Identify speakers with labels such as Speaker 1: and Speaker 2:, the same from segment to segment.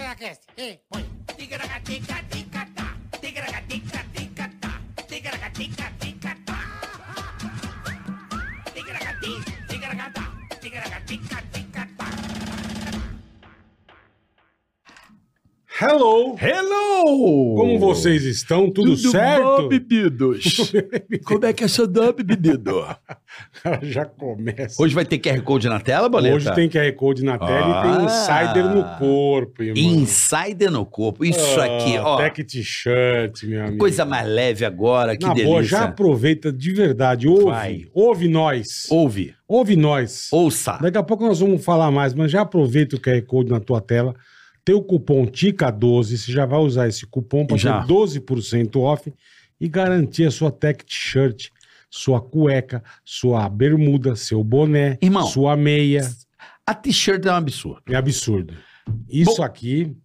Speaker 1: Tigracast, e põe.
Speaker 2: Tigragatica-tica-tá, tigragatica-tica-tá, tigragatica-tica-tá. Tigragati, tigragatá, tigragatica-tica-tá.
Speaker 3: Hello!
Speaker 4: Hello!
Speaker 3: Como vocês estão? Tudo,
Speaker 4: Tudo
Speaker 3: certo?
Speaker 4: bom, bebidos? Como é que é seu nome, bebido?
Speaker 3: Cara, Já começa.
Speaker 4: Hoje vai ter QR Code na tela, Boleta?
Speaker 3: Hoje tem QR Code na tela e tem
Speaker 4: Ah.
Speaker 3: insider no corpo, irmão.
Speaker 4: Insider no corpo. Isso
Speaker 3: Ah,
Speaker 4: aqui, ó.
Speaker 3: Tech t-shirt, meu amigo.
Speaker 4: Coisa mais leve agora, que
Speaker 3: Na
Speaker 4: delícia.
Speaker 3: boa, já aproveita de verdade. Ouve.
Speaker 4: Vai.
Speaker 3: Ouve nós.
Speaker 4: Ouve,
Speaker 3: Ouve nós.
Speaker 4: ouça.
Speaker 3: Daqui a pouco nós vamos falar mais, mas já aproveita o QR Code na tua tela. Tem o cupom TICA12, você já vai usar esse cupom para ter
Speaker 4: Já.
Speaker 3: 12% off e garantir a sua tech t-shirt, sua cueca, sua bermuda, seu boné,
Speaker 4: Irmão.
Speaker 3: sua meia.
Speaker 4: A t-shirt é um absurdo.
Speaker 3: É absurdo. Isso
Speaker 4: Bom.
Speaker 3: aqui,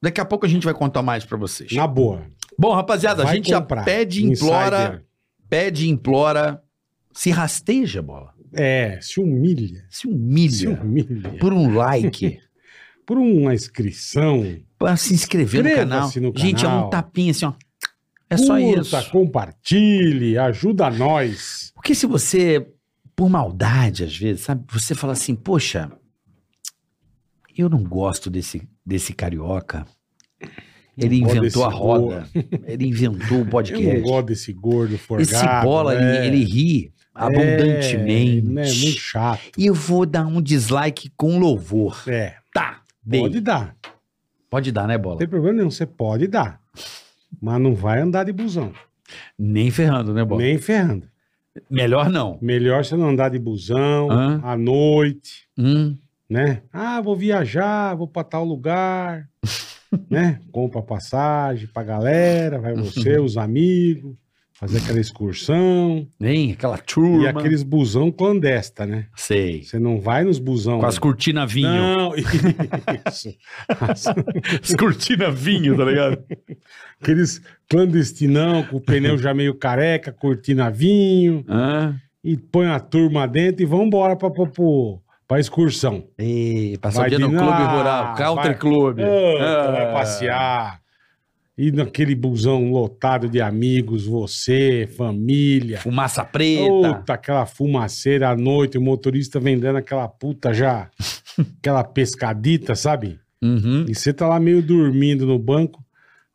Speaker 4: Daqui a pouco a gente vai contar mais pra vocês.
Speaker 3: na boa.
Speaker 4: Bom, rapaziada, a
Speaker 3: vai
Speaker 4: gente já
Speaker 3: comprar.
Speaker 4: pede e
Speaker 3: Insider.
Speaker 4: implora, pede e implora, se rasteja, bola.
Speaker 3: É, se humilha.
Speaker 4: Se humilha
Speaker 3: Se humilha.
Speaker 4: por um like.
Speaker 3: Por uma inscrição.
Speaker 4: Pra se inscrever no canal.
Speaker 3: Inscreva-se no
Speaker 4: Gente, é
Speaker 3: canal.
Speaker 4: um tapinha assim, ó. É só
Speaker 3: curta,
Speaker 4: isso.
Speaker 3: compartilhe, ajuda nós.
Speaker 4: Porque se você, por maldade às vezes, sabe? Você fala assim, poxa, eu não gosto desse, desse carioca. Ele
Speaker 3: Não gosto desse
Speaker 4: inventou a roda. Ele inventou o podcast.
Speaker 3: Eu não gosto desse gordo forgado.
Speaker 4: é. Esse bola,
Speaker 3: né?
Speaker 4: ele, ele ri abundantemente.
Speaker 3: É, né? Muito chato.
Speaker 4: E eu vou dar um dislike com louvor.
Speaker 3: É,
Speaker 4: Tá, dei.
Speaker 3: pode
Speaker 4: Pode,
Speaker 3: dar.
Speaker 4: dar, né,
Speaker 3: Não
Speaker 4: bola?
Speaker 3: tem problema nenhum, você pode dar. Mas não vai andar de busão.
Speaker 4: Tá Nem ferrando, né, bola?
Speaker 3: Nem ferrando.
Speaker 4: Melhor não.
Speaker 3: Melhor você não andar de busão,
Speaker 4: Hã?
Speaker 3: à noite,
Speaker 4: Hum,
Speaker 3: né? Ah, vou viajar, vou pra tal lugar, né? Compra passagem pra galera, vai você,
Speaker 4: Uhum.
Speaker 3: os amigos, fazer aquela excursão.
Speaker 4: nem aquela turma.
Speaker 3: E aqueles busão clandesta, né?
Speaker 4: Sei.
Speaker 3: Você não vai nos busão... né?
Speaker 4: Com as cortinas vinho.
Speaker 3: Não, isso.
Speaker 4: As cortinas vinho, tá ligado?
Speaker 3: Aqueles clandestinão com o pneu já meio careca, cortina vinho,
Speaker 4: Hã?
Speaker 3: e põe a turma dentro e vambora pra, pra, pro- pra excursão.
Speaker 4: E passar
Speaker 3: Vai
Speaker 4: o dia no
Speaker 3: de-
Speaker 4: clube
Speaker 3: Ah,
Speaker 4: rural, country
Speaker 3: vai-
Speaker 4: club.
Speaker 3: Ah,
Speaker 4: Ah.
Speaker 3: Vai passear. E naquele busão lotado de amigos, você, família.
Speaker 4: Fumaça preta.
Speaker 3: Puta, aquela fumaceira à noite, o motorista vendendo aquela puta já, aquela pescadita, sabe?
Speaker 4: Uhum.
Speaker 3: E você tá lá meio dormindo no banco.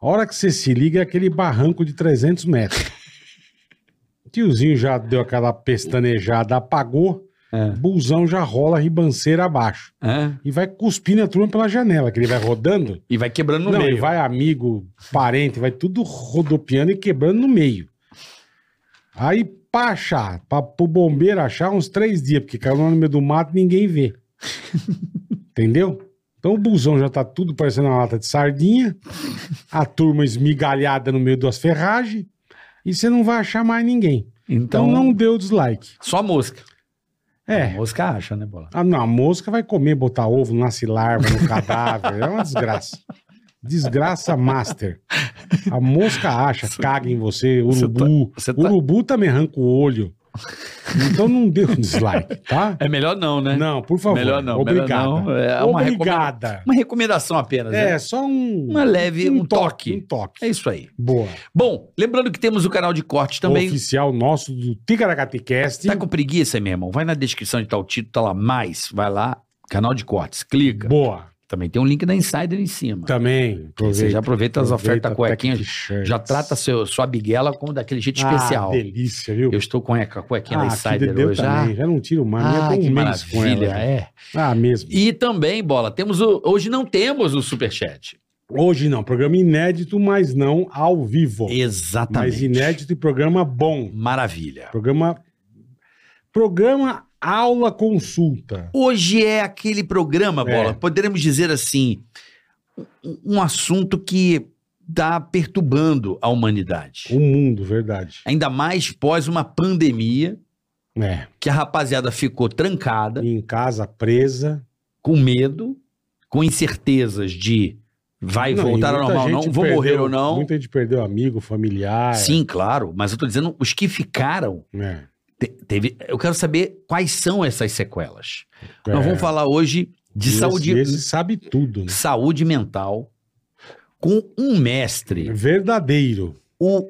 Speaker 3: A hora que você se liga é aquele barranco de 300 metros. O tiozinho já deu aquela pestanejada, apagou.
Speaker 4: É.
Speaker 3: Busão já rola ribanceira abaixo.
Speaker 4: Hã?
Speaker 3: E vai cuspindo a turma pela janela, que ele vai rodando.
Speaker 4: É. E vai quebrando no
Speaker 3: Não,
Speaker 4: meio.
Speaker 3: e vai amigo, parente, vai tudo rodopiando e quebrando no meio. Aí pra achar, pra, pro bombeiro achar uns três dias, porque caiu lá no meio do mato e ninguém vê. Entendeu? Então o busão já tá tudo parecendo uma lata de sardinha, a turma esmigalhada no meio das ferragens, e você não vai achar mais ninguém. Então,
Speaker 4: Então,
Speaker 3: não dê o dislike.
Speaker 4: só mosca.
Speaker 3: É.
Speaker 4: Mosca acha, né, Bola?
Speaker 3: Ah, não, a mosca vai comer, botar ovo, nasce larva no cadáver. É uma desgraça. Desgraça master. A mosca acha, caga em você, urubu.
Speaker 4: Você tá- você tá-
Speaker 3: Urubu também arranca o olho. Então não dê um dislike, tá?
Speaker 4: É melhor não, né?
Speaker 3: Não, por favor.
Speaker 4: Melhor não, melhor
Speaker 3: Obrigada.
Speaker 4: não. É uma
Speaker 3: Obrigada.
Speaker 4: Uma recomendação apenas. né?
Speaker 3: É, só um...
Speaker 4: Uma leve, um toque.
Speaker 3: Um toque.
Speaker 4: É isso aí.
Speaker 3: Boa.
Speaker 4: Bom, lembrando que temos o canal de corte também.
Speaker 3: Oficial nosso do Ticaracaticast.
Speaker 4: Tá com preguiça, meu irmão? Vai na descrição de tal título, tá lá mais. Vai lá, canal de cortes, clica.
Speaker 3: Boa.
Speaker 4: Também tem um link da Insider em cima.
Speaker 3: Também.
Speaker 4: Você já aproveita as ofertas cuequinhas,
Speaker 3: cuequinhas.
Speaker 4: já trata seu, sua biguela com daquele jeito especial.
Speaker 3: Ah, delícia, viu?
Speaker 4: Eu estou com a cueca- cuequinha da
Speaker 3: aqui
Speaker 4: Insider
Speaker 3: deu
Speaker 4: hoje. né?
Speaker 3: também, já não tiro mais.
Speaker 4: Ah,
Speaker 3: Ah,
Speaker 4: ah,
Speaker 3: um
Speaker 4: que
Speaker 3: mês com ela.
Speaker 4: maravilha,
Speaker 3: já.
Speaker 4: é.
Speaker 3: Ah, mesmo.
Speaker 4: E também, bola, temos o, hoje não temos o superchat.
Speaker 3: Hoje não, programa inédito, mas não ao vivo.
Speaker 4: Exatamente.
Speaker 3: Mas inédito e programa bom.
Speaker 4: Maravilha.
Speaker 3: Programa programa aula consulta.
Speaker 4: Hoje é aquele programa,
Speaker 3: É.
Speaker 4: bola, poderemos dizer assim, um- um assunto que está perturbando a humanidade.
Speaker 3: O mundo, verdade.
Speaker 4: Ainda mais pós uma pandemia,
Speaker 3: É.
Speaker 4: que a rapaziada ficou trancada.
Speaker 3: Em casa presa.
Speaker 4: com medo, com incertezas de vai
Speaker 3: Não,
Speaker 4: voltar
Speaker 3: e
Speaker 4: ao
Speaker 3: muita
Speaker 4: normal ou não,
Speaker 3: gente
Speaker 4: vou morrer
Speaker 3: perdeu-
Speaker 4: ou não.
Speaker 3: Muita gente perdeu amigo, familiar.
Speaker 4: Sim, claro, mas eu tô dizendo os que ficaram.
Speaker 3: É.
Speaker 4: te- Teve, eu quero saber quais são essas sequelas.
Speaker 3: É.
Speaker 4: Nós vamos falar hoje de
Speaker 3: Esse-
Speaker 4: saúde,
Speaker 3: Esse sabe tudo, né?
Speaker 4: saúde mental com um mestre,
Speaker 3: Verdadeiro.
Speaker 4: o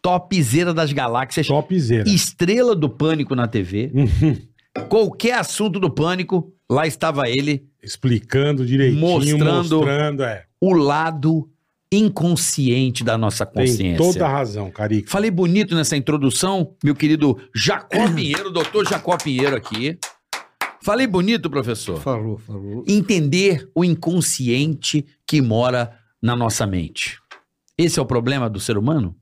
Speaker 4: topzera das galáxias,
Speaker 3: Topzera.
Speaker 4: estrela do pânico na TV,
Speaker 3: Uhum.
Speaker 4: qualquer assunto do pânico, lá estava ele,
Speaker 3: Explicando direitinho,
Speaker 4: Mostrando-
Speaker 3: mostrando, é.
Speaker 4: o lado inconsciente da nossa
Speaker 3: Tem
Speaker 4: consciência.
Speaker 3: toda a razão, Carica.
Speaker 4: Falei bonito nessa introdução, meu querido Jacó Pinheiro, doutor Jacó Pinheiro aqui. Falei bonito, professor.
Speaker 1: Falou, falou.
Speaker 4: Entender o inconsciente que mora na nossa mente. Esse é o problema do ser humano?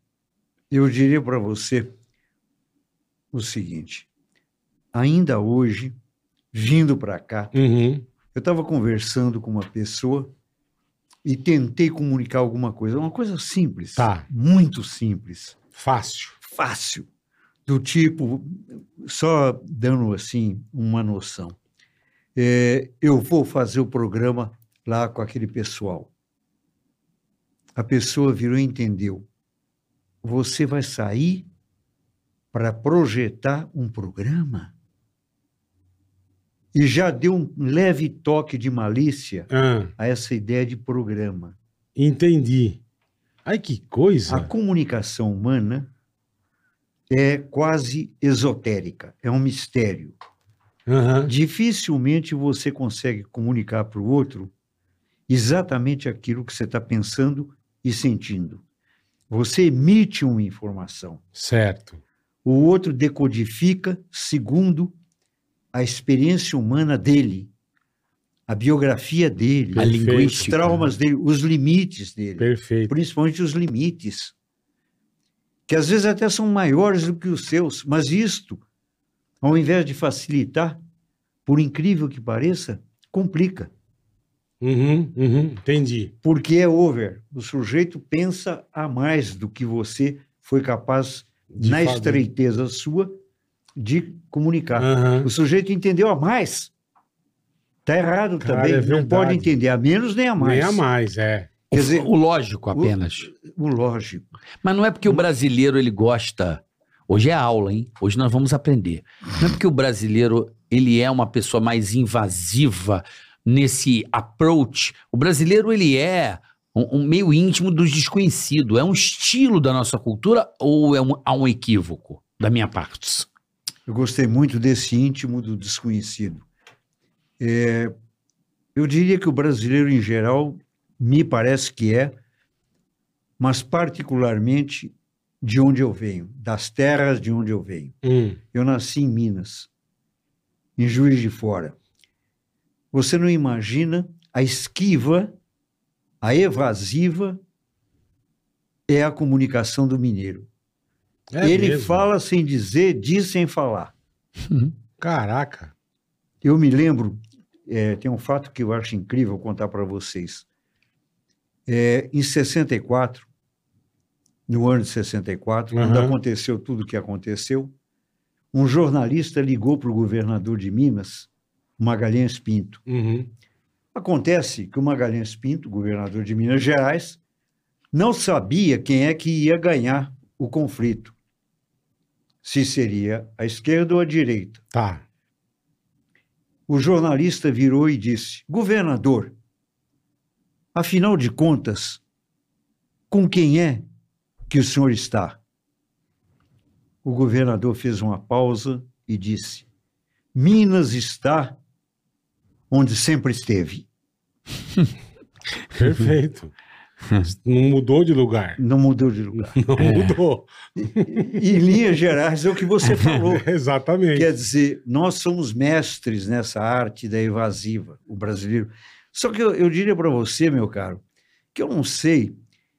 Speaker 1: Eu diria para você o seguinte: ainda hoje, vindo para cá,
Speaker 3: Uhum.
Speaker 1: eu estava conversando com uma pessoa e tentei comunicar alguma coisa, uma coisa simples,
Speaker 3: Tá.
Speaker 1: muito simples,
Speaker 3: Fácil.
Speaker 1: fácil, do tipo, só dando assim uma noção. É, eu vou fazer o programa lá com aquele pessoal. A pessoa virou e entendeu. Você vai sair para projetar um programa? E já deu um leve toque de malícia
Speaker 3: Ah,
Speaker 1: a essa ideia de programa.
Speaker 3: entendi. Ai, que coisa.
Speaker 1: A comunicação humana é quase esotérica, é um mistério.
Speaker 3: Aham.
Speaker 1: Dificilmente você consegue comunicar para o outro exatamente aquilo que você está pensando e sentindo. Você emite uma informação,
Speaker 3: Certo.
Speaker 1: o outro decodifica segundo a experiência humana dele, a biografia dele,
Speaker 4: A
Speaker 3: Perfeito.
Speaker 1: os
Speaker 4: linguística.
Speaker 1: traumas dele, os limites dele
Speaker 3: Perfeito.
Speaker 1: principalmente os limites, que às vezes até são maiores do que os seus, mas isto, ao invés de facilitar, por incrível que pareça, complica,
Speaker 3: Uhum, uhum, entendi.
Speaker 1: porque é over. O sujeito pensa a mais do que você foi capaz,
Speaker 3: De
Speaker 1: na
Speaker 3: fazer.
Speaker 1: estreiteza sua, de comunicar.
Speaker 3: Aham.
Speaker 1: O sujeito entendeu a mais. Está errado
Speaker 3: Cara,
Speaker 1: também,
Speaker 3: é
Speaker 1: não
Speaker 3: verdade.
Speaker 1: pode entender a menos nem a mais.
Speaker 3: Nem a mais, é.
Speaker 1: Quer dizer,
Speaker 4: O lógico apenas.
Speaker 1: o lógico.
Speaker 4: Mas não é porque o brasileiro ele gosta. Hoje é aula, hein? Hoje nós vamos aprender. Não é porque o brasileiro ele é uma pessoa mais invasiva nesse approach. O brasileiro ele é um, um meio íntimo dos desconhecidos. É um estilo da nossa cultura ou é um, há um equívoco da minha parte?
Speaker 1: Eu gostei muito desse íntimo do desconhecido. É, eu diria que o brasileiro, em geral, me parece que é, mas particularmente de onde eu venho, das terras de onde eu venho.
Speaker 3: Hum,
Speaker 1: Eu nasci em Minas, em Juiz de Fora. Você não imagina a esquiva, a evasiva é a comunicação do mineiro.
Speaker 3: é
Speaker 1: Ele
Speaker 3: mesmo.
Speaker 1: fala sem dizer, diz sem falar.
Speaker 3: Caraca.
Speaker 1: Eu me lembro, eh, tem um fato que eu acho incrível contar para vocês. Eh, em 64, no ano de 64, quando
Speaker 3: Aham.
Speaker 1: aconteceu tudo o que aconteceu, um jornalista ligou para o governador de Minas, Magalhães Pinto.
Speaker 3: Uhum.
Speaker 1: Acontece que o Magalhães Pinto, governador de Minas Gerais, não sabia quem é que ia ganhar o conflito. Se seria a esquerda ou a direita.
Speaker 3: Tá.
Speaker 1: O jornalista virou e disse: Governador, afinal de contas, com quem é que o senhor está? O governador fez uma pausa e disse: Minas está onde sempre esteve.
Speaker 3: Perfeito. Não mudou de lugar.
Speaker 1: Não mudou de lugar.
Speaker 3: Não mudou.
Speaker 1: em linhas gerais, é o que você falou.
Speaker 3: Exatamente.
Speaker 1: Quer dizer, nós somos mestres nessa arte da evasiva, o brasileiro. Só que eu, eu diria para você, meu caro, que eu não sei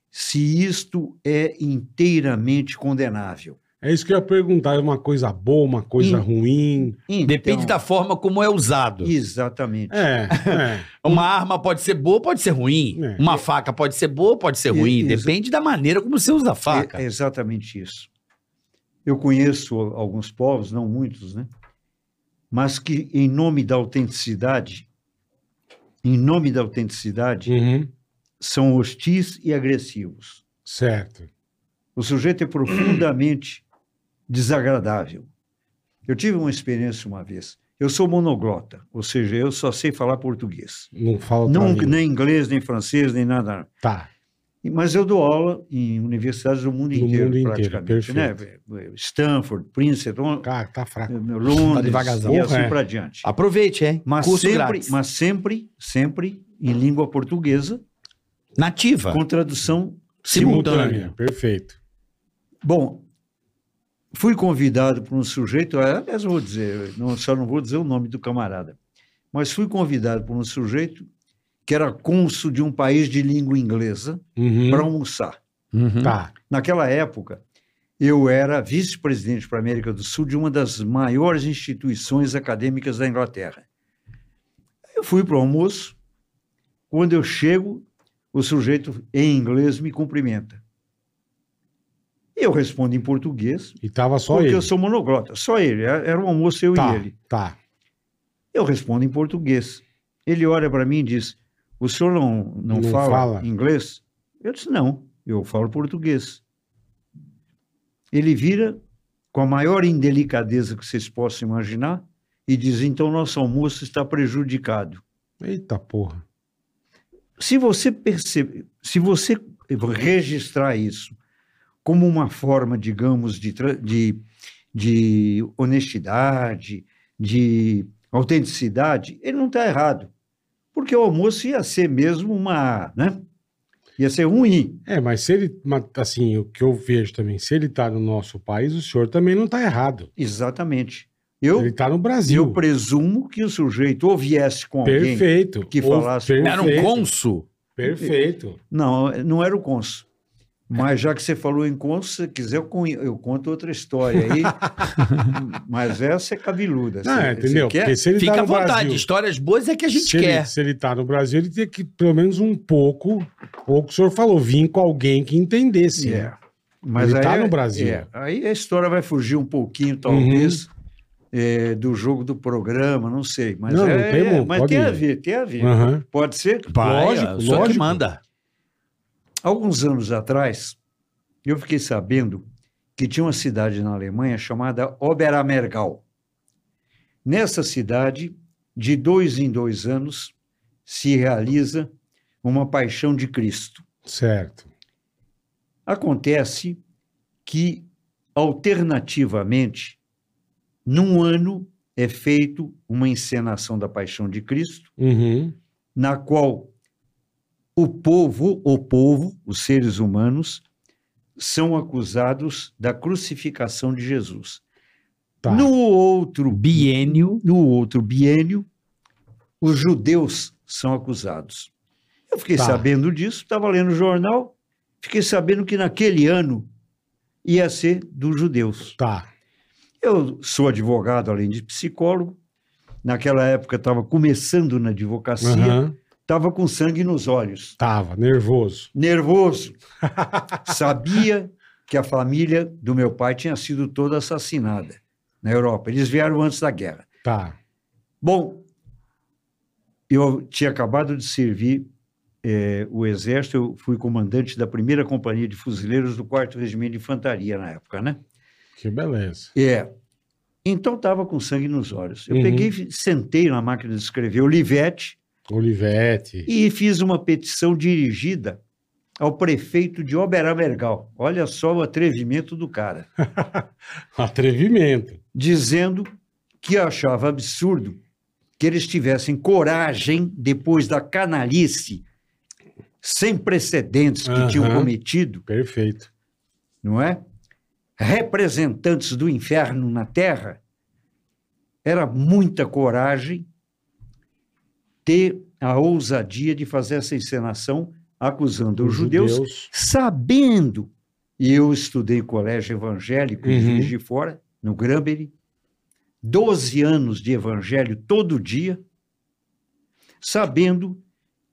Speaker 1: se isto é inteiramente condenável.
Speaker 3: É isso que eu ia perguntar. É uma coisa boa, uma coisa
Speaker 1: Hum.
Speaker 3: ruim.
Speaker 4: Depende
Speaker 1: Então,
Speaker 4: da forma como é usado.
Speaker 1: Exatamente.
Speaker 3: É, é.
Speaker 4: Uma arma pode ser boa, pode ser ruim.
Speaker 3: É.
Speaker 4: Uma faca pode ser boa, pode ser ruim.
Speaker 1: Isso.
Speaker 4: Depende da maneira como você usa a faca.
Speaker 1: É, é exatamente isso. Eu conheço a- alguns povos, não muitos, né? Mas que, em nome da autenticidade, em nome da autenticidade,
Speaker 3: Uhum.
Speaker 1: são hostis e agressivos.
Speaker 3: Certo.
Speaker 1: O sujeito é profundamente desagradável. Eu tive uma experiência uma vez. Eu sou monoglota, ou seja, eu só sei falar português.
Speaker 3: Não fala
Speaker 1: Não, né?
Speaker 3: outra língua.
Speaker 1: nem inglês, nem francês, nem nada.
Speaker 3: Tá.
Speaker 1: E- Mas eu dou aula em universidades do mundo
Speaker 3: Do
Speaker 1: inteiro,
Speaker 3: mundo inteiro,
Speaker 1: praticamente. né? Stanford, Princeton, eh,
Speaker 3: Cara, tá fraco.
Speaker 1: Londres,
Speaker 5: devagarzão.
Speaker 1: e assim
Speaker 3: É.
Speaker 1: para diante.
Speaker 5: Aproveite, hein?
Speaker 1: Mas
Speaker 5: Curso
Speaker 1: sempre,
Speaker 5: grátis.
Speaker 1: mas sempre, sempre em língua portuguesa,
Speaker 4: Nativa.
Speaker 1: com tradução.
Speaker 4: Simultânea.
Speaker 3: Perfeito.
Speaker 1: Bom, fui convidado por um sujeito, aliás, eu vou dizer, não, só não vou dizer o nome do camarada, mas fui convidado por um sujeito que era cônsul de um país de língua inglesa
Speaker 3: Uhum.
Speaker 1: para almoçar. um-
Speaker 4: Uhum.
Speaker 3: Tá.
Speaker 1: Naquela época, eu era vice-presidente para a América do Sul de uma das maiores instituições acadêmicas da Inglaterra. Eu fui para o almoço. Quando eu chego, o sujeito em inglês me cumprimenta. Eu respondo em português,
Speaker 3: E tava só
Speaker 1: porque
Speaker 3: ele.
Speaker 1: eu sou monoglota, só ele. é- Era um almoço eu
Speaker 3: tá,
Speaker 1: e ele.
Speaker 3: tá.
Speaker 1: Eu respondo em português. Ele olha para mim e diz: O senhor não, não,
Speaker 3: Não
Speaker 1: fala,
Speaker 3: fala.
Speaker 1: inglês? Eu disse: Não, eu falo português. Ele vira com a maior indelicadeza que vocês possam imaginar e diz: Então nosso almoço está prejudicado.
Speaker 3: Eita porra.
Speaker 1: Se você perceber, se você registrar isso como uma forma, digamos, de, tra- de, de honestidade, de autenticidade, ele não está errado. Porque o almoço ia ser mesmo uma. Né? Ia ser um ruim.
Speaker 3: É, mas se ele. mas, Assim, o que eu vejo também, se ele tá no nosso país, o senhor também não tá errado.
Speaker 1: Exatamente. Eu,
Speaker 3: ele tá no Brasil.
Speaker 1: eu presumo que o sujeito ou viesse com alguém.
Speaker 3: perfeito.
Speaker 1: que
Speaker 3: Ou-
Speaker 1: falasse-
Speaker 3: perfeito,
Speaker 4: Era um cônsul.
Speaker 3: Perfeito.
Speaker 1: Não, não era o cônsul. Mas já que você falou em cônsul, se quiser, eu, con- eu conto outra história aí. Mas essa é cabeluda.
Speaker 3: Ah,
Speaker 1: você-
Speaker 3: entendeu?
Speaker 1: você quer?
Speaker 3: Porque se ele tá
Speaker 4: Fica à
Speaker 3: no
Speaker 4: vontade.
Speaker 3: Brasil,
Speaker 4: Histórias boas é que a gente
Speaker 3: se,
Speaker 4: quer.
Speaker 3: ele, se ele tá no Brasil, ele tem que, pelo menos um pouco, ou o que o senhor falou, vir com alguém que entendesse. né?
Speaker 1: É. Mas
Speaker 3: Ele
Speaker 1: aí,
Speaker 3: tá
Speaker 1: é-
Speaker 3: no Brasil. Uhum.
Speaker 1: é. Aí a história vai fugir um pouquinho, talvez, é, do jogo do programa, não sei. Mas,
Speaker 3: Não, não
Speaker 1: é-
Speaker 3: tem,
Speaker 1: é,
Speaker 3: bom,
Speaker 1: mas
Speaker 3: pode
Speaker 1: tem
Speaker 3: ir.
Speaker 1: a ver, tem a ver.
Speaker 3: Aham.
Speaker 1: Pode ser?
Speaker 4: Vai,
Speaker 3: Lógico,
Speaker 4: o senhor que
Speaker 3: é, lógico.
Speaker 4: manda.
Speaker 1: Alguns anos atrás, eu fiquei sabendo que tinha uma cidade na Alemanha chamada Oberammergau. Nessa cidade, de dois em dois anos, se realiza uma paixão de Cristo.
Speaker 3: Certo.
Speaker 1: Acontece que, alternativamente, num ano é feito uma encenação da Paixão de Cristo
Speaker 3: Uhum.
Speaker 1: na qual o povo, o povo, os seres humanos, são acusados da crucificação de Jesus.
Speaker 3: Tá.
Speaker 1: No outro
Speaker 4: Bienio.
Speaker 1: no outro biênio, os judeus são acusados. Eu fiquei
Speaker 3: Tá.
Speaker 1: sabendo disso, estava lendo o jornal, fiquei sabendo que naquele ano ia ser dos judeus.
Speaker 3: Tá.
Speaker 1: Eu sou advogado, além de psicólogo. Naquela época estava começando na advocacia,
Speaker 3: Aham.
Speaker 1: estava com sangue nos olhos.
Speaker 3: Tava, nervoso.
Speaker 1: nervoso. Sabia que a família do meu pai tinha sido toda assassinada na Europa. Eles vieram antes da guerra.
Speaker 3: Tá.
Speaker 1: Bom, eu tinha acabado de servir eh, o exército, eu fui comandante da primeira companhia de fuzileiros do 4 Regimento de Infantaria na época, né?
Speaker 3: Que beleza.
Speaker 1: É. Então estava com sangue nos olhos. Eu
Speaker 3: Uhum.
Speaker 1: peguei, e sentei na máquina de escrever Olivete
Speaker 3: Olivete.
Speaker 1: e fiz uma petição dirigida ao prefeito de Oberammergau. Olha só o atrevimento do cara,
Speaker 3: Atrevimento.
Speaker 1: dizendo que achava absurdo que eles tivessem coragem depois da canalice sem precedentes que tinham
Speaker 3: Aham.
Speaker 1: cometido,
Speaker 3: Perfeito.
Speaker 1: não é? Representantes do inferno na terra. Era muita coragem ter a ousadia de fazer essa encenação acusando os judeus sabendo, e eu estudei em colégio evangélico em
Speaker 3: Uhum.
Speaker 1: Juiz de Fora, no Grambery, 12 anos de evangelho todo dia, sabendo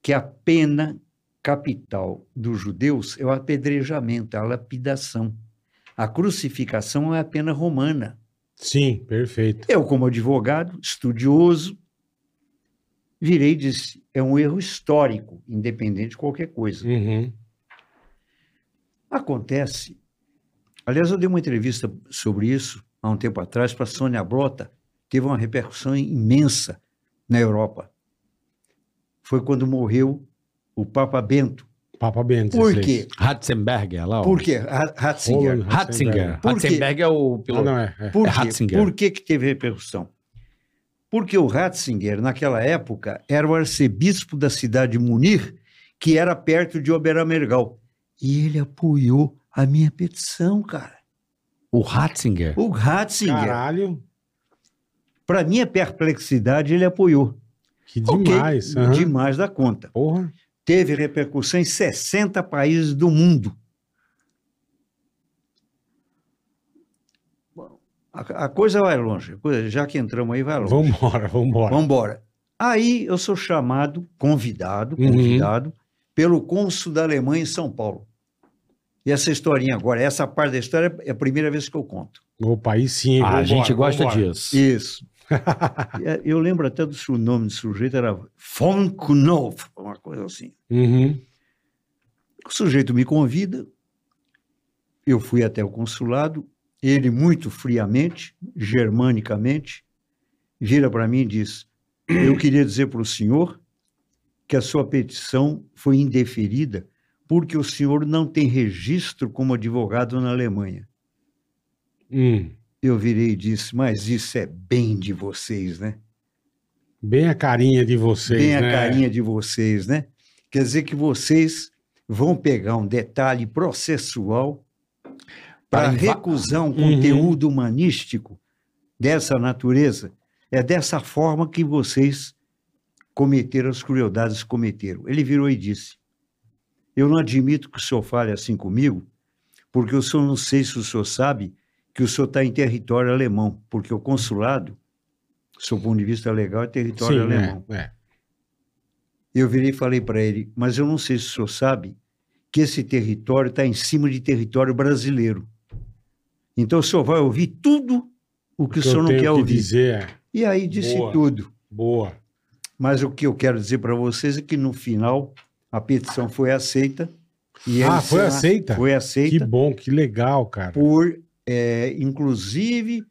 Speaker 1: que a pena capital dos judeus é o apedrejamento, a lapidação. A crucificação é a pena romana.
Speaker 3: Sim, perfeito.
Speaker 1: Eu, como advogado, estudioso, virei e disse: é um erro histórico, independente de qualquer coisa.
Speaker 3: Uhum.
Speaker 1: Acontece. Aliás, eu dei uma entrevista sobre isso há um tempo atrás para a Sônia Blota, teve uma repercussão imensa na Europa. Foi quando morreu o Papa Bento.
Speaker 3: Papa Bento.
Speaker 1: Por
Speaker 3: esse aí.
Speaker 1: quê?
Speaker 4: Ratzenberg, é lá, ó.
Speaker 1: Por quê? Ra- Ratzinger.
Speaker 3: Roland
Speaker 4: Ratzinger.
Speaker 1: Por quê?
Speaker 4: Ratzenberg é o
Speaker 3: Ah,
Speaker 4: piloto.
Speaker 3: não, é, é.
Speaker 1: Por,
Speaker 4: É
Speaker 1: quê?
Speaker 4: Ratzinger.
Speaker 1: Por que, que teve repercussão? Porque o Ratzinger, naquela época, era o arcebispo da cidade de Munir, que era perto de Oberammergau. E ele apoiou a minha petição, cara.
Speaker 4: O Ratzinger.
Speaker 1: O Ratzinger,
Speaker 3: Caralho.
Speaker 1: para minha perplexidade, ele apoiou.
Speaker 3: Que
Speaker 1: Ok,
Speaker 3: demais. aham.
Speaker 1: Demais da conta.
Speaker 3: Porra.
Speaker 1: Teve repercussão em 60 países do mundo. Bom, A, a coisa vai longe. a coisa- já que entramos aí, vai longe.
Speaker 3: Vambora, vambora.
Speaker 1: Vambora. Aí eu sou chamado, convidado,
Speaker 3: Uhum.
Speaker 1: convidado, pelo cônsul da Alemanha em São Paulo. E essa historinha agora, essa parte da história é a primeira vez que eu conto.
Speaker 3: Opa, aí sim.
Speaker 4: Ah, a
Speaker 3: vambora,
Speaker 4: gente gosta
Speaker 3: vambora.
Speaker 4: disso.
Speaker 1: Isso. É, eu lembro até do seu nome do sujeito, era von Knopf, uma coisa assim.
Speaker 3: Uhum.
Speaker 1: O sujeito me convida, eu fui até o consulado, ele muito friamente, germanicamente, vira para mim e diz: Eu queria dizer para o senhor que a sua petição foi indeferida porque o senhor não tem registro como advogado na Alemanha.
Speaker 3: Hum.
Speaker 1: Eu virei e disse: Mas isso é bem de vocês, né?
Speaker 3: Bem a carinha de vocês,
Speaker 1: Bem a
Speaker 3: né?
Speaker 1: carinha de vocês, né? Quer dizer que vocês vão pegar um detalhe processual para
Speaker 4: Pra inva-
Speaker 1: recusar um
Speaker 3: Uhum.
Speaker 1: conteúdo humanístico dessa natureza. É dessa forma que vocês cometeram as crueldades que cometeram. Ele virou e disse: Eu não admito que o senhor fale assim comigo, porque o senhor não sei se o senhor sabe que o senhor está em território alemão, porque o consulado, do seu ponto de vista legal, é território
Speaker 3: Sim,
Speaker 1: alemão.
Speaker 3: é, é.
Speaker 1: Eu virei e falei para ele, mas eu não sei se o senhor sabe que esse território está em cima de território brasileiro. Então o senhor vai ouvir tudo o que
Speaker 3: que
Speaker 1: o
Speaker 3: eu
Speaker 1: senhor não
Speaker 3: tenho
Speaker 1: quer
Speaker 3: que
Speaker 1: ouvir.
Speaker 3: dizer é,
Speaker 1: E aí disse
Speaker 3: Boa.
Speaker 1: tudo.
Speaker 3: boa.
Speaker 1: Mas o que eu quero dizer para vocês é que no final a petição foi aceita. E
Speaker 3: Ah,
Speaker 1: ele
Speaker 3: foi
Speaker 1: será-
Speaker 3: aceita?
Speaker 1: Foi
Speaker 3: Que
Speaker 1: aceita
Speaker 3: bom, que legal, cara.
Speaker 1: por, eh, inclusive,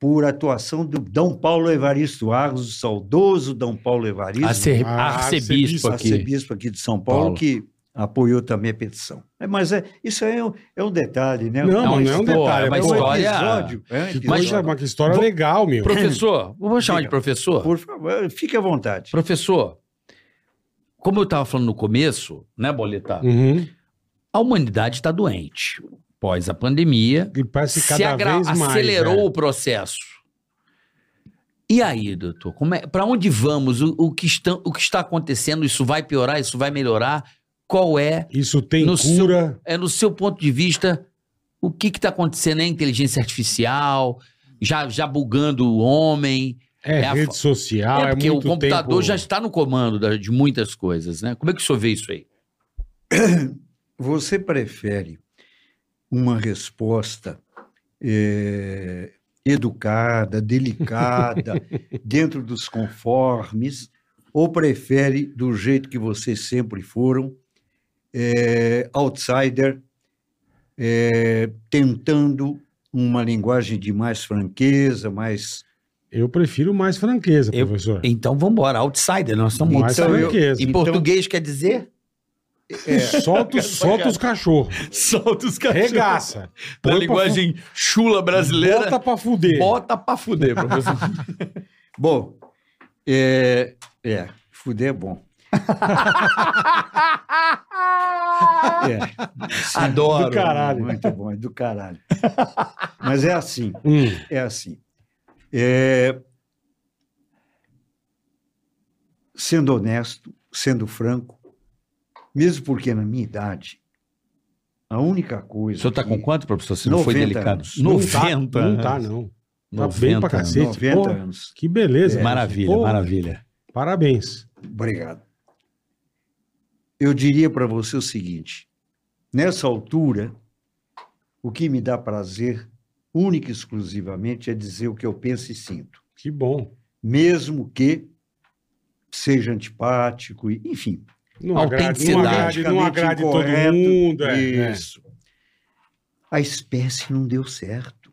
Speaker 1: por atuação do Dom Paulo Evaristo Argos, o saudoso Dom Paulo Evaristo.
Speaker 4: Arce-
Speaker 3: Ah,
Speaker 4: arcebispo
Speaker 3: arcebispo,
Speaker 4: aqui.
Speaker 1: arcebispo aqui de São Paulo,
Speaker 4: Paulo.
Speaker 1: que apoiou também a petição. É, mas é, isso aí é um, é um detalhe, né?
Speaker 3: Não, mas não é um
Speaker 4: história,
Speaker 3: detalhe.
Speaker 4: é uma
Speaker 3: é uma-
Speaker 4: história-
Speaker 1: é um
Speaker 3: Que
Speaker 1: episódio.
Speaker 3: coisa, mas que história
Speaker 4: Vou-
Speaker 3: legal, meu.
Speaker 4: Professor, vamos chamar de professor?
Speaker 1: Por favor, fique à vontade.
Speaker 4: Professor, como eu estava falando no começo, né, Boleta?
Speaker 3: Uhum.
Speaker 4: A humanidade está doente. Pós a pandemia,
Speaker 3: E parece que
Speaker 4: se
Speaker 3: cada
Speaker 4: agra-
Speaker 3: vez mais.
Speaker 4: acelerou
Speaker 3: é.
Speaker 4: o processo. E aí, doutor, como é, para onde vamos? O, o que estão, o que está acontecendo? Isso vai piorar? Isso vai melhorar? Qual é,
Speaker 3: Isso tem
Speaker 4: No seu-
Speaker 3: cura.
Speaker 4: é no seu ponto de vista, o que está acontecendo? É inteligência artificial? Já, já bugando o homem?
Speaker 3: É,
Speaker 4: é a
Speaker 3: rede
Speaker 4: fa-
Speaker 3: social. É,
Speaker 4: é porque o
Speaker 3: muito
Speaker 4: computador
Speaker 3: tempo-
Speaker 4: já está no comando da- de muitas coisas, né? Como é que o senhor vê isso aí?
Speaker 1: Você prefere uma resposta eh, educada, delicada, dentro dos conformes, ou prefere do jeito que vocês sempre foram, eh, outsider, eh, tentando uma linguagem de mais franqueza, mais
Speaker 3: Eu prefiro mais franqueza,
Speaker 4: Eu-
Speaker 3: professor.
Speaker 4: Então vamos embora, outsider, nós estamos
Speaker 3: mais
Speaker 1: então eu-
Speaker 3: franqueza.
Speaker 4: Em português quer dizer? é.
Speaker 3: Solta, os- solta os cachorros.
Speaker 4: Solta os
Speaker 3: Regaça. Põe
Speaker 4: Na
Speaker 3: pra
Speaker 4: linguagem chula
Speaker 3: fu-
Speaker 4: brasileira.
Speaker 3: Bota pra fuder.
Speaker 4: Bota pra fuder, professor.
Speaker 1: Bom, é, é, fuder é bom. É, sim,
Speaker 3: Do
Speaker 4: Adoro.
Speaker 3: caralho.
Speaker 1: Muito bom, é do caralho. Mas é assim,
Speaker 3: Hum,
Speaker 1: é assim. É, sendo honesto, sendo franco, mesmo porque na minha idade, a única coisa.
Speaker 4: O senhor tá
Speaker 1: que-
Speaker 4: com quanto, professor? Se não foi
Speaker 1: 90
Speaker 4: delicado.
Speaker 1: anos.
Speaker 3: não tá-
Speaker 4: 90
Speaker 3: Não tá,
Speaker 4: anos.
Speaker 3: não. Tá bem pra
Speaker 4: 90 anos.
Speaker 3: cacete.
Speaker 1: 90
Speaker 3: Porra,
Speaker 1: anos.
Speaker 3: Que beleza.
Speaker 4: É. Maravilha,
Speaker 3: Pô,
Speaker 4: maravilha.
Speaker 3: Parabéns.
Speaker 1: Obrigado. Eu diria para você o seguinte: nessa altura, o que me dá prazer, única e exclusivamente, é dizer o que eu penso e sinto,
Speaker 3: Que bom.
Speaker 1: mesmo que seja antipático, e, enfim,
Speaker 3: Não agrade, não
Speaker 4: Autenticidade.
Speaker 3: agrade, não agrade todo
Speaker 1: Politicamente
Speaker 3: mundo. É, é.
Speaker 1: isso. A espécie não deu certo.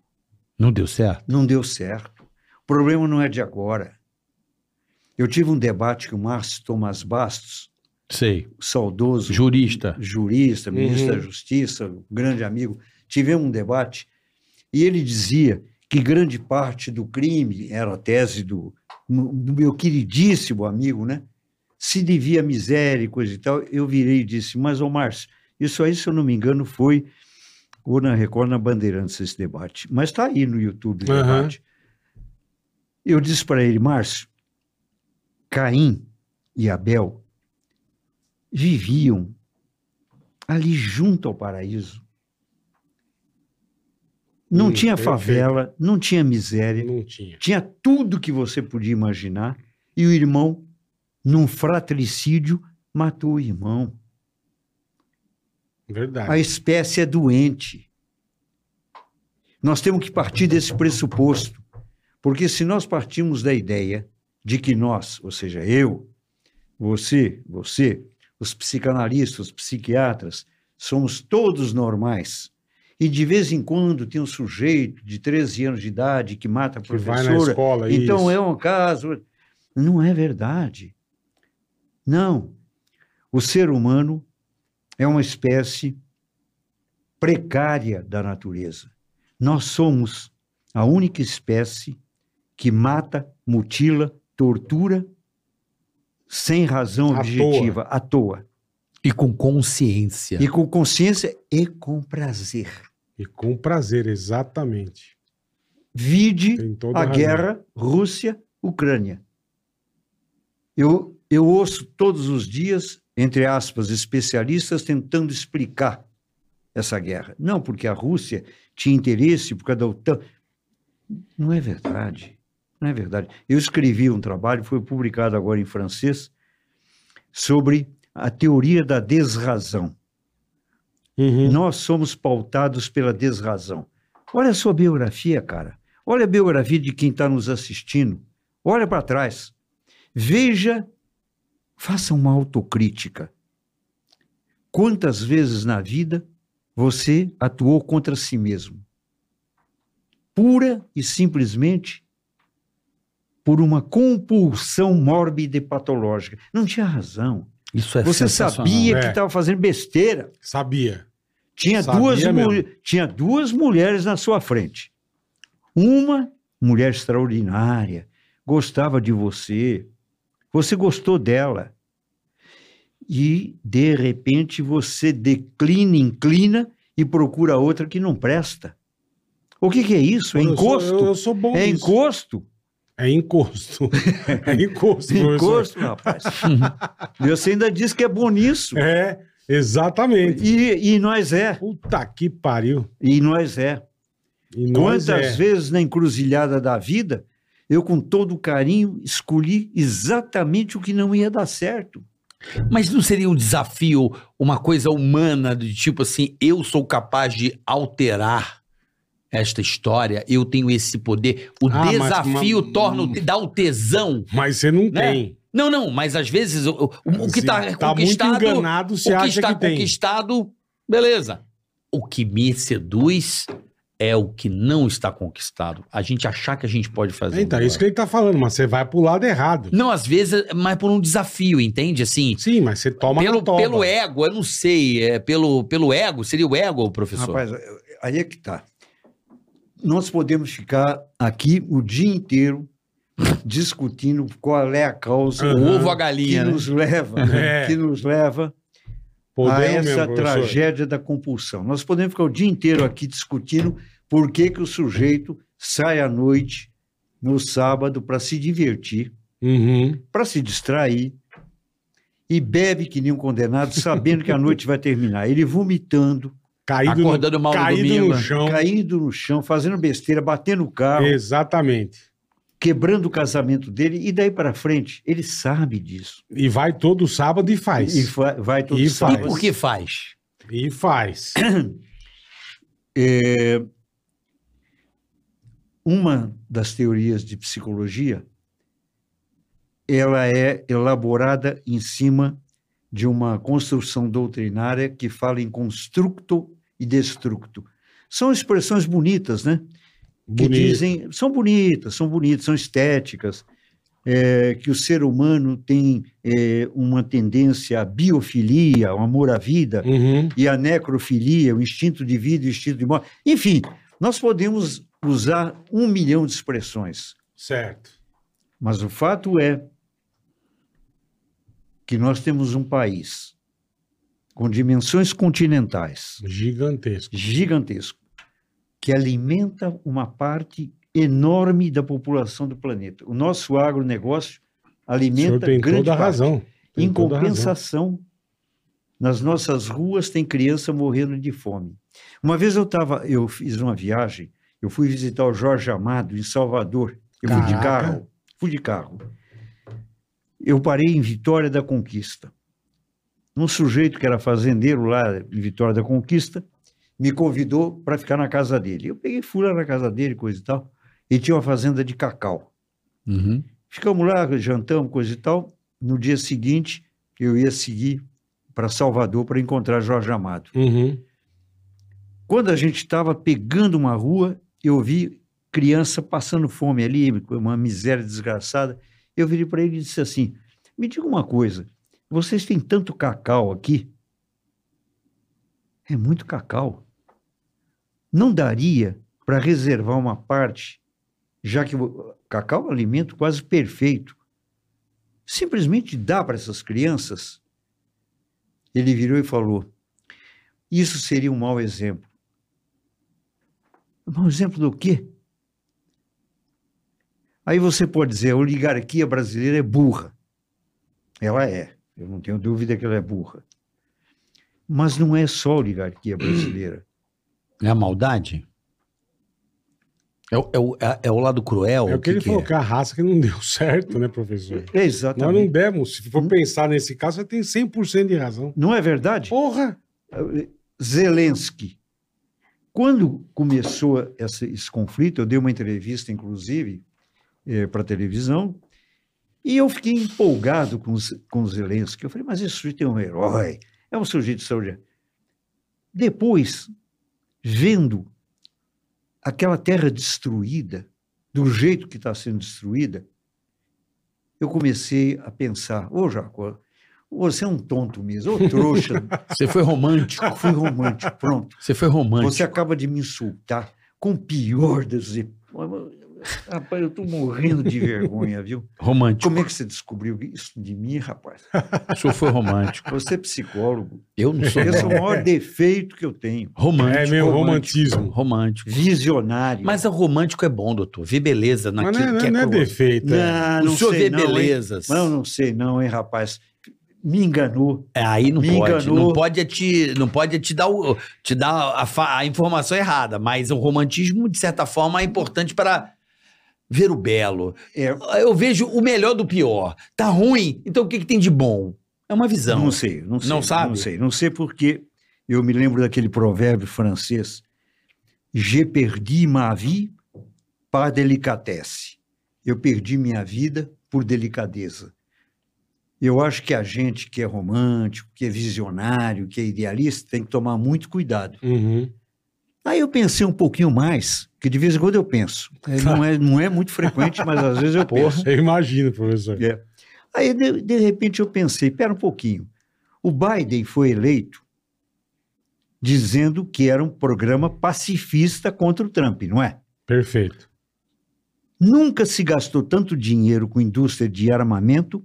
Speaker 4: Não deu certo?
Speaker 1: Não deu certo. problema não é de agora. Eu tive um debate com o Márcio Tomás Bastos,
Speaker 4: Sei.
Speaker 1: saudoso
Speaker 4: Jurista.
Speaker 1: jurista, ministro
Speaker 3: Uhum.
Speaker 1: da Justiça, um grande amigo, tivemos um debate e ele dizia que grande parte do crime, era a tese do, do meu queridíssimo amigo, né? Se devia à miséria e coisa e tal. Eu virei e disse, mas, ô Márcio, isso aí, se eu não me engano, foi ou na Record, na Bandeirantes, esse debate. Mas está aí no YouTube o
Speaker 3: Aham.
Speaker 1: debate. Eu disse para ele, Márcio, Caim e Abel viviam ali junto ao paraíso. Não
Speaker 3: Hum,
Speaker 1: tinha
Speaker 3: perfeito.
Speaker 1: favela, não tinha miséria,
Speaker 3: Não tinha.
Speaker 1: tinha tudo que você podia imaginar. E o irmão, num fratricídio, matou o irmão.
Speaker 3: Verdade.
Speaker 1: A espécie é doente. Nós temos que partir desse pressuposto, porque se nós partimos da ideia de que nós, ou seja, eu, você, você, os psicanalistas, os psiquiatras, somos todos normais. E de vez em quando tem um sujeito de 13 anos de idade que mata a
Speaker 3: que vai na
Speaker 1: professora,
Speaker 3: escola.
Speaker 1: então
Speaker 3: isso.
Speaker 1: é um caso. Não é verdade. Não. O ser humano é uma espécie precária da natureza. Nós somos a única espécie que mata, mutila, tortura sem razão
Speaker 3: À
Speaker 1: objetiva, à toa.
Speaker 4: E com consciência.
Speaker 1: E com consciência e com prazer.
Speaker 3: E com prazer, exatamente.
Speaker 1: Vide
Speaker 3: Tem toda
Speaker 1: a
Speaker 3: razão.
Speaker 1: guerra Rússia-Ucrânia. Eu, eu ouço todos os dias, entre aspas, especialistas tentando explicar essa guerra. Não porque a Rússia tinha interesse por causa da OTAN. Não é verdade. Não é verdade. Eu escrevi um trabalho, foi publicado agora em francês, sobre a teoria da desrazão.
Speaker 3: Uhum.
Speaker 1: Nós somos pautados pela desrazão. Olha a sua biografia, cara. Olha a biografia de quem está nos assistindo. Olha para trás. Veja, faça uma autocrítica. Quantas vezes na vida você atuou contra si mesmo? Pura e simplesmente por uma compulsão mórbida e patológica. Não tinha razão.
Speaker 4: Isso é
Speaker 1: Você
Speaker 4: sensacional.
Speaker 1: sabia que
Speaker 3: É.
Speaker 1: estava fazendo besteira.
Speaker 3: Sabia.
Speaker 1: Tinha
Speaker 3: Sabia
Speaker 1: duas, mu-
Speaker 3: mesmo.
Speaker 1: tinha duas mulheres na sua frente. Uma, mulher extraordinária, gostava de você, você gostou dela. E, de repente, você declina, inclina e procura outra que não presta. O que, que é isso? É
Speaker 3: Eu sou-
Speaker 1: encosto?
Speaker 3: Eu, eu sou bom
Speaker 1: é
Speaker 3: nisso.
Speaker 1: encosto?
Speaker 3: É encosto. É encosto. professor.
Speaker 1: Encosto, rapaz. E você ainda diz que é bom nisso.
Speaker 3: É, exatamente.
Speaker 1: E, e nós é.
Speaker 3: Puta que pariu.
Speaker 1: E nós é.
Speaker 3: E nós
Speaker 1: Quantas
Speaker 3: é.
Speaker 1: vezes na encruzilhada da vida, eu com todo carinho escolhi exatamente o que não ia dar certo.
Speaker 4: Mas não seria um desafio, uma coisa humana, de tipo assim, eu sou capaz de alterar esta história, eu tenho esse poder. O
Speaker 3: Ah, mas
Speaker 4: desafio
Speaker 3: uma-
Speaker 4: torna, o- dá o tesão.
Speaker 3: Mas você não
Speaker 4: Né?
Speaker 3: tem.
Speaker 4: Não, não, mas às vezes o, o- o
Speaker 3: Você
Speaker 4: que está
Speaker 3: tá muito
Speaker 4: conquistado,
Speaker 3: enganado,
Speaker 4: o que
Speaker 3: você acha
Speaker 4: está
Speaker 3: que tem.
Speaker 4: conquistado, beleza. O que me seduz é o que não está conquistado. A gente achar que a gente pode fazer.
Speaker 3: Então,
Speaker 4: um
Speaker 3: é isso que
Speaker 4: negócio.
Speaker 3: ele tá falando, mas você vai pro lado errado.
Speaker 4: Não, às vezes, mas por um desafio, entende? Assim,
Speaker 3: Sim, mas você toma
Speaker 4: pelo,
Speaker 3: na toba.
Speaker 4: pelo
Speaker 1: é-
Speaker 4: ego, eu não sei. É pelo, pelo ego, seria o ego, professor?
Speaker 1: Rapaz, aí é que tá. Nós podemos ficar aqui o dia inteiro discutindo qual é a causa
Speaker 4: o ovo a
Speaker 1: que
Speaker 4: galinha, né?
Speaker 1: nos leva, né?
Speaker 3: É.
Speaker 1: que nos leva a
Speaker 3: Podemos
Speaker 1: Ah, essa
Speaker 3: mesmo, professor.
Speaker 1: tragédia da compulsão. Nós podemos ficar o dia inteiro aqui discutindo por que, que o sujeito sai à noite, no sábado, para se divertir,
Speaker 3: Uhum.
Speaker 1: para se distrair e bebe que nem um condenado, sabendo que a noite vai terminar. Ele vomitando,
Speaker 3: Caído no-
Speaker 4: Acordando mal no
Speaker 3: caído
Speaker 4: domingo.
Speaker 3: no chão.
Speaker 1: caindo no chão, fazendo besteira, batendo o carro,
Speaker 3: Exatamente.
Speaker 1: quebrando o casamento dele e daí para frente. Ele sabe disso.
Speaker 3: E vai todo sábado e faz.
Speaker 1: E fa- vai todo
Speaker 3: E
Speaker 1: sábado.
Speaker 4: E por que faz?
Speaker 3: E faz.
Speaker 1: Uma das teorias de psicologia ela é elaborada em cima de uma construção doutrinária que fala em constructo e destructo. São expressões bonitas, né? que
Speaker 3: Bonito.
Speaker 1: dizem são bonitas, são bonitas, são estéticas, é, que o ser humano tem é, uma tendência à biofilia, ao amor à vida,
Speaker 3: Uhum.
Speaker 1: e a necrofilia, o instinto de vida, o instinto de morte. Enfim, nós podemos usar um milhão de expressões,
Speaker 3: Certo.
Speaker 1: mas o fato é que nós temos um país com dimensões continentais
Speaker 3: Gigantesco.
Speaker 1: gigantesco que alimenta uma parte enorme da população do planeta. O nosso agronegócio
Speaker 3: O senhor
Speaker 1: alimenta
Speaker 3: tem
Speaker 1: grande
Speaker 3: toda a
Speaker 1: parte.
Speaker 3: razão. Tem
Speaker 1: Em
Speaker 3: toda a razão.
Speaker 1: compensação, nas nossas ruas tem criança morrendo de fome. Uma vez eu tava, eu fiz uma viagem, eu fui visitar o Jorge Amado em Salvador. Eu fui de
Speaker 3: Caraca.
Speaker 1: carro, fui de carro. Eu parei em Vitória da Conquista. Um sujeito que era fazendeiro lá em Vitória da Conquista me convidou para ficar na casa dele. Eu peguei fui lá na casa dele, coisa e tal. Ele tinha uma fazenda de cacau.
Speaker 4: Uhum.
Speaker 1: Ficamos lá, jantamos, coisa e tal. No dia seguinte, eu ia seguir para Salvador para encontrar Jorge Amado.
Speaker 3: Uhum.
Speaker 1: Quando a gente estava pegando uma rua, eu vi criança passando fome ali, uma miséria desgraçada. Eu virei para ele e disse assim: Me diga uma coisa, vocês têm tanto cacau aqui? É muito cacau. Não daria para reservar uma parte, já que o cacau é um alimento quase perfeito. Simplesmente dá para essas crianças? Ele virou e falou: Isso seria um mau exemplo. Um mau exemplo do quê? Aí você pode dizer: a oligarquia brasileira é burra. Ela é. Eu não tenho dúvida que ela é burra. Mas não é só a oligarquia brasileira.
Speaker 4: É a maldade? É o, é o, é- é o lado
Speaker 1: Oh,
Speaker 4: cruel?
Speaker 3: É o que, ele
Speaker 4: que
Speaker 3: falou,
Speaker 4: é?
Speaker 3: que a raça que não deu certo, né, professor?
Speaker 1: É
Speaker 3: Nós não
Speaker 1: exatamente. Hum?
Speaker 3: demos. Se for pensar nesse caso, você tem 100% de razão.
Speaker 1: Não é verdade?
Speaker 3: Porra!
Speaker 1: Zelensky. Quando começou essa- esse, conflito, eu dei uma entrevista, inclusive, para a televisão, e eu fiquei empolgado com, Z- com Zelensky. Eu falei, mas esse sujeito é um herói, é um sujeito extraordinário. Depois, vendo aquela terra destruída, do jeito que está sendo destruída, eu comecei a pensar, ô Jacó, você é um tonto mesmo, ô trouxa,
Speaker 4: Você foi romântico.
Speaker 1: eu Ah, fui romântico, pronto.
Speaker 4: Você foi romântico.
Speaker 1: Você acaba de me insultar com o pior das... hip- Rapaz, eu tô morrendo de vergonha, viu?
Speaker 4: Romântico.
Speaker 1: Como é que você descobriu isso de mim, rapaz?
Speaker 4: O senhor foi romântico.
Speaker 1: Você é psicólogo.
Speaker 4: Eu não sou
Speaker 1: Esse é o
Speaker 4: romântico.
Speaker 1: maior defeito que eu tenho.
Speaker 4: Romântico.
Speaker 3: É meu romantismo.
Speaker 4: Romântico.
Speaker 1: Visionário.
Speaker 4: Mas o romântico é bom, doutor. Vê beleza
Speaker 3: Mas
Speaker 4: naquilo
Speaker 3: não é,
Speaker 4: que é,
Speaker 3: não é
Speaker 4: cruel. Ah,
Speaker 3: defeito. é.
Speaker 1: não,
Speaker 4: o
Speaker 1: não
Speaker 4: senhor
Speaker 1: sei
Speaker 4: vê
Speaker 1: não, hein?
Speaker 4: belezas.
Speaker 1: Não, não sei não, hein, rapaz? Me enganou.
Speaker 4: É, Aí não
Speaker 1: Me
Speaker 4: pode.
Speaker 1: enganou.
Speaker 4: Não pode é te, não pode é te dar, o, te dar a, fa- a informação errada, mas o romantismo, de certa forma, é importante para ver o belo.
Speaker 1: É,
Speaker 4: Eu vejo o melhor do pior. Tá ruim, então o que, que tem de bom? É uma visão.
Speaker 1: Não sei, não sei.
Speaker 4: Não sabe?
Speaker 1: Não sei, não sei porque eu me lembro daquele provérbio francês: Je perdi ma vie par délicatesse. Eu perdi minha vida por delicadeza. Eu acho que a gente que é romântico, que é visionário, que é idealista, tem que tomar muito cuidado.
Speaker 3: Uhum.
Speaker 1: Aí eu pensei um pouquinho mais, que de vez em quando eu penso. É, Não é, não é muito frequente, mas às vezes eu penso.
Speaker 3: Eu imagino, professor.
Speaker 1: É. Aí, de, de repente, eu pensei: pera um pouquinho. O Biden foi eleito dizendo que era um programa pacifista contra o Trump, não é?
Speaker 3: Perfeito.
Speaker 1: Nunca se gastou tanto dinheiro com indústria de armamento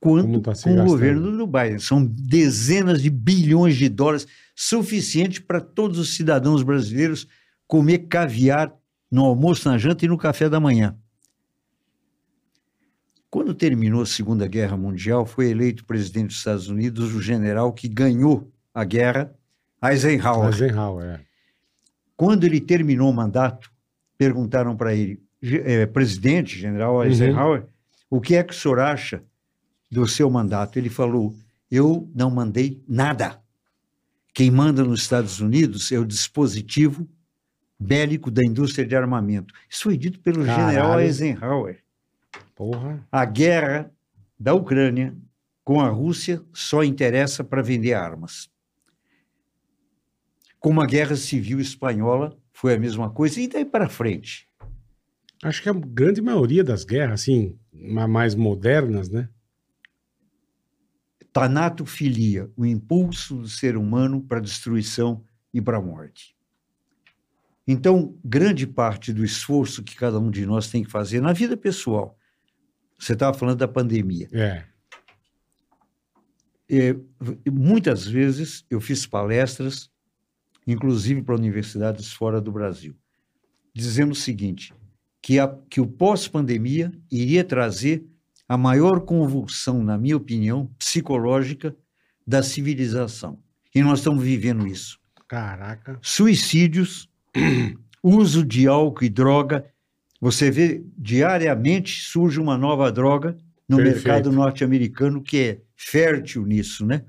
Speaker 1: quanto
Speaker 3: Como tá se
Speaker 1: com o
Speaker 3: gastando.
Speaker 1: governo do Biden. São dezenas de bilhões de dólares, suficiente para todos os cidadãos brasileiros comer caviar no almoço, na janta e no café da manhã. Quando terminou a Segunda Guerra Mundial, foi eleito presidente dos Estados Unidos o general que ganhou a guerra, Eisenhower.
Speaker 3: Eisenhower. é.
Speaker 1: Quando ele terminou o mandato, perguntaram para ele, "Ge- eh, presidente, general Eisenhower, o que é que o senhor acha do seu mandato? Ele falou: eu não mandei nada. Quem manda nos Estados Unidos é o dispositivo bélico da indústria de armamento. Isso foi dito pelo general
Speaker 3: Caralho.
Speaker 1: Eisenhower.
Speaker 3: Porra.
Speaker 1: A guerra da Ucrânia com a Rússia só interessa para vender armas. Como a guerra civil espanhola foi a mesma coisa, e daí para frente.
Speaker 3: Acho que a grande maioria das guerras, assim, ma- mais modernas, né?
Speaker 1: Tanatofilia, o impulso do ser humano para a destruição e para a morte. Então, grande parte do esforço que cada um de nós tem que fazer na vida pessoal, você estava falando da pandemia.
Speaker 3: É.
Speaker 1: É, v- muitas vezes eu fiz palestras, inclusive para universidades fora do Brasil, dizendo o seguinte: que, a- que o pós-pandemia iria trazer a maior convulsão, na minha opinião, psicológica da civilização. E nós estamos vivendo isso.
Speaker 3: Caraca.
Speaker 1: Suicídios, uso de álcool e droga. Você vê, diariamente surge uma nova droga no
Speaker 3: Perfeito.
Speaker 1: mercado norte-americano que é fértil nisso, né?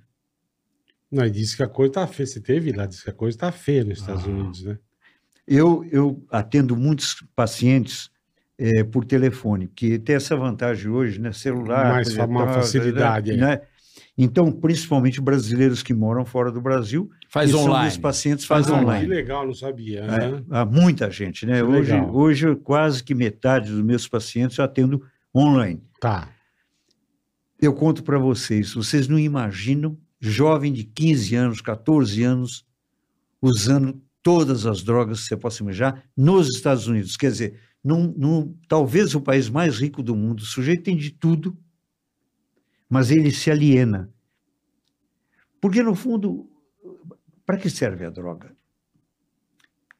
Speaker 3: Não, e disse que a coisa tá feia. Você teve lá, disse que a coisa tá feia nos Estados
Speaker 1: Ah.
Speaker 3: Unidos, né?
Speaker 1: Eu, eu atendo muitos pacientes eh, por telefone, porque tem essa vantagem hoje, né? Celular.
Speaker 3: Mais fa- uma
Speaker 1: tal,
Speaker 3: facilidade, é.
Speaker 1: Né? Então, principalmente brasileiros que moram fora do Brasil,
Speaker 4: Faz
Speaker 1: que são
Speaker 4: online.
Speaker 1: meus pacientes
Speaker 4: Faz
Speaker 1: faz
Speaker 3: Ah, Que
Speaker 1: online.
Speaker 3: legal, não sabia. né?
Speaker 1: É, há muita gente, né?
Speaker 3: Que
Speaker 1: Hoje,
Speaker 3: legal.
Speaker 1: hoje, quase que metade dos meus pacientes eu atendo online.
Speaker 3: Tá.
Speaker 1: Eu conto para vocês, vocês não imaginam jovem de 15 anos, 14 anos, usando todas as drogas que você possa imaginar nos Estados Unidos. Quer dizer, num, num- talvez o país mais rico do mundo, o sujeito tem de tudo, mas ele se aliena. Porque, no fundo, para que serve a droga?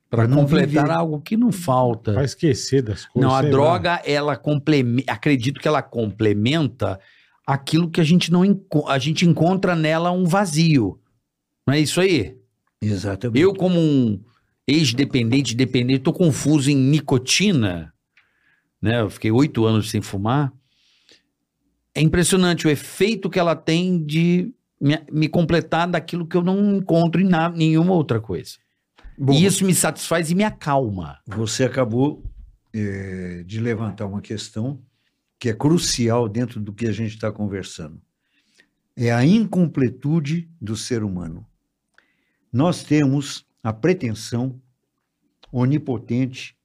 Speaker 4: Pra
Speaker 1: não
Speaker 4: completar
Speaker 1: viver.
Speaker 4: algo que não falta.
Speaker 3: Pra esquecer das coisas.
Speaker 4: Não, a
Speaker 3: sei lá.
Speaker 4: droga, ela complementa, acredito que ela complementa aquilo que a gente não enco- a gente encontra nela um vazio. Não é isso aí?
Speaker 1: Exatamente.
Speaker 4: Eu como um ex-dependente, dependente, tô confuso em nicotina, né? Eu fiquei oito anos sem fumar. É impressionante o efeito que ela tem de me, me completar daquilo que eu não encontro em na- nenhuma outra coisa.
Speaker 1: Bom,
Speaker 4: e isso me satisfaz e me acalma.
Speaker 1: Você acabou eh, de levantar uma questão que é crucial dentro do que a gente está conversando. É a incompletude do ser humano. Nós temos a pretensão onipotente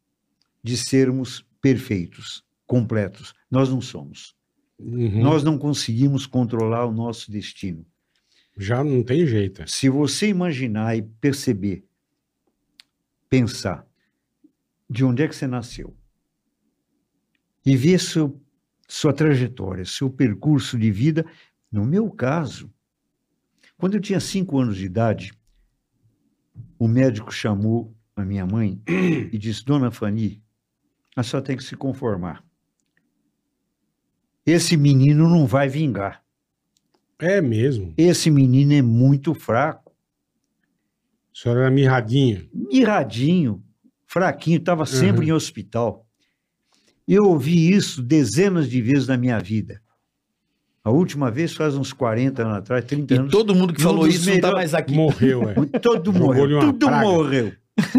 Speaker 1: de sermos perfeitos, completos. Nós não somos.
Speaker 3: Uhum.
Speaker 1: Nós não conseguimos controlar o nosso destino.
Speaker 3: Já não tem jeito.
Speaker 1: Se você imaginar e perceber, pensar, de onde é que você nasceu e ver seu, sua trajetória, seu percurso de vida, no meu caso, quando eu tinha cinco anos de idade, o médico chamou a minha mãe e disse: Dona Fani, a senhora tem que se conformar. Esse menino não vai vingar
Speaker 3: É mesmo.
Speaker 1: esse menino é muito fraco,
Speaker 3: A senhora era mirradinha.
Speaker 1: miradinho, fraquinho, estava sempre
Speaker 3: Uhum.
Speaker 1: em hospital. Eu ouvi isso dezenas de vezes na minha vida. A última vez faz uns 40 anos atrás, 30
Speaker 4: E
Speaker 1: anos.
Speaker 4: todo mundo que
Speaker 1: um
Speaker 4: falou
Speaker 1: dos
Speaker 4: isso não tá
Speaker 1: melhores-
Speaker 4: mais aqui.
Speaker 3: Morreu, é.
Speaker 1: Todo
Speaker 3: Jogou-lhe
Speaker 1: morreu,
Speaker 3: uma
Speaker 1: tudo
Speaker 3: praga.
Speaker 1: morreu.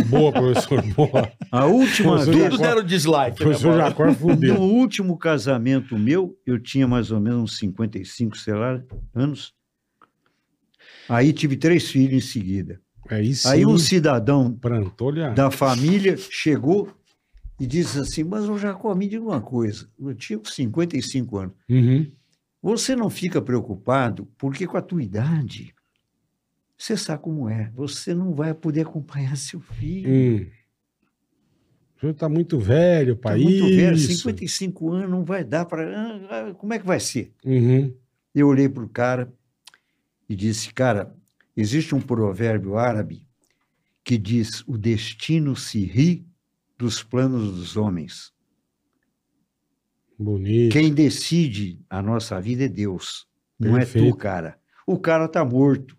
Speaker 3: Boa, professor. Boa.
Speaker 1: A última
Speaker 3: Professor
Speaker 1: vez,
Speaker 4: Tudo
Speaker 3: Jacó-
Speaker 4: deram
Speaker 1: É
Speaker 4: dislike. né,
Speaker 3: professor
Speaker 4: Bola?
Speaker 3: Jacó é
Speaker 1: no
Speaker 3: fudeu.
Speaker 1: último casamento meu, eu tinha mais ou menos uns 55, sei lá, anos. Aí tive três filhos em seguida.
Speaker 3: Aí sim.
Speaker 1: Aí um cidadão
Speaker 3: Prantou-lhe a-
Speaker 1: da família chegou e disse assim: Mas, ô Jacó, me diga uma coisa. Eu tinha 55 anos.
Speaker 3: Uhum.
Speaker 1: Você não fica preocupado porque, com a tua idade, você sabe como é. Você não vai poder acompanhar seu filho.
Speaker 3: Hum. O senhor tá muito velho,
Speaker 1: Tá
Speaker 3: pai.
Speaker 1: muito velho,
Speaker 3: Isso.
Speaker 1: 55 anos, não vai dar para. Como é que vai ser?
Speaker 3: Uhum.
Speaker 1: Eu olhei para o cara e disse: Cara, existe um provérbio árabe que diz: O destino se ri dos planos dos homens.
Speaker 3: Bonito.
Speaker 1: Quem decide a nossa vida é Deus, não é
Speaker 3: Perfeito.
Speaker 1: tu, cara. O cara está morto.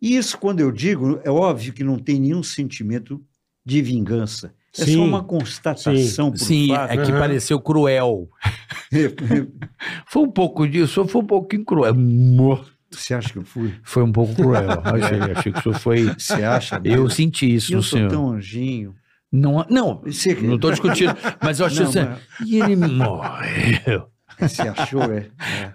Speaker 1: E isso, quando eu digo, é óbvio que não tem nenhum sentimento de vingança. É
Speaker 3: Sim,
Speaker 1: só uma constatação por
Speaker 4: Sim,
Speaker 1: fato.
Speaker 4: é que
Speaker 3: Aham.
Speaker 4: pareceu cruel. Foi um pouco disso, foi um pouquinho cruel. Mo-
Speaker 1: Você acha que eu fui?
Speaker 4: Foi um pouco cruel. Achei, achei que o senhor foi.
Speaker 1: Você acha? né?
Speaker 4: Eu senti isso
Speaker 1: É. eu
Speaker 4: no
Speaker 1: sou
Speaker 4: senhor.
Speaker 1: tão anjinho.
Speaker 4: Não, não,
Speaker 1: Você-
Speaker 4: não tô discutindo, mas eu achei
Speaker 1: Não,
Speaker 4: assim.
Speaker 1: mas-
Speaker 4: E ele morreu.
Speaker 1: Se achou, é.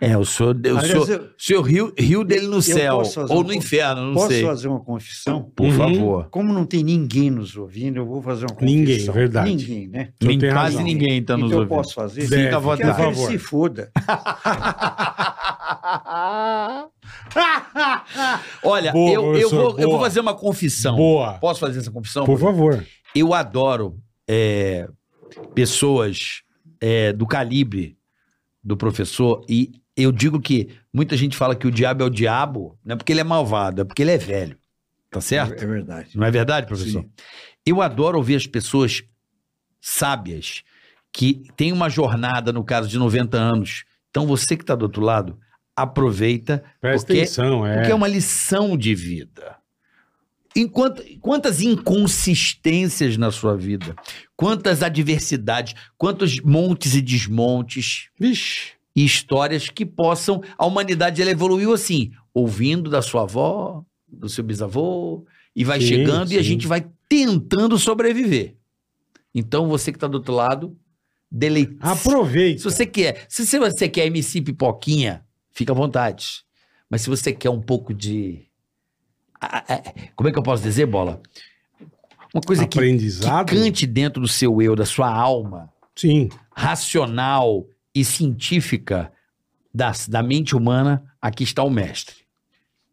Speaker 1: é.
Speaker 4: É, eu sou. Eu
Speaker 1: Aliás,
Speaker 4: sou
Speaker 1: eu-
Speaker 4: se eu rio, rio dele no
Speaker 1: Eu
Speaker 4: céu
Speaker 1: posso fazer
Speaker 4: ou
Speaker 1: um
Speaker 4: no
Speaker 1: con-
Speaker 4: inferno, não
Speaker 1: Posso
Speaker 4: sei.
Speaker 1: fazer uma confissão?
Speaker 4: Por
Speaker 3: Uhum.
Speaker 4: favor.
Speaker 1: Como não tem ninguém nos ouvindo, eu vou fazer uma confissão.
Speaker 3: Ninguém, verdade.
Speaker 1: Ninguém, né?
Speaker 3: senhor
Speaker 4: Nem
Speaker 3: tem
Speaker 4: quase
Speaker 3: razão.
Speaker 4: ninguém está nos
Speaker 1: então eu
Speaker 4: ouvindo. tá
Speaker 1: posso fazer?
Speaker 3: Deve,
Speaker 1: Fica à
Speaker 3: por
Speaker 1: vontade. Que
Speaker 3: favor.
Speaker 1: ele se foda.
Speaker 4: Olha,
Speaker 3: Boa,
Speaker 4: eu, eu,
Speaker 3: professor,
Speaker 4: vou, eu vou
Speaker 3: boa.
Speaker 4: fazer uma confissão.
Speaker 3: Boa.
Speaker 4: Posso fazer essa confissão?
Speaker 3: Por favor.
Speaker 4: Eu adoro é, pessoas é, do calibre do professor e eu digo que muita gente fala que o diabo é o diabo, não é porque ele é malvado, é porque ele é velho. Tá certo?
Speaker 1: É verdade.
Speaker 4: Não é verdade, professor?
Speaker 1: Sim.
Speaker 4: Eu adoro ouvir as pessoas sábias que têm uma jornada, no caso, de 90 anos. Então, você que está do outro lado, aproveita,
Speaker 3: Presta
Speaker 4: Porque-
Speaker 3: atenção, é.
Speaker 4: porque é uma lição de vida. Enquanto, quantas inconsistências na sua vida, quantas adversidades, quantos montes e desmontes
Speaker 1: um-
Speaker 3: Vixe.
Speaker 4: e histórias que possam. A humanidade ela evoluiu assim, ouvindo da sua avó, do seu bisavô, e vai
Speaker 3: Sim,
Speaker 4: chegando e a
Speaker 3: sim.
Speaker 4: gente vai tentando sobreviver. Então, você que está do outro lado, deleite.
Speaker 3: Ah, Aproveita.
Speaker 4: Se você quer, se você- você quer MC Pipoquinha, fica à vontade. Mas se você quer um pouco de. Ah, ah, ah, Como é que eu posso dizer, bola? Uma coisa que, que
Speaker 3: Aprendizado.
Speaker 4: cante dentro do seu eu, da sua alma,
Speaker 3: Sim.
Speaker 4: racional e científica da, da mente humana, aqui está o mestre.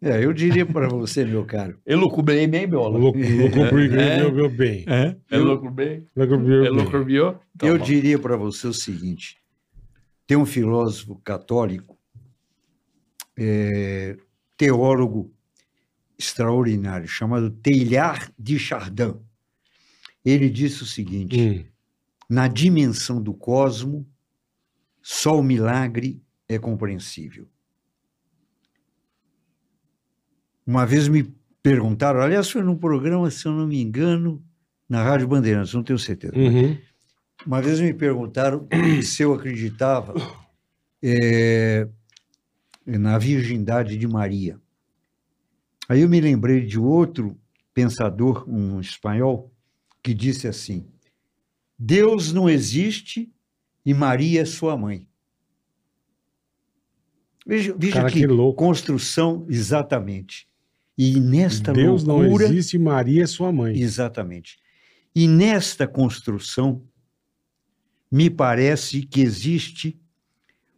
Speaker 1: É, eu diria para você, meu caro.
Speaker 4: Eu lucubrei bem, bola.
Speaker 3: Louco, louco,
Speaker 4: É.
Speaker 3: meu bem.
Speaker 4: É?
Speaker 1: Eu
Speaker 4: lucubrei?
Speaker 3: Louco,
Speaker 1: É
Speaker 3: meu bem.
Speaker 4: lucubriou?
Speaker 1: eu diria para você o seguinte: tem um filósofo católico, é, teólogo extraordinário, chamado Teilhard de Chardin. Ele disse o seguinte:
Speaker 3: Hum.
Speaker 1: na dimensão do cosmo, só o milagre é compreensível. Uma vez me perguntaram, aliás, foi num programa, se eu não me engano, na Rádio Bandeirantes, não tenho certeza.
Speaker 3: Uhum.
Speaker 1: Uma vez me perguntaram se eu acreditava eh, na virgindade de Maria. Aí eu me lembrei de outro pensador, um espanhol, que disse assim: Deus não existe e Maria é sua mãe. Veja, veja
Speaker 3: Cara,
Speaker 1: que,
Speaker 3: que louco.
Speaker 1: construção, exatamente. E nesta
Speaker 3: Deus não
Speaker 1: loucura,
Speaker 3: existe, Maria é sua mãe.
Speaker 1: Exatamente. E nesta construção, me parece que existe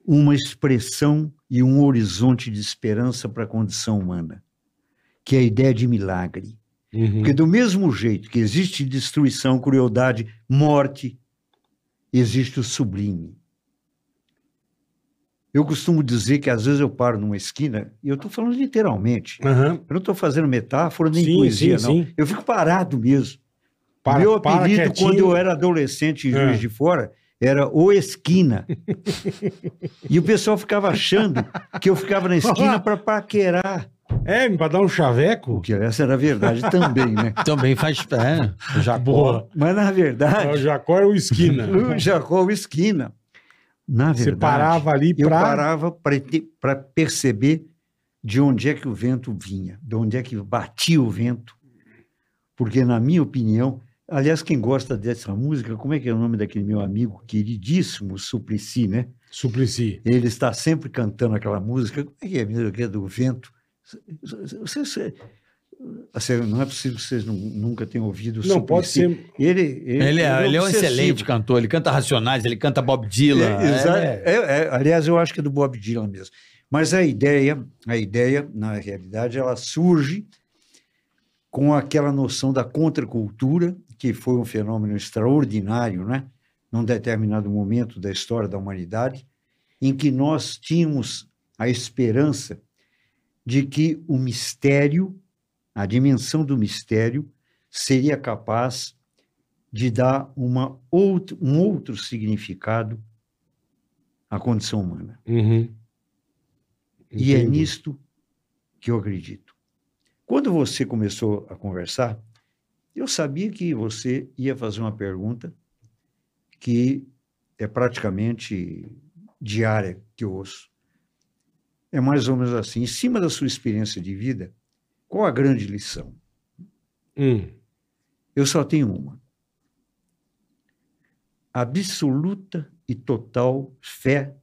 Speaker 1: uma expressão e um horizonte de esperança para a condição humana, que é a ideia de milagre.
Speaker 3: Uhum.
Speaker 1: Porque, do mesmo jeito que existe destruição, crueldade, morte, existe o sublime. Eu costumo dizer que às vezes eu paro numa esquina, e eu estou falando literalmente,
Speaker 3: Aham.
Speaker 1: eu não estou fazendo metáfora nem
Speaker 3: Sim,
Speaker 1: poesia,
Speaker 3: sim,
Speaker 1: não.
Speaker 3: sim.
Speaker 1: Eu fico parado mesmo.
Speaker 3: Para-
Speaker 1: Meu
Speaker 3: para
Speaker 1: apelido,
Speaker 3: quietinho.
Speaker 1: quando eu era adolescente
Speaker 3: É.
Speaker 1: em Juiz de Fora, era O Esquina. e o pessoal ficava achando que eu ficava na esquina para paquerar.
Speaker 3: É, pra dar um chaveco?
Speaker 1: O que essa era a verdade também, né?
Speaker 4: Também faz. É, já
Speaker 3: Boa.
Speaker 1: Mas, na
Speaker 3: O
Speaker 1: verdade,
Speaker 3: Tá Jacó é o esquina.
Speaker 1: o Jacó O Esquina, na verdade,
Speaker 3: Você parava ali
Speaker 1: eu
Speaker 3: pra.
Speaker 1: parava para perceber de onde é que o vento vinha, de onde é que batia o vento. Porque, na minha opinião, aliás, quem gosta dessa música, como é que é o nome daquele meu amigo queridíssimo, Suplicy, né?
Speaker 3: Suplicy.
Speaker 1: Ele está sempre cantando aquela música. Como é que é mesmo? Que é do vento. Você, você- assim, não é possível que vocês nu- nunca tenham ouvido o
Speaker 3: Não, pode
Speaker 1: Suplicy.
Speaker 3: ser.
Speaker 1: Ele,
Speaker 4: Ele é, ele é um
Speaker 1: obsessivo.
Speaker 4: excelente cantor, ele canta Racionais, ele canta Bob Dylan.
Speaker 1: É, exa-
Speaker 4: é, é.
Speaker 1: é, é, aliás, eu acho que é do Bob Dylan mesmo. Mas a ideia, a ideia, na realidade, ela surge com aquela noção da contracultura, que foi um fenômeno extraordinário, né? num determinado momento da história da humanidade, em que nós tínhamos a esperança de que o mistério, a dimensão do mistério, seria capaz de dar uma outro, um outro significado à condição humana.
Speaker 3: Uhum.
Speaker 1: E é
Speaker 3: Entendi.
Speaker 1: nisto que eu acredito. Quando você começou a conversar, eu sabia que você ia fazer uma pergunta que é praticamente diária que eu ouço. É mais ou menos assim, em cima da sua experiência de vida, qual a grande lição?
Speaker 3: Hum.
Speaker 1: Eu só tenho uma. Absoluta e total fé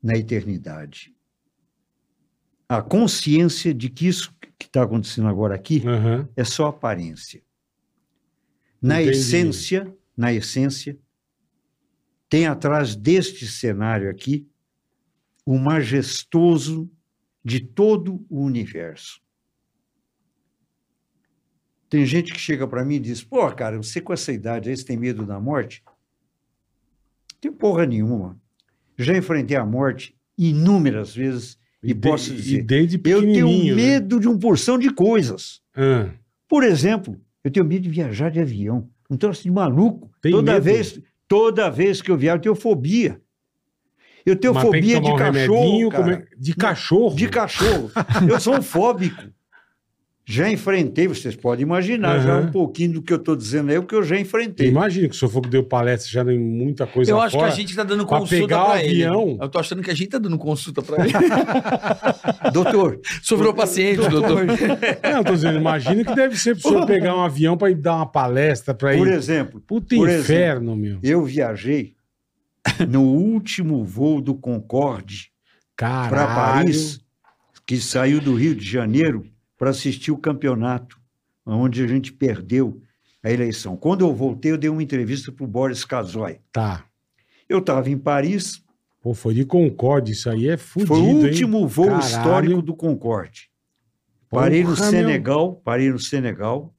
Speaker 1: na eternidade. A consciência de que isso que está acontecendo agora aqui
Speaker 3: Aham.
Speaker 1: é só aparência. Na
Speaker 3: Entendi.
Speaker 1: essência, na essência, tem atrás deste cenário aqui o majestoso de todo o universo. Tem gente que chega para mim e diz: "Pô, cara, você com essa idade, aí você tem medo da morte?" Tem porra nenhuma. Já enfrentei a morte inúmeras vezes e,
Speaker 3: de-
Speaker 1: posso
Speaker 3: E
Speaker 1: dizer,
Speaker 3: desde
Speaker 1: eu
Speaker 3: pequenininho.
Speaker 1: tenho
Speaker 3: né?
Speaker 1: medo de uma porção de coisas.
Speaker 3: Ah,
Speaker 1: Por exemplo, eu tenho medo de viajar de avião. Um troço de maluco.
Speaker 3: Tem
Speaker 1: toda
Speaker 3: medo?
Speaker 1: vez, toda vez que eu viajo, eu tenho fobia. Eu tenho
Speaker 3: mas tem que
Speaker 1: fobia de
Speaker 3: tomar um
Speaker 1: cachorro,
Speaker 3: remedinho,
Speaker 1: cara.
Speaker 3: comer- um De cachorro?
Speaker 1: De cachorro. eu sou um fóbico. Já enfrentei, vocês podem imaginar, já
Speaker 3: Aham.
Speaker 1: um pouquinho do que eu estou dizendo aí, o que eu já enfrentei.
Speaker 3: Imagina que o senhor for que deu palestra já tem muita coisa
Speaker 4: eu acho
Speaker 3: fora.
Speaker 4: que a gente tá dando
Speaker 3: pra
Speaker 4: consulta
Speaker 3: pegar o
Speaker 4: pra ele.
Speaker 3: avião.
Speaker 4: Eu tô achando que a gente tá dando consulta pra ele.
Speaker 1: Doutor,
Speaker 4: Sobrou paciente, doutor.
Speaker 3: Não, eu tô dizendo, imagina que deve ser pro senhor pegar um avião pra ir dar uma palestra pra
Speaker 1: por
Speaker 3: ir.
Speaker 1: exemplo,
Speaker 3: Puta
Speaker 1: por
Speaker 3: inferno, meu.
Speaker 1: eu viajei no último voo do Concorde
Speaker 3: Caralho.
Speaker 1: para Paris, que saiu do Rio de Janeiro para assistir o campeonato, onde a gente perdeu a eleição. Quando eu voltei, eu dei uma entrevista para o Boris Casoy.
Speaker 3: Tá.
Speaker 1: Eu estava em Paris,
Speaker 3: Pô, foi de Concorde, isso aí é fudido,
Speaker 1: foi o
Speaker 3: hein?
Speaker 1: último voo
Speaker 3: Caralho.
Speaker 1: histórico do Concorde. Parei no
Speaker 3: Porra, meu.
Speaker 1: Senegal, parei no Senegal,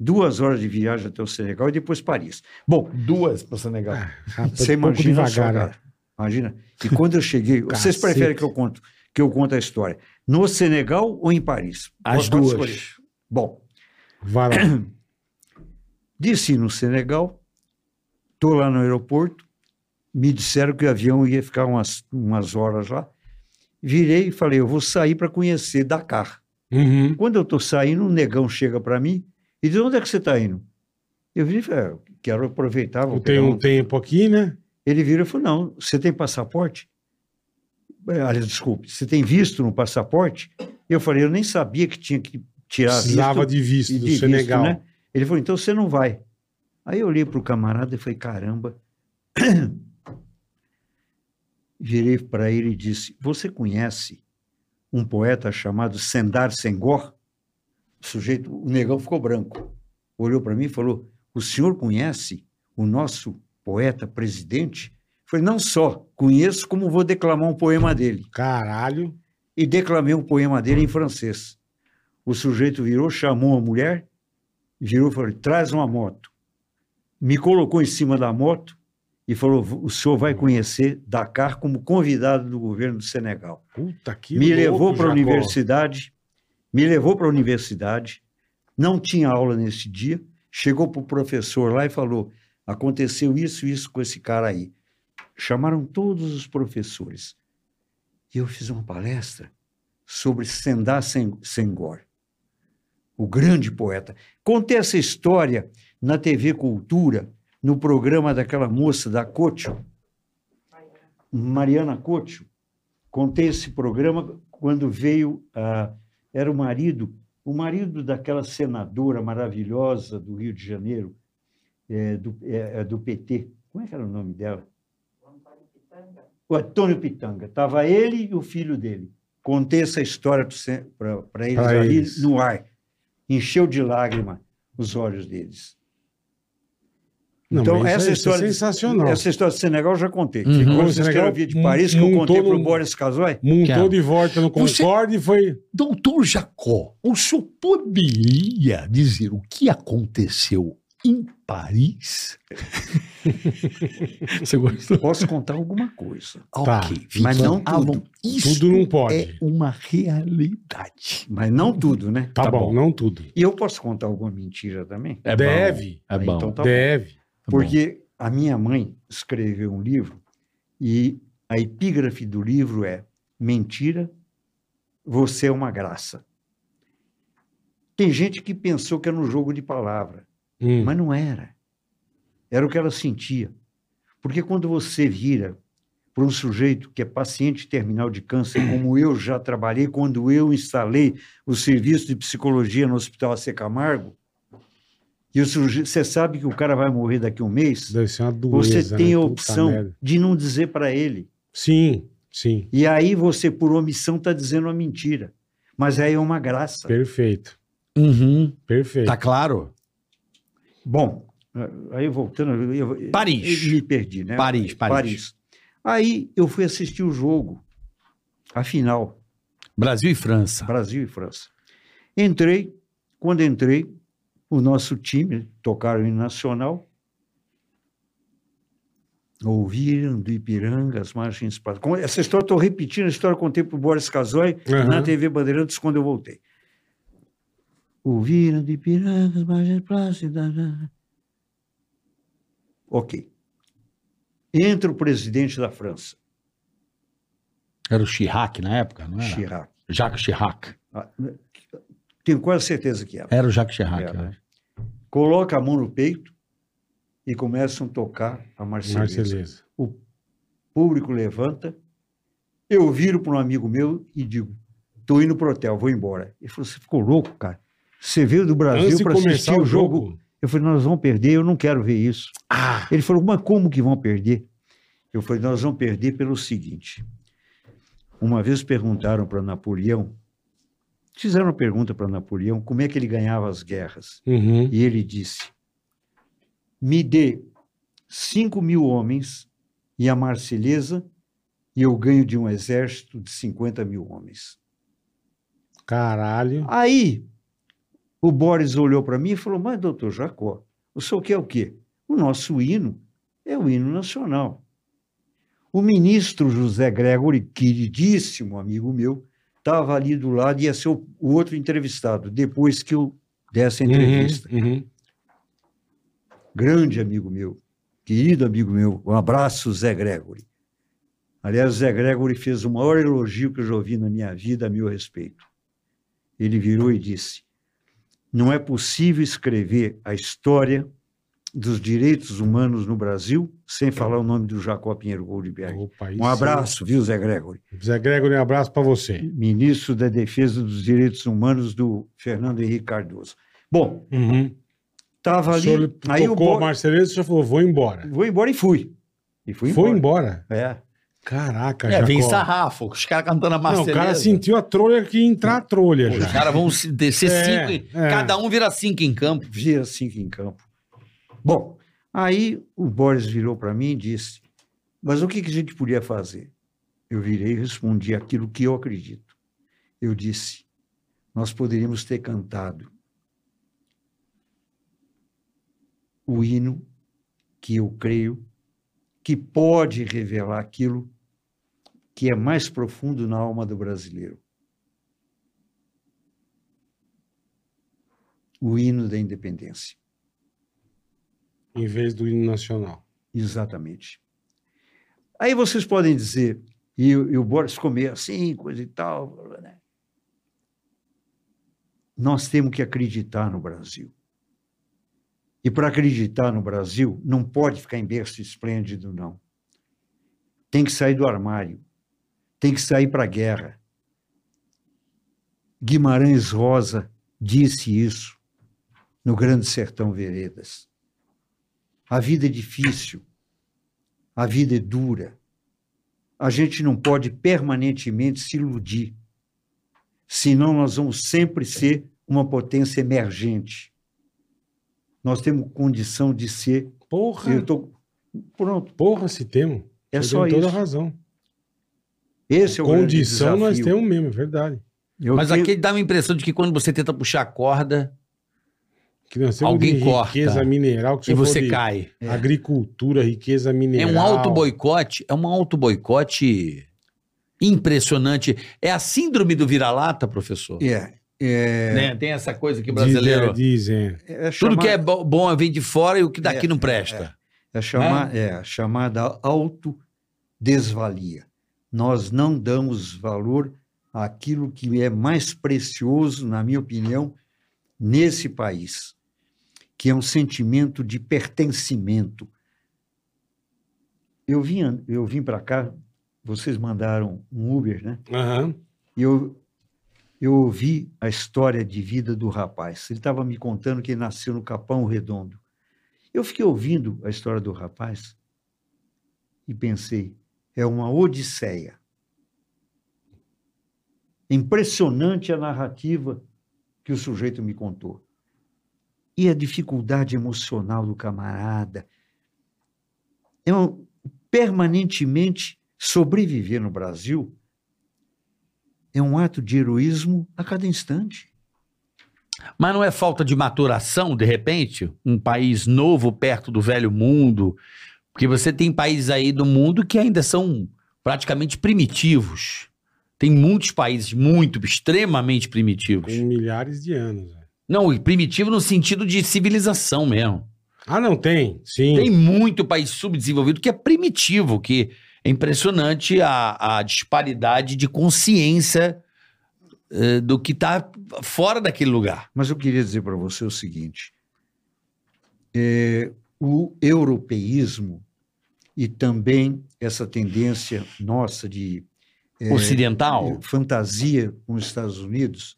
Speaker 1: duas horas de viagem até o Senegal e depois Paris. Bom,
Speaker 5: Duas para Senegal.
Speaker 3: Ah,
Speaker 1: você
Speaker 3: foi um pouco
Speaker 1: imagina só,
Speaker 3: devagar, né?
Speaker 1: cara. Imagina. E quando eu cheguei, vocês
Speaker 3: Cacete.
Speaker 1: preferem que eu conto que eu conto a história no Senegal ou em Paris?
Speaker 5: As
Speaker 1: Pode- pode
Speaker 5: duas.
Speaker 1: escolher. Bom,
Speaker 3: Vai lá.
Speaker 1: desci no Senegal, estou lá no aeroporto, me disseram que o avião ia ficar umas, umas horas lá. Virei e falei, eu vou sair para conhecer Dakar.
Speaker 3: Uhum.
Speaker 1: Quando eu estou saindo, um negão chega para mim e diz, onde é que você está indo? Eu vi, falei, "Ah, quero aproveitar. Vou
Speaker 3: Eu tenho
Speaker 1: pegar
Speaker 3: um tempo aqui, né?
Speaker 1: Ele vira e falou: Não, você tem passaporte? Eh, Aliás, desculpe, você tem visto no passaporte? Eu falei: Eu nem sabia que tinha que tirar
Speaker 3: Precisava de visto
Speaker 1: e
Speaker 3: do
Speaker 1: de visto,
Speaker 3: Senegal.
Speaker 1: né? Ele falou: Então você não vai. Aí eu olhei para o camarada e falei: Caramba. Virei para ele e disse: Você conhece um poeta chamado Sendar Senghor? O sujeito, o negão ficou branco. Olhou para mim e falou: O senhor conhece o nosso poeta presidente? Eu Falei: Não só conheço, como vou declamar um poema dele.
Speaker 3: Caralho.
Speaker 1: E declamei um poema dele em francês. O sujeito virou, chamou a mulher, virou e falou: Traz uma moto. Me colocou em cima da moto e falou: O senhor vai conhecer Dakar como convidado do governo do Senegal
Speaker 3: Puta que
Speaker 1: me
Speaker 3: louco,
Speaker 1: levou para a
Speaker 3: Jacó.
Speaker 1: universidade, me levou para a universidade, não tinha aula nesse dia, chegou para o professor lá e falou, aconteceu isso e isso com esse cara aí. Chamaram todos os professores. E eu fiz uma palestra sobre Sendar Sen- Senghor, o grande poeta. Contei essa história na TV Cultura, no programa daquela moça da Cocho, Mariana Cocho, contei esse programa quando veio a era o marido o marido daquela senadora maravilhosa do Rio de Janeiro eh, do, eh, eh, do PT como é que era o nome dela o Antônio Pitanga estava ele e o filho dele contei essa história para eles
Speaker 3: Pra
Speaker 1: ali
Speaker 3: eles.
Speaker 1: no ar encheu de lágrima os olhos deles
Speaker 3: Não,
Speaker 1: então
Speaker 3: mas isso
Speaker 1: essa
Speaker 3: é- isso é
Speaker 1: história
Speaker 3: sensacional.
Speaker 1: essa história do Senegal eu já contei
Speaker 4: Uhum.
Speaker 1: Quando
Speaker 3: O
Speaker 1: vocês
Speaker 3: Senegal
Speaker 1: querem ouvir de Paris que eu
Speaker 3: montou
Speaker 1: contei para o
Speaker 3: num-
Speaker 1: Boris é, Casoy
Speaker 3: Montou
Speaker 4: Cara.
Speaker 3: de volta no
Speaker 5: Você-
Speaker 3: Concorde e foi.
Speaker 5: Doutor Jacó, o senhor poderia dizer o que aconteceu em Paris? Você gostou?
Speaker 1: Posso contar alguma coisa,
Speaker 3: Tá,
Speaker 5: Vitor.
Speaker 1: mas não
Speaker 5: Alan,
Speaker 1: tudo.
Speaker 5: isso
Speaker 3: Tudo não pode.
Speaker 5: é uma realidade.
Speaker 1: mas não tudo, né?
Speaker 3: Tá,
Speaker 4: Tá
Speaker 3: bom,
Speaker 4: bom.
Speaker 3: não tudo.
Speaker 1: E eu posso contar alguma mentira também?
Speaker 4: É
Speaker 3: deve,
Speaker 4: bom. É bom.
Speaker 1: Então tá
Speaker 3: deve.
Speaker 4: Tá bom.
Speaker 1: Porque a minha mãe escreveu um livro e a epígrafe do livro é Mentira, você é uma graça. Tem gente que pensou que era um jogo de palavra,
Speaker 3: Hum.
Speaker 1: mas não era. Era o que ela sentia. Porque quando você vira para um sujeito que é paciente terminal de câncer, como eu já trabalhei quando eu instalei o serviço de psicologia no Hospital AC Camargo, e o suje- você sabe que o cara vai morrer daqui a um mês,
Speaker 3: Deve ser uma doença.
Speaker 1: você tem
Speaker 3: né?
Speaker 1: a
Speaker 3: Puta
Speaker 1: opção
Speaker 3: merda.
Speaker 1: de não dizer para ele.
Speaker 3: Sim. Sim,
Speaker 1: E aí você, por omissão, está dizendo uma mentira. Mas aí é uma graça.
Speaker 3: perfeito.
Speaker 4: Uhum.
Speaker 3: Perfeito.
Speaker 4: Tá claro?
Speaker 1: Bom, aí voltando. eu- eu-
Speaker 4: Paris.
Speaker 1: eu Me perdi, né?
Speaker 4: Paris, Paris.
Speaker 1: Aí eu fui assistir o jogo, a final,
Speaker 4: Brasil e França.
Speaker 1: Brasil e França. Entrei, quando entrei, o nosso time tocaram em Nacional. Ouviram do Ipiranga as margens para. Com- Essa história, estou repetindo, a história que eu contei para o Boris Casoy
Speaker 3: Aham.
Speaker 1: na TV Bandeirantes quando eu voltei. Ouviram do Ipiranga as margens para. Ok. Entra o presidente da França,
Speaker 4: Era o Chirac na época, não era?
Speaker 1: Chirac.
Speaker 4: Jacques Chirac.
Speaker 1: Ah, Tenho quase certeza que é. era.
Speaker 4: Era o Jacques Chirac.
Speaker 1: Era.
Speaker 4: eu acho.
Speaker 1: Coloca a mão no peito e começam a tocar a Marselhesa.
Speaker 3: Marceleza.
Speaker 1: O público levanta. Eu viro para um amigo meu e digo: "Tô indo pro hotel, vou embora". Ele falou: "Você ficou louco, cara? Você veio do
Speaker 3: Antes de
Speaker 1: Brasil para assistir
Speaker 3: começar
Speaker 1: o jogo?" Eu falei: "Nós vamos perder, eu não quero ver isso".
Speaker 4: Ah!
Speaker 1: Ele falou, mas como que vão perder? Eu falei, nós vamos perder pelo seguinte. Uma vez perguntaram para Napoleão, fizeram uma pergunta para Napoleão, como é que ele ganhava as guerras.
Speaker 3: Uhum.
Speaker 1: E ele disse, me dê cinco mil homens e a Marselhesa e eu ganho de um exército de 50 mil homens.
Speaker 3: Caralho.
Speaker 1: Aí, o Boris olhou para mim e falou, mas doutor Jacó, o senhor quer o quê? O nosso hino é o hino nacional. O ministro José Gregory, queridíssimo amigo meu, estava ali do lado e ia ser o o outro entrevistado, depois que eu desse a entrevista.
Speaker 3: Uhum, uhum.
Speaker 1: Grande amigo meu, querido amigo meu, um abraço, Zé Gregory. Aliás, o Zé Gregory fez o maior elogio que eu já ouvi na minha vida a meu respeito. Ele virou e disse: Não é possível escrever a história dos direitos humanos no Brasil sem falar o nome do Jacó Pinheiro Goldberg.
Speaker 3: Opa, aí
Speaker 1: Um
Speaker 3: sim.
Speaker 1: abraço, viu, Zé Gregory?
Speaker 3: uhum. Zé Gregory, um abraço pra você.
Speaker 1: Ministro da Defesa dos Direitos Humanos do Fernando Henrique Cardoso. Bom,
Speaker 3: Uhum.
Speaker 1: estava
Speaker 3: O senhor
Speaker 1: ali. Aí o
Speaker 3: tocou o
Speaker 1: Bo-
Speaker 3: Marceleza e o senhor falou, vou embora.
Speaker 1: Vou embora e fui. E fui
Speaker 3: Foi
Speaker 1: embora.
Speaker 3: embora?
Speaker 1: É.
Speaker 3: Caraca,
Speaker 4: É, vem
Speaker 3: Jacó.
Speaker 4: sarrafo. Os caras cantando a
Speaker 3: Não,
Speaker 4: Marceleza.
Speaker 3: o cara sentiu a trolha que ia entrar a trolha
Speaker 4: Os
Speaker 3: já.
Speaker 4: caras vão se descer
Speaker 3: É,
Speaker 4: cinco. em-
Speaker 3: é.
Speaker 4: Cada um vira cinco em campo.
Speaker 1: Vira cinco em campo. Bom, aí o Boris virou para mim e disse: Mas o que, que a gente podia fazer? Eu virei e respondi aquilo que eu acredito. Eu disse: Nós poderíamos ter cantado o hino que eu creio que pode revelar aquilo que é mais profundo na alma do brasileiro. O hino da independência.
Speaker 3: Em vez do hino nacional.
Speaker 1: Exatamente. Aí vocês podem dizer, e, o- e o Boris ficou meio assim, coisa e tal. blá, blá, blá, né? Nós temos que acreditar no Brasil. E para acreditar no Brasil, não pode ficar em berço esplêndido, não. Tem que sair do armário. Tem que sair para a guerra. Guimarães Rosa disse isso no Grande Sertão Veredas. A vida é difícil. A vida é dura. A gente não pode permanentemente se iludir. Senão nós vamos sempre ser uma potência emergente. Nós temos condição de ser.
Speaker 3: Porra,
Speaker 1: Eu tô, pronto,
Speaker 3: porra se temos.
Speaker 1: é
Speaker 3: Você
Speaker 1: só
Speaker 3: tem toda a
Speaker 1: isso.
Speaker 3: razão.
Speaker 1: Esse é o
Speaker 3: Condição
Speaker 1: grande
Speaker 3: nós
Speaker 1: desafio.
Speaker 3: temos mesmo, é verdade.
Speaker 1: Eu
Speaker 4: Mas
Speaker 1: tenho-
Speaker 4: aqui dá uma impressão de que quando você tenta puxar a corda
Speaker 3: Que nós temos
Speaker 4: Alguém
Speaker 3: de
Speaker 4: corta.
Speaker 3: riqueza mineral. Que
Speaker 4: e
Speaker 3: o senhor falou
Speaker 4: você
Speaker 3: de
Speaker 4: cai.
Speaker 3: Agricultura, riqueza
Speaker 4: É
Speaker 3: mineral.
Speaker 4: um auto-boicote, é um auto-boicote impressionante. É a síndrome do vira-lata, professor.
Speaker 1: É, é,
Speaker 4: Né? Tem essa coisa que o brasileiro.
Speaker 3: brasileiro. Dizem.
Speaker 1: é
Speaker 4: Tudo
Speaker 1: chamar-
Speaker 4: que é bo- bom vem de fora e o que daqui
Speaker 1: É,
Speaker 4: não presta.
Speaker 1: É, chama, é a chamada autodesvalia. Nós não damos valor àquilo que é mais precioso, na minha opinião, nesse país, que é um sentimento de pertencimento. Eu vim, eu vim para cá, vocês mandaram um Uber, né?
Speaker 3: Aham.
Speaker 1: E eu, eu ouvi a história de vida do rapaz. Ele estava me contando que ele nasceu no Capão Redondo. Eu fiquei ouvindo a história do rapaz e pensei, é uma odisseia. É impressionante a narrativa que o sujeito me contou. E a dificuldade emocional do camarada. É um- permanentemente sobreviver no Brasil é um ato de heroísmo a cada instante.
Speaker 4: Mas não é falta de maturação, de repente? Um país novo perto do velho mundo? Porque você tem países aí do mundo que ainda são praticamente primitivos. Tem muitos países muito, extremamente primitivos.
Speaker 3: Com milhares de anos. velho.
Speaker 4: Não, e primitivo no sentido de civilização mesmo.
Speaker 3: Ah, não, tem. Sim.
Speaker 4: Tem muito país subdesenvolvido que é primitivo, que é impressionante a, a disparidade de consciência eh, do que está fora daquele lugar.
Speaker 1: Mas eu queria dizer para você o seguinte: é, o europeísmo e também essa tendência nossa de é,
Speaker 4: Ocidental.
Speaker 1: fantasia com os Estados Unidos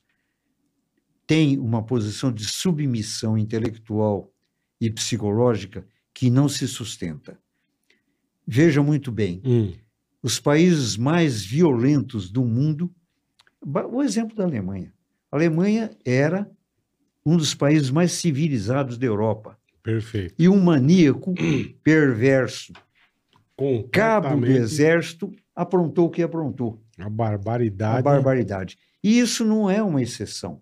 Speaker 1: tem uma posição de submissão intelectual e psicológica que não se sustenta. Veja muito bem,
Speaker 3: Hum.
Speaker 1: os países mais violentos do mundo, ba- o exemplo da Alemanha. A Alemanha era um dos países mais civilizados da Europa
Speaker 3: Perfeito.
Speaker 1: e um maníaco perverso, cabo do
Speaker 3: Completamente
Speaker 1: exército, aprontou o que aprontou.
Speaker 3: A barbaridade.
Speaker 1: A barbaridade. E isso não é uma exceção.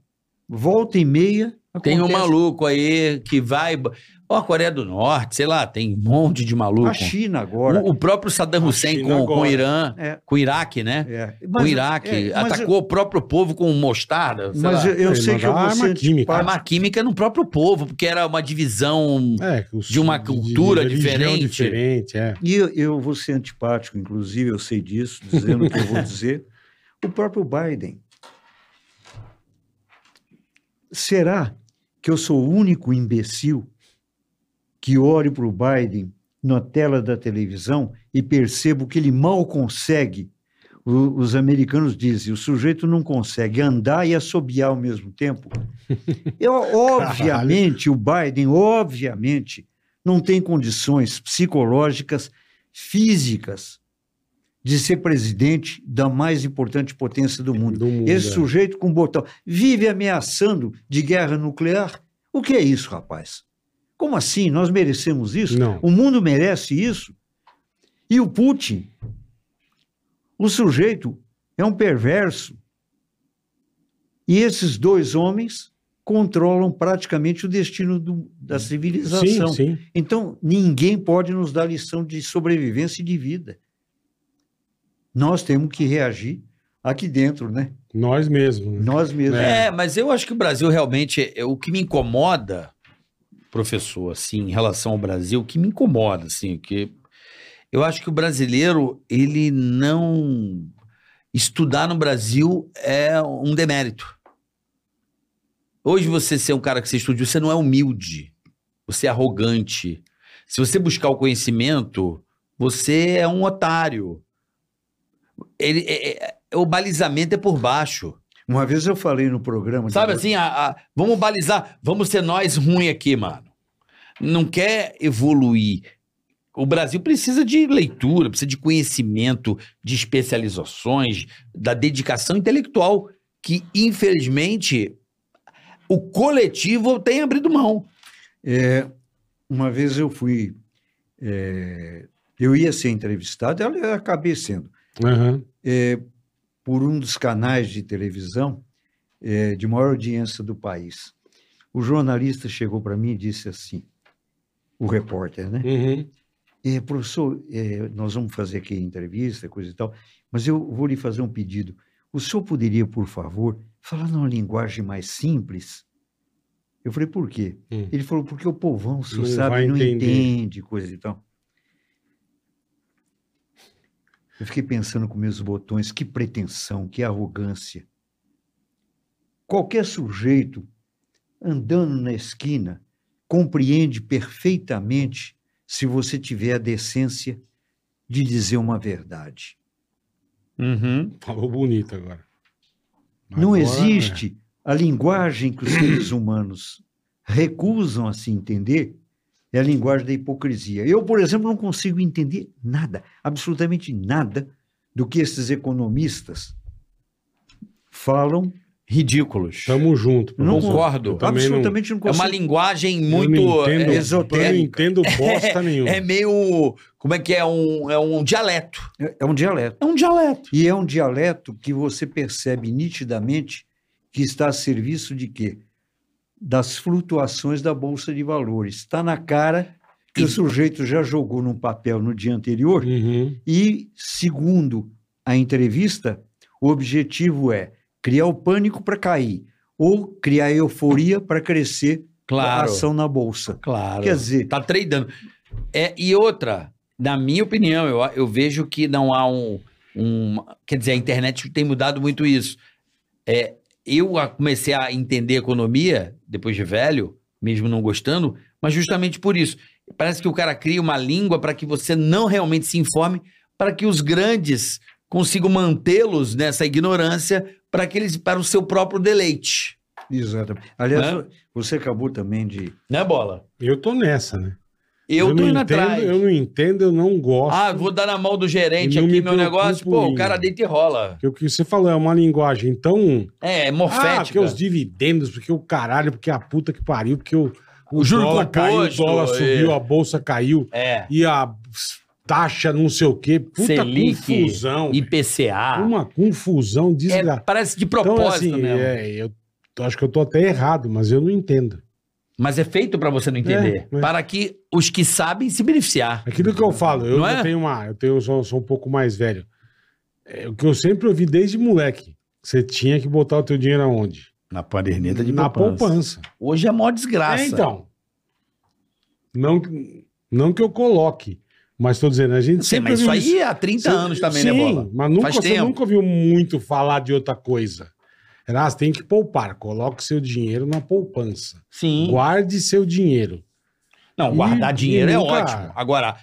Speaker 1: Volta e meia.
Speaker 4: Tem um
Speaker 1: acontece.
Speaker 4: maluco aí que vai. Ó, a Coreia do Norte, sei lá, tem um monte de maluco.
Speaker 1: A China agora.
Speaker 4: O, o próprio Saddam
Speaker 3: A
Speaker 4: Hussein
Speaker 3: China
Speaker 4: com, com o
Speaker 3: agora.
Speaker 4: Irã,
Speaker 1: É.
Speaker 4: com o Iraque, né?
Speaker 1: é.
Speaker 4: com o
Speaker 1: eu-
Speaker 4: Iraque.
Speaker 1: é, mas
Speaker 4: atacou o próprio povo com mostarda.
Speaker 1: eu-
Speaker 4: sei
Speaker 1: Mas é
Speaker 4: lá.
Speaker 1: eu, eu
Speaker 3: Ele
Speaker 1: sei que eu
Speaker 3: mandou
Speaker 1: vou
Speaker 3: arma
Speaker 1: ser
Speaker 3: química.
Speaker 1: antipático.
Speaker 4: Arma química é no próprio povo, porque era uma divisão
Speaker 3: É, que os-
Speaker 4: de uma cultura
Speaker 3: religião
Speaker 4: diferente.
Speaker 3: diferente, é.
Speaker 1: E eu, eu vou ser antipático, inclusive, eu sei disso, dizendo o que eu vou dizer. O próprio Biden. Será que eu sou o único imbecil que olho para o Biden na tela da televisão e percebo que ele mal consegue? O- os americanos dizem, o sujeito não consegue andar e assobiar ao mesmo tempo. Eu, obviamente, o Biden, obviamente, não tem condições psicológicas, físicas, de ser presidente da mais importante potência do mundo.
Speaker 3: Do mundo,
Speaker 1: Esse
Speaker 3: é.
Speaker 1: sujeito com botão vive ameaçando de guerra nuclear. O que é isso, rapaz? Como assim? Nós merecemos isso?
Speaker 3: Não.
Speaker 1: O mundo merece isso? E o Putin? O sujeito é um perverso. E esses dois homens controlam praticamente o destino do- da civilização.
Speaker 3: Sim, sim.
Speaker 1: Então, ninguém pode nos dar lição de sobrevivência e de vida. Nós temos que reagir aqui dentro, né?
Speaker 3: Nós mesmos. né?
Speaker 1: Nós mesmos.
Speaker 4: É, mas eu acho que o Brasil realmente é o que me incomoda, professor, assim, em relação ao Brasil, o que me incomoda, assim, que eu acho que o brasileiro, ele não estudar no Brasil é um demérito. Hoje você ser um cara que você estudou, você não é humilde. Você é arrogante. Se você buscar o conhecimento, você é um otário. Ele- é- é- é- o balizamento é por baixo.
Speaker 1: Uma vez eu falei no programa. de-
Speaker 4: Sabe assim, a- a- vamos balizar, vamos ser nós ruim aqui, mano. Não quer evoluir. O Brasil precisa de leitura, precisa de conhecimento, de especializações, da dedicação intelectual, que infelizmente o coletivo tem abrido mão.
Speaker 1: Uma vez eu fui. é, eu ia ser entrevistado, eu acabei sendo,
Speaker 3: Aham.
Speaker 1: por um dos canais de televisão é, de maior audiência do país. O jornalista chegou para mim e disse assim, o repórter, né?
Speaker 3: Uhum.
Speaker 1: É, professor, é, nós vamos fazer aqui entrevista, coisa e tal, mas eu vou lhe fazer um pedido. O senhor poderia, por favor, falar numa linguagem mais simples? Eu falei, por quê?
Speaker 3: Hum.
Speaker 1: Ele falou, porque o povão, o senhor
Speaker 3: Não vai
Speaker 1: sabe, não
Speaker 3: entender.
Speaker 1: entende, coisa e tal. Eu fiquei pensando com meus botões, que pretensão, que arrogância. Qualquer sujeito andando na esquina compreende perfeitamente se você tiver a decência de dizer uma verdade.
Speaker 3: Falou bonito agora.
Speaker 1: Não
Speaker 3: Agora,
Speaker 1: existe a linguagem que os seres humanos recusam a se entender, é a linguagem da hipocrisia. Eu, por exemplo, não consigo entender nada, absolutamente nada, do que esses economistas falam
Speaker 4: Ridículos.
Speaker 3: é, Tamo junto.
Speaker 1: Não
Speaker 3: professor.
Speaker 4: concordo.
Speaker 3: Eu também não-
Speaker 1: absolutamente não,
Speaker 4: É uma
Speaker 1: conseguem.
Speaker 4: linguagem
Speaker 3: eu
Speaker 4: muito.
Speaker 3: Não entendo,
Speaker 4: é-
Speaker 3: eu não
Speaker 1: esotérica.
Speaker 3: entendo bosta nenhuma.
Speaker 4: É meio. Como é que é? Um, é um dialeto.
Speaker 1: É- é um dialeto.
Speaker 4: É um dialeto.
Speaker 1: E é um dialeto que você percebe nitidamente que está a serviço de quê? Das flutuações da Bolsa de Valores. Está na cara que o
Speaker 4: E-
Speaker 1: sujeito já jogou num papel no dia anterior
Speaker 3: Uhum.
Speaker 1: e, segundo a entrevista, o objetivo é criar o pânico para cair ou criar a euforia para crescer a
Speaker 4: Claro.
Speaker 1: ação na Bolsa.
Speaker 4: Claro.
Speaker 1: Quer dizer,
Speaker 4: Tá tradando. É, e outra, na minha opinião, eu, eu vejo que não há um, um- Quer dizer, a internet tem mudado muito isso. É, eu a- comecei a entender economia depois de velho, mesmo não gostando, mas justamente por isso. Parece que o cara cria uma língua para que você não realmente se informe, para que os grandes consigam mantê-los nessa ignorância para que eles, para o seu próprio deleite.
Speaker 1: exatamente. Aliás,
Speaker 4: Né?
Speaker 1: você acabou também de.
Speaker 4: Né, bola?
Speaker 3: Eu tô nessa, né?
Speaker 4: Eu, tô
Speaker 3: não
Speaker 4: indo
Speaker 3: entendo,
Speaker 4: atrás.
Speaker 3: Eu não entendo, eu não gosto.
Speaker 4: Ah, vou dar na mão do gerente
Speaker 3: Não
Speaker 4: aqui
Speaker 3: me
Speaker 4: meu negócio.
Speaker 3: preocupo
Speaker 4: Pô,
Speaker 3: em-
Speaker 4: o cara deita e rola.
Speaker 3: Porque o que você falou é uma linguagem tão. Ah,
Speaker 4: É, é
Speaker 3: porque
Speaker 4: morfética.
Speaker 3: os dividendos, porque o caralho, porque a puta que pariu, porque o, o
Speaker 4: O juro
Speaker 3: dólar caiu, o
Speaker 4: composto,
Speaker 3: dólar
Speaker 4: é.
Speaker 3: subiu, a bolsa caiu
Speaker 4: É.
Speaker 3: e a taxa não sei o quê. Puta
Speaker 4: Selic,
Speaker 3: confusão.
Speaker 4: IPCA.
Speaker 3: Uma confusão
Speaker 4: É,
Speaker 3: desgraçada.
Speaker 4: parece de
Speaker 3: então,
Speaker 4: propósito
Speaker 3: assim,
Speaker 4: mesmo.
Speaker 3: é, eu tô- acho que eu tô até errado, mas eu não entendo.
Speaker 4: Mas é feito pra você não entender.
Speaker 3: É, é.
Speaker 4: Para que os que sabem se beneficiar.
Speaker 3: Aquilo que eu falo, eu,
Speaker 4: Não
Speaker 3: já
Speaker 4: é?
Speaker 3: tenho uma. Eu tenho, sou, sou um pouco mais velho. É, o que eu sempre ouvi desde moleque. Você tinha que botar o teu dinheiro aonde?
Speaker 4: Na paderneta
Speaker 3: Na poupança.
Speaker 4: Hoje é a maior desgraça.
Speaker 3: É, então. Não, não que eu coloque, mas estou dizendo, a gente
Speaker 4: Não sei, mas isso
Speaker 3: ouviu
Speaker 4: aí há 30
Speaker 3: Você-
Speaker 4: anos também,
Speaker 3: Sim,
Speaker 4: né, Bola?
Speaker 3: mas nunca,
Speaker 4: Faz
Speaker 3: você
Speaker 4: tempo.
Speaker 3: nunca ouviu muito falar de outra coisa. Era, ah, você tem que poupar, coloque seu dinheiro na poupança.
Speaker 4: Sim.
Speaker 3: Guarde seu dinheiro.
Speaker 4: Não, guardar
Speaker 3: E-
Speaker 4: dinheiro
Speaker 3: e
Speaker 4: é
Speaker 3: nunca-
Speaker 4: ótimo. Agora,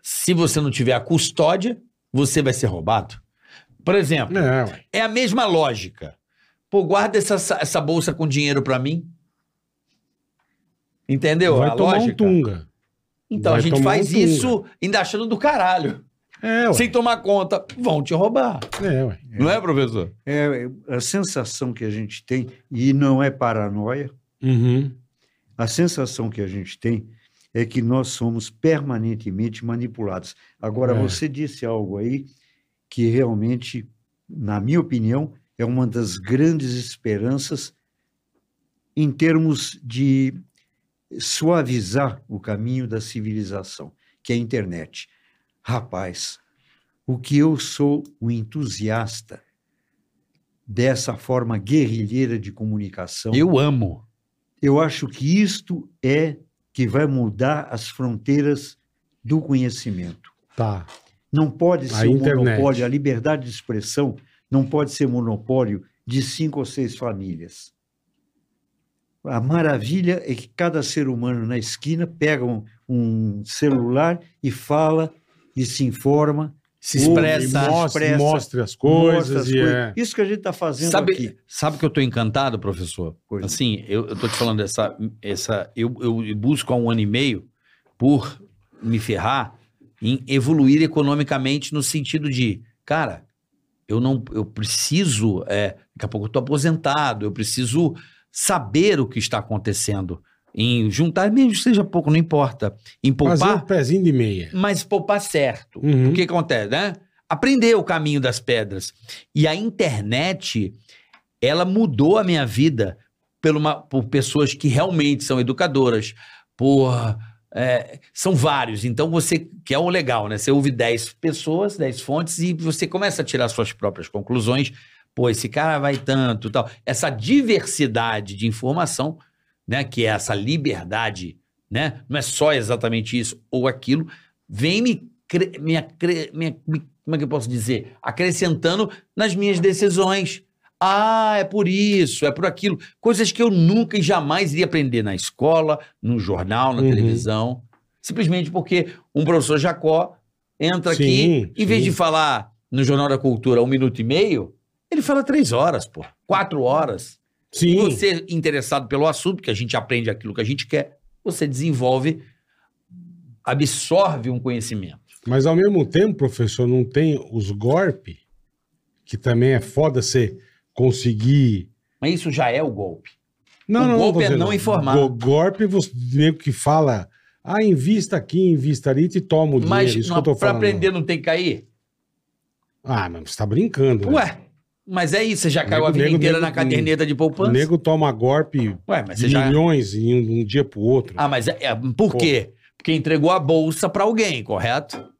Speaker 4: se você não tiver a custódia, você vai ser roubado. Por exemplo,
Speaker 3: É, ué.
Speaker 4: É a mesma lógica. Pô, guarda essa, essa bolsa com dinheiro pra mim. Entendeu?
Speaker 3: vai
Speaker 4: a
Speaker 3: tomar um
Speaker 4: lógica.
Speaker 3: tunga.
Speaker 4: então a
Speaker 3: vai
Speaker 4: gente
Speaker 3: tomar
Speaker 4: faz
Speaker 3: um tunga.
Speaker 4: isso ainda achando do caralho.
Speaker 3: É, ué.
Speaker 4: Sem tomar conta. Vão te roubar.
Speaker 3: É, ué.
Speaker 4: Não é, professor?
Speaker 1: É, a sensação que a gente tem, e não é paranoia,
Speaker 3: Uhum.
Speaker 1: A sensação que a gente tem é que nós somos permanentemente manipulados. Agora,
Speaker 3: É.
Speaker 1: você disse algo aí que realmente, na minha opinião, é uma das grandes esperanças em termos de suavizar o caminho da civilização, que é a internet. Rapaz, o que eu sou um entusiasta dessa forma guerrilheira de comunicação.
Speaker 4: Eu amo.
Speaker 1: Eu acho que isto é que vai mudar as fronteiras do conhecimento.
Speaker 3: Tá.
Speaker 1: Não pode
Speaker 3: A
Speaker 1: ser um
Speaker 3: internet.
Speaker 1: monopólio, a liberdade de expressão não pode ser monopólio de cinco ou seis famílias. A maravilha é que cada ser humano na esquina pega um, um celular e fala e se informa,
Speaker 4: Se
Speaker 1: Ouve,
Speaker 4: expressa.
Speaker 1: Essa-
Speaker 3: Mostra,
Speaker 1: expressa,
Speaker 3: mostra as
Speaker 1: mostra
Speaker 3: coisas
Speaker 1: as
Speaker 3: e é.
Speaker 1: Isso que a gente está fazendo
Speaker 4: Sabe,
Speaker 1: aqui.
Speaker 4: sabe que eu tô encantado, professor?
Speaker 1: Coisa.
Speaker 4: Assim, eu, eu tô te falando essa. essa eu, eu busco há um ano e meio, por me ferrar, em evoluir economicamente no sentido de, cara, eu não eu preciso. é, daqui a pouco eu tô aposentado, eu preciso saber o que está acontecendo. Em juntar, mesmo que seja pouco, não importa. Em
Speaker 3: Fazer
Speaker 4: poupar,
Speaker 3: um pezinho de meia.
Speaker 4: mas poupar certo.
Speaker 3: Uhum.
Speaker 4: O que acontece, né? Aprender o caminho das pedras. E a internet, ela mudou a minha vida por, uma- por pessoas que realmente são educadoras, por... é, são vários, então você, que é o legal, né? Você ouve 10 pessoas, 10 fontes e você começa a tirar suas próprias conclusões. Pô, esse cara vai tanto, tal. Essa diversidade de informação, né? Que é essa liberdade, né? Não é só exatamente isso ou aquilo, vem me, cre- me acre- me- me- como é que eu posso dizer? Acrescentando nas minhas decisões. Ah, é por isso, é por aquilo. Coisas que eu nunca e jamais iria aprender na escola, no jornal, na
Speaker 3: Uhum.
Speaker 4: televisão. Simplesmente porque um professor Jacó entra
Speaker 3: Sim,
Speaker 4: aqui, em vez
Speaker 3: sim.
Speaker 4: de falar no Jornal da Cultura um minuto e meio, ele fala três horas, pô. Quatro horas.
Speaker 3: Sim.
Speaker 4: Você é interessado pelo assunto, que a gente aprende aquilo que a gente quer, você desenvolve, absorve um conhecimento.
Speaker 3: Mas ao mesmo tempo, professor, não tem os golpes, que também é foda você conseguir.
Speaker 4: Mas isso já é o golpe.
Speaker 3: Não,
Speaker 4: O
Speaker 3: não,
Speaker 4: golpe
Speaker 3: tô
Speaker 4: é
Speaker 3: dizendo,
Speaker 4: não informar.
Speaker 3: O golpe, você nego que fala, ah, invista aqui, invista ali, te toma o dinheiro.
Speaker 4: Mas
Speaker 3: isso
Speaker 4: não-
Speaker 3: que eu tô
Speaker 4: pra
Speaker 3: falando.
Speaker 4: aprender não tem que cair?
Speaker 3: Ah, mas você tá brincando. né?
Speaker 4: Ué, mas é isso, você já caiu
Speaker 3: Nego,
Speaker 4: a vida
Speaker 3: nego,
Speaker 4: inteira
Speaker 3: nego,
Speaker 4: na caderneta de
Speaker 3: o
Speaker 4: poupança?
Speaker 3: nego toma golpe
Speaker 4: Ué, mas É, você
Speaker 3: de
Speaker 4: já...
Speaker 3: milhões em um, um dia pro outro.
Speaker 4: Ah, mas é, é- por
Speaker 3: Pô.
Speaker 4: quê? Porque entregou a bolsa pra alguém, correto?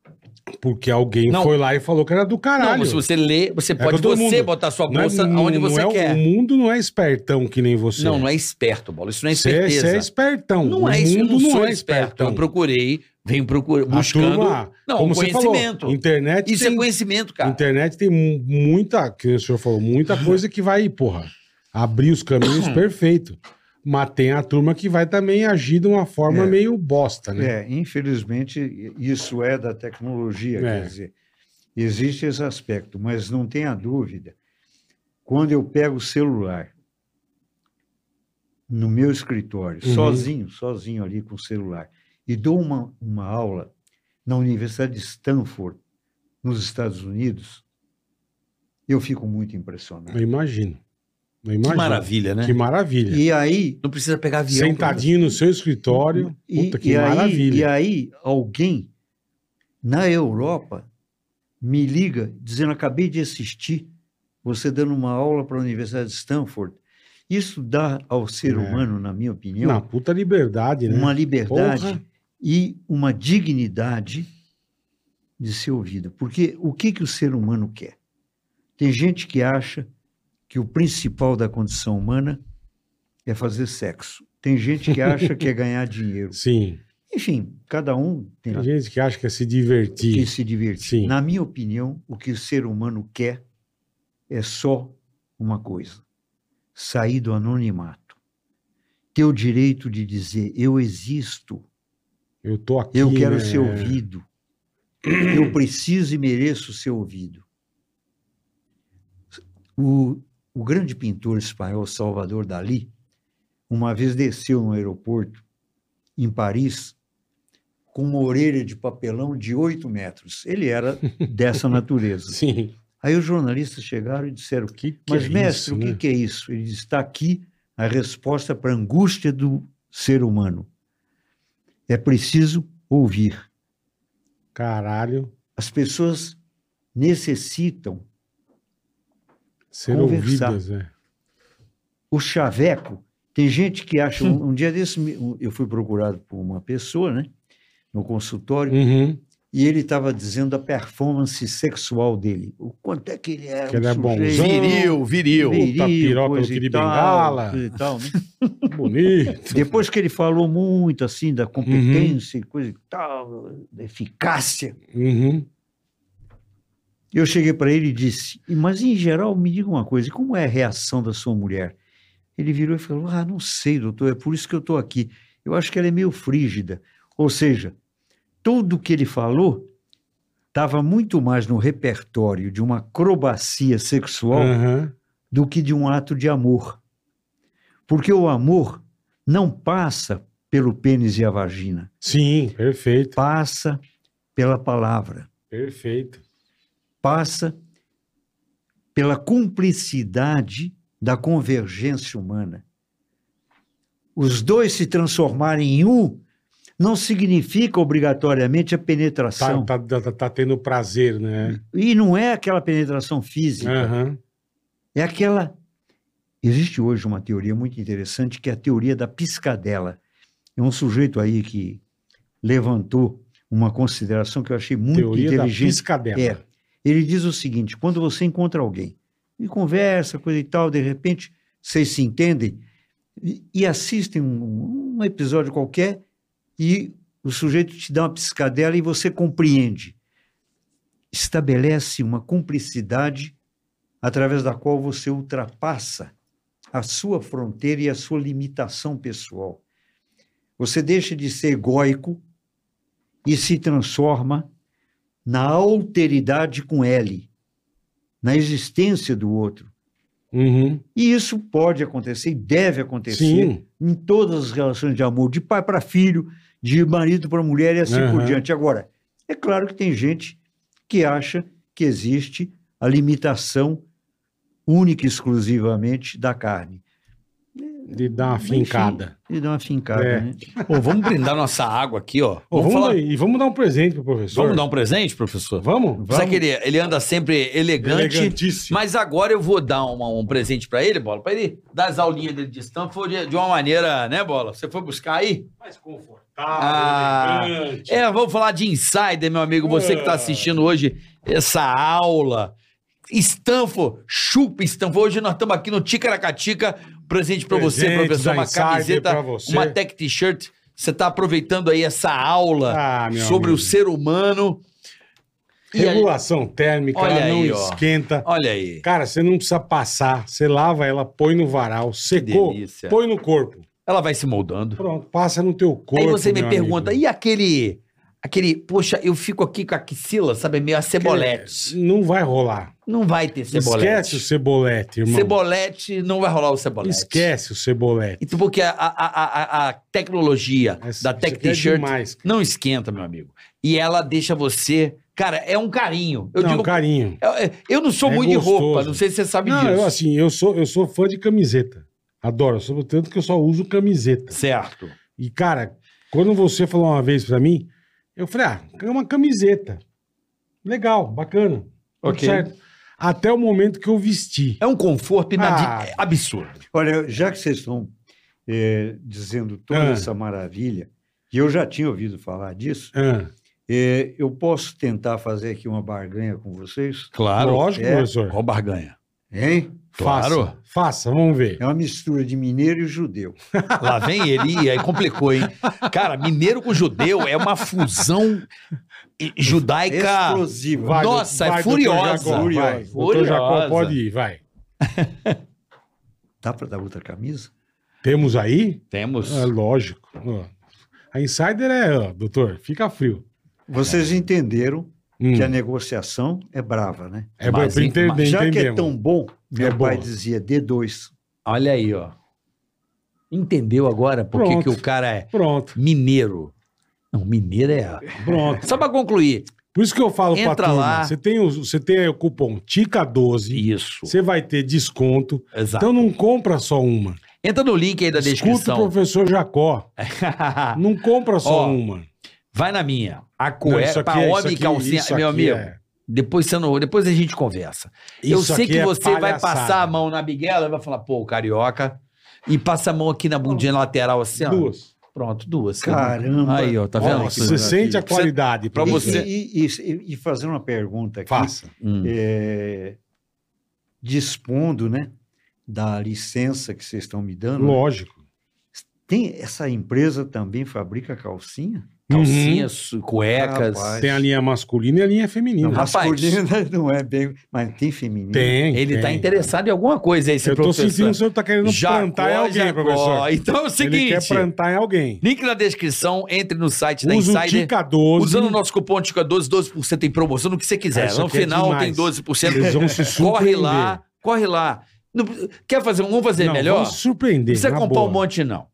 Speaker 3: Porque alguém
Speaker 4: Não.
Speaker 3: foi lá e falou que era do caralho.
Speaker 4: Não, se você lê, você
Speaker 3: É
Speaker 4: pode
Speaker 3: pra todo
Speaker 4: você
Speaker 3: mundo.
Speaker 4: botar sua
Speaker 3: Não é-
Speaker 4: bolsa
Speaker 3: não-
Speaker 4: aonde
Speaker 3: não
Speaker 4: você
Speaker 3: é o-
Speaker 4: quer.
Speaker 3: O mundo não é espertão que nem você.
Speaker 4: Não, não é esperto, Bola. Isso não é
Speaker 3: Você
Speaker 4: esperteza.
Speaker 3: é espertão.
Speaker 4: Não é
Speaker 3: o
Speaker 4: isso, eu
Speaker 3: mundo
Speaker 4: não sou
Speaker 3: é
Speaker 4: esperto.
Speaker 3: espertão.
Speaker 4: Eu procurei, venho procurando,
Speaker 3: A
Speaker 4: buscando.
Speaker 3: turma, Então,
Speaker 4: não,
Speaker 3: como você falou,
Speaker 4: conhecimento.
Speaker 3: internet
Speaker 4: Isso é
Speaker 3: tem,
Speaker 4: conhecimento, cara.
Speaker 3: internet tem mu- muita, que o senhor falou, muita coisa que vai, porra, abrir os caminhos perfeito. Mas tem a turma que vai também agir de uma forma
Speaker 1: É.
Speaker 3: meio bosta, né?
Speaker 1: É, infelizmente, isso é da tecnologia,
Speaker 3: É.
Speaker 1: quer dizer, existe esse aspecto, mas não tenha dúvida, quando eu pego o celular no meu escritório,
Speaker 3: Uhum.
Speaker 1: sozinho, sozinho ali com o celular, e dou uma, uma aula na Universidade de Stanford, nos Estados Unidos, eu fico muito impressionado.
Speaker 3: Eu imagino. Eu
Speaker 4: que
Speaker 3: imagino.
Speaker 4: maravilha, né?
Speaker 3: Que maravilha.
Speaker 1: E aí,
Speaker 4: Não precisa pegar avião.
Speaker 3: Sentadinho no seu escritório.
Speaker 1: E,
Speaker 3: Puta, que
Speaker 1: e Aí, e
Speaker 3: maravilha.
Speaker 1: aí, alguém na Europa me liga dizendo: acabei de assistir você dando uma aula para a Universidade de Stanford. Isso dá ao ser
Speaker 3: É.
Speaker 1: humano, na minha opinião,
Speaker 3: Na puta liberdade, né?
Speaker 1: uma liberdade
Speaker 3: Porra.
Speaker 1: e uma dignidade de ser ouvida. Porque o que, que o ser humano quer? Tem gente que acha que o principal da condição humana é fazer sexo. Tem gente que acha que é ganhar dinheiro.
Speaker 3: Sim.
Speaker 1: Enfim, cada um tem
Speaker 3: Tem
Speaker 1: a-
Speaker 3: gente que acha que é se
Speaker 1: que
Speaker 3: divertir.
Speaker 1: se divertir.
Speaker 3: Sim.
Speaker 1: Na minha opinião, o que o ser humano quer é só uma coisa: sair do anonimato. Ter o direito de dizer: eu existo,
Speaker 3: Eu tô aqui.
Speaker 1: eu quero
Speaker 3: né?
Speaker 1: ser ouvido, eu preciso e mereço ser ouvido. O, o grande pintor espanhol Salvador Dalí, uma vez desceu no aeroporto em Paris com uma orelha de papelão de 8 metros. Ele era dessa natureza.
Speaker 3: Sim.
Speaker 1: Aí os jornalistas chegaram e disseram:
Speaker 3: Que que
Speaker 1: Mas,
Speaker 3: é
Speaker 1: mestre,
Speaker 3: isso,
Speaker 1: o que,
Speaker 3: né?
Speaker 1: que é isso? Ele disse: está aqui a resposta para a angústia do ser humano. É preciso ouvir.
Speaker 3: Caralho.
Speaker 1: As pessoas necessitam
Speaker 3: Ser
Speaker 1: Conversar.
Speaker 3: ouvidas, né?
Speaker 1: o chaveco. Tem gente que acha.
Speaker 3: Hum.
Speaker 1: Um, um dia desse, me- um- eu fui procurado por uma pessoa, né? No consultório,
Speaker 3: Uhum.
Speaker 1: e ele estava dizendo a performance sexual dele. O quanto é que ele era.
Speaker 3: Que ele é bonzão,
Speaker 4: Viril, viril.
Speaker 3: Puta piroca
Speaker 1: coisa
Speaker 3: do
Speaker 1: e
Speaker 3: Kid
Speaker 1: tal,
Speaker 3: Bengala.
Speaker 1: coisa e tal, né?
Speaker 3: Bonito.
Speaker 1: Depois que ele falou muito assim da competência e coisa e tal, da eficácia,
Speaker 3: Uhum.
Speaker 1: eu cheguei para ele e disse: "E, Mas em geral, me diga uma coisa, e como é a reação da sua mulher? Ele virou e falou: Ah, não sei, doutor, é por isso que eu estou aqui. Eu acho que ela é meio frígida. Ou seja, tudo que ele falou estava muito mais no repertório de uma acrobacia sexual
Speaker 3: Aham.
Speaker 1: do que de um ato de amor. Porque o amor não passa pelo pênis e a vagina,
Speaker 3: Sim, perfeito.
Speaker 1: passa pela palavra,
Speaker 3: Perfeito.
Speaker 1: passa pela cumplicidade da convergência humana. Os dois se transformarem em um não significa obrigatoriamente a
Speaker 3: Tá,
Speaker 1: penetração.
Speaker 3: tá, tá, tá- tá tendo prazer, né?
Speaker 1: E não é aquela penetração física.
Speaker 3: Aham.
Speaker 1: É aquela. Existe hoje uma teoria muito interessante que é a teoria da piscadela. É um sujeito aí que levantou uma consideração que eu achei muito
Speaker 3: Teoria da
Speaker 1: inteligente.
Speaker 3: piscadela.
Speaker 1: É. Ele diz o seguinte: quando você encontra alguém e conversa, coisa e tal, de repente vocês se entendem e, e assistem um, um episódio qualquer e o sujeito te dá uma piscadela e você compreende. Estabelece uma cumplicidade através da qual você ultrapassa a sua fronteira e a sua limitação pessoal. Você deixa de ser egóico e se transforma na alteridade com L, na existência do outro.
Speaker 3: Uhum.
Speaker 1: E isso pode acontecer e deve acontecer
Speaker 3: Sim.
Speaker 1: em todas as relações de amor, de pai para filho, de marido para mulher e assim por
Speaker 3: Aham.
Speaker 1: diante. Agora, é claro que tem gente que acha que existe a limitação única e exclusivamente da carne.
Speaker 3: De dar uma fincada.
Speaker 1: Enfim, E dá uma fincada,
Speaker 3: É.
Speaker 1: né?
Speaker 4: Pô, vamos brindar nossa água aqui, ó.
Speaker 3: Ô, vamos
Speaker 4: Vamos, falar-
Speaker 3: dar- e vamos dar um presente pro professor.
Speaker 4: vamos dar um presente, professor?
Speaker 3: Vamos?
Speaker 4: Será que ele, ele anda sempre elegante?
Speaker 3: Elegantíssimo.
Speaker 4: Mas agora eu vou dar uma- um presente pra ele, Bola, pra ele dar as aulinhas dele de Stanford de, de uma maneira, né, Bola? Você foi buscar aí?
Speaker 3: Mais confortável,
Speaker 4: Ah,
Speaker 3: elegante.
Speaker 4: É, vamos falar de Insider, meu amigo, você
Speaker 3: É.
Speaker 4: que tá assistindo hoje essa aula. Stanford, chupa Stanford. Hoje nós estamos aqui no Ticaracatica. Presente pra você,
Speaker 3: Presente
Speaker 4: professor,
Speaker 3: da
Speaker 4: uma
Speaker 3: Insider pra
Speaker 4: camiseta,
Speaker 3: você.
Speaker 4: uma tech t-shirt. Você tá aproveitando aí essa aula
Speaker 3: Ah, meu
Speaker 4: sobre
Speaker 3: amigo.
Speaker 4: o ser humano. E aí-
Speaker 3: Regulação térmica,
Speaker 4: Olha
Speaker 3: ela não
Speaker 4: aí, ó.
Speaker 3: esquenta.
Speaker 4: olha aí.
Speaker 3: Cara, você não precisa passar. Você lava ela, põe no varal, secou,
Speaker 4: delícia.
Speaker 3: põe no corpo.
Speaker 4: Ela vai se moldando.
Speaker 3: Pronto, passa no teu corpo.
Speaker 4: Aí você me
Speaker 3: meu
Speaker 4: pergunta,
Speaker 3: amigo.
Speaker 4: e aquele. Aquele, poxa, eu fico aqui com a axila, sabe, É meio a cebolete.
Speaker 3: Não vai rolar.
Speaker 4: Não vai ter cebolete.
Speaker 3: Esquece o cebolete, irmão.
Speaker 4: Cebolete, não vai rolar o cebolete.
Speaker 3: Esquece o cebolete.
Speaker 4: Então, porque a, a, a, a- a tecnologia
Speaker 3: Essa-
Speaker 4: da
Speaker 3: isso
Speaker 4: Tech
Speaker 3: aqui é
Speaker 4: T-shirt
Speaker 3: demais.
Speaker 4: não esquenta, meu amigo. E ela deixa você. Cara, é um carinho. Eu
Speaker 3: não,
Speaker 4: digo.
Speaker 3: carinho.
Speaker 4: Eu, eu não sou
Speaker 3: É
Speaker 4: muito
Speaker 3: gostoso.
Speaker 4: de roupa, não sei se você sabe
Speaker 3: Não,
Speaker 4: disso.
Speaker 3: eu, assim, eu sou, eu sou fã de camiseta. Adoro, eu sou tanto que eu só uso camiseta.
Speaker 4: Certo.
Speaker 3: E, cara, quando você falou uma vez pra mim, eu falei, ah, é uma camiseta. Legal, bacana. tudo
Speaker 4: Ok.
Speaker 3: Até o momento que eu vesti.
Speaker 4: É um conforto inadi- é
Speaker 3: Ah.
Speaker 4: absurdo.
Speaker 1: Olha, já que vocês estão eh, dizendo toda
Speaker 3: Ah.
Speaker 1: essa maravilha, e eu já tinha ouvido falar disso,
Speaker 3: Ah,
Speaker 1: eh, eu posso tentar fazer aqui uma barganha com vocês?
Speaker 4: Claro.
Speaker 3: lógico,
Speaker 1: é.
Speaker 3: professor.
Speaker 4: Qual barganha?
Speaker 1: Hein?
Speaker 4: Claro.
Speaker 3: Faça, faça, vamos ver.
Speaker 1: É uma mistura de mineiro e judeu.
Speaker 4: Lá vem ele e aí complicou, hein? Cara, mineiro com judeu é uma fusão e- judaica.
Speaker 1: Explosiva.
Speaker 4: Vai. Nossa, é
Speaker 3: doutor
Speaker 4: furiosa.
Speaker 3: Jacó, vai.
Speaker 1: Furiosa.
Speaker 3: Doutor Jacó,
Speaker 4: Furiosa.
Speaker 3: pode ir, vai.
Speaker 1: Dá para dar outra camisa?
Speaker 3: Temos aí?
Speaker 4: Temos.
Speaker 3: É lógico. Ó, A Insider é, ó, doutor, fica frio.
Speaker 1: Vocês entenderam
Speaker 3: É. Hum,
Speaker 1: que a negociação é brava, né?
Speaker 3: é bom,
Speaker 4: Mas,
Speaker 3: pra
Speaker 4: hein,
Speaker 3: entender,
Speaker 4: mas
Speaker 1: Já que é
Speaker 3: entendemos.
Speaker 1: tão bom, meu
Speaker 3: É
Speaker 1: pai
Speaker 3: boa.
Speaker 1: dizia D2.
Speaker 4: Olha aí, ó. Entendeu agora por que
Speaker 3: Pronto.
Speaker 4: que o cara é
Speaker 3: Pronto,
Speaker 4: mineiro? Não, mineiro é. a-
Speaker 3: pronto.
Speaker 4: Só pra concluir.
Speaker 3: Por isso que eu falo pra
Speaker 4: Entra
Speaker 3: turma,
Speaker 4: lá.
Speaker 3: você tem, o- você tem aí o cupom TICA12,
Speaker 4: Isso.
Speaker 3: você vai ter desconto.
Speaker 4: Exato.
Speaker 3: Então não compra só uma.
Speaker 4: Entra no link aí da
Speaker 3: Escuta o
Speaker 4: descrição. Tá.
Speaker 3: professor Jacó. Não compra só
Speaker 4: Ó,
Speaker 3: uma.
Speaker 4: Vai na minha. A
Speaker 3: Não,
Speaker 4: cueca, pra
Speaker 3: é-
Speaker 4: homem e
Speaker 3: aqui-
Speaker 4: calcinha.
Speaker 3: isso
Speaker 4: Meu
Speaker 3: aqui
Speaker 4: amigo,
Speaker 3: é-
Speaker 4: depois, você não, depois a gente conversa. Eu
Speaker 3: isso
Speaker 4: sei
Speaker 3: aqui
Speaker 4: que
Speaker 3: é
Speaker 4: você vai
Speaker 3: palhaçada.
Speaker 4: passar a mão na biguela e vai falar, pô, carioca. E passa a mão aqui na bundinha lateral, assim, ó.
Speaker 3: Duas.
Speaker 4: Pronto, duas.
Speaker 1: Caramba.
Speaker 4: Aí, ó, tá vendo?
Speaker 1: Olha,
Speaker 3: Ó, é- você
Speaker 1: Maravilha.
Speaker 3: sente a
Speaker 1: Você-
Speaker 3: qualidade.
Speaker 4: Pra
Speaker 1: E-
Speaker 3: professor.
Speaker 4: você-
Speaker 1: E, e- e fazer uma pergunta aqui.
Speaker 3: Faça.
Speaker 4: Hum.
Speaker 1: é, dispondo né, da licença que vocês estão me dando. né?
Speaker 3: Lógico.
Speaker 1: Tem essa empresa também fabrica calcinha?
Speaker 4: Calcinhas, su- cuecas.
Speaker 1: Rapaz.
Speaker 3: Tem a linha masculina e a linha
Speaker 1: Não,
Speaker 3: feminina.
Speaker 4: Rapaz.
Speaker 1: masculina não é bem, mas tem feminina.
Speaker 3: Tem.
Speaker 4: Ele
Speaker 3: tem.
Speaker 4: tá interessado em alguma coisa aí, esse
Speaker 3: Eu tô
Speaker 4: professor.
Speaker 3: sentindo que o senhor tá querendo
Speaker 4: Jacó,
Speaker 3: plantar em alguém,
Speaker 4: Jacó.
Speaker 3: professor.
Speaker 4: Então é o
Speaker 3: Ele quer
Speaker 4: seguinte,
Speaker 3: plantar em alguém.
Speaker 4: link na descrição, entre no site da
Speaker 3: Usa o
Speaker 4: Insider.
Speaker 3: Tica 12.
Speaker 4: Usando o nosso cupom TICA12, 12% em promoção, no que você quiser.
Speaker 3: Isso
Speaker 4: no
Speaker 3: aqui é
Speaker 4: final tem
Speaker 3: demais. Eles
Speaker 4: 12%.
Speaker 3: vão se
Speaker 4: corre
Speaker 3: surpreender.
Speaker 4: lá, corre lá. Não- quer fazer um, vamos fazer
Speaker 3: não,
Speaker 4: melhor?
Speaker 3: vão
Speaker 4: Não
Speaker 3: se surpreender.
Speaker 4: precisa
Speaker 3: na
Speaker 4: comprar
Speaker 3: boa.
Speaker 4: um monte, não.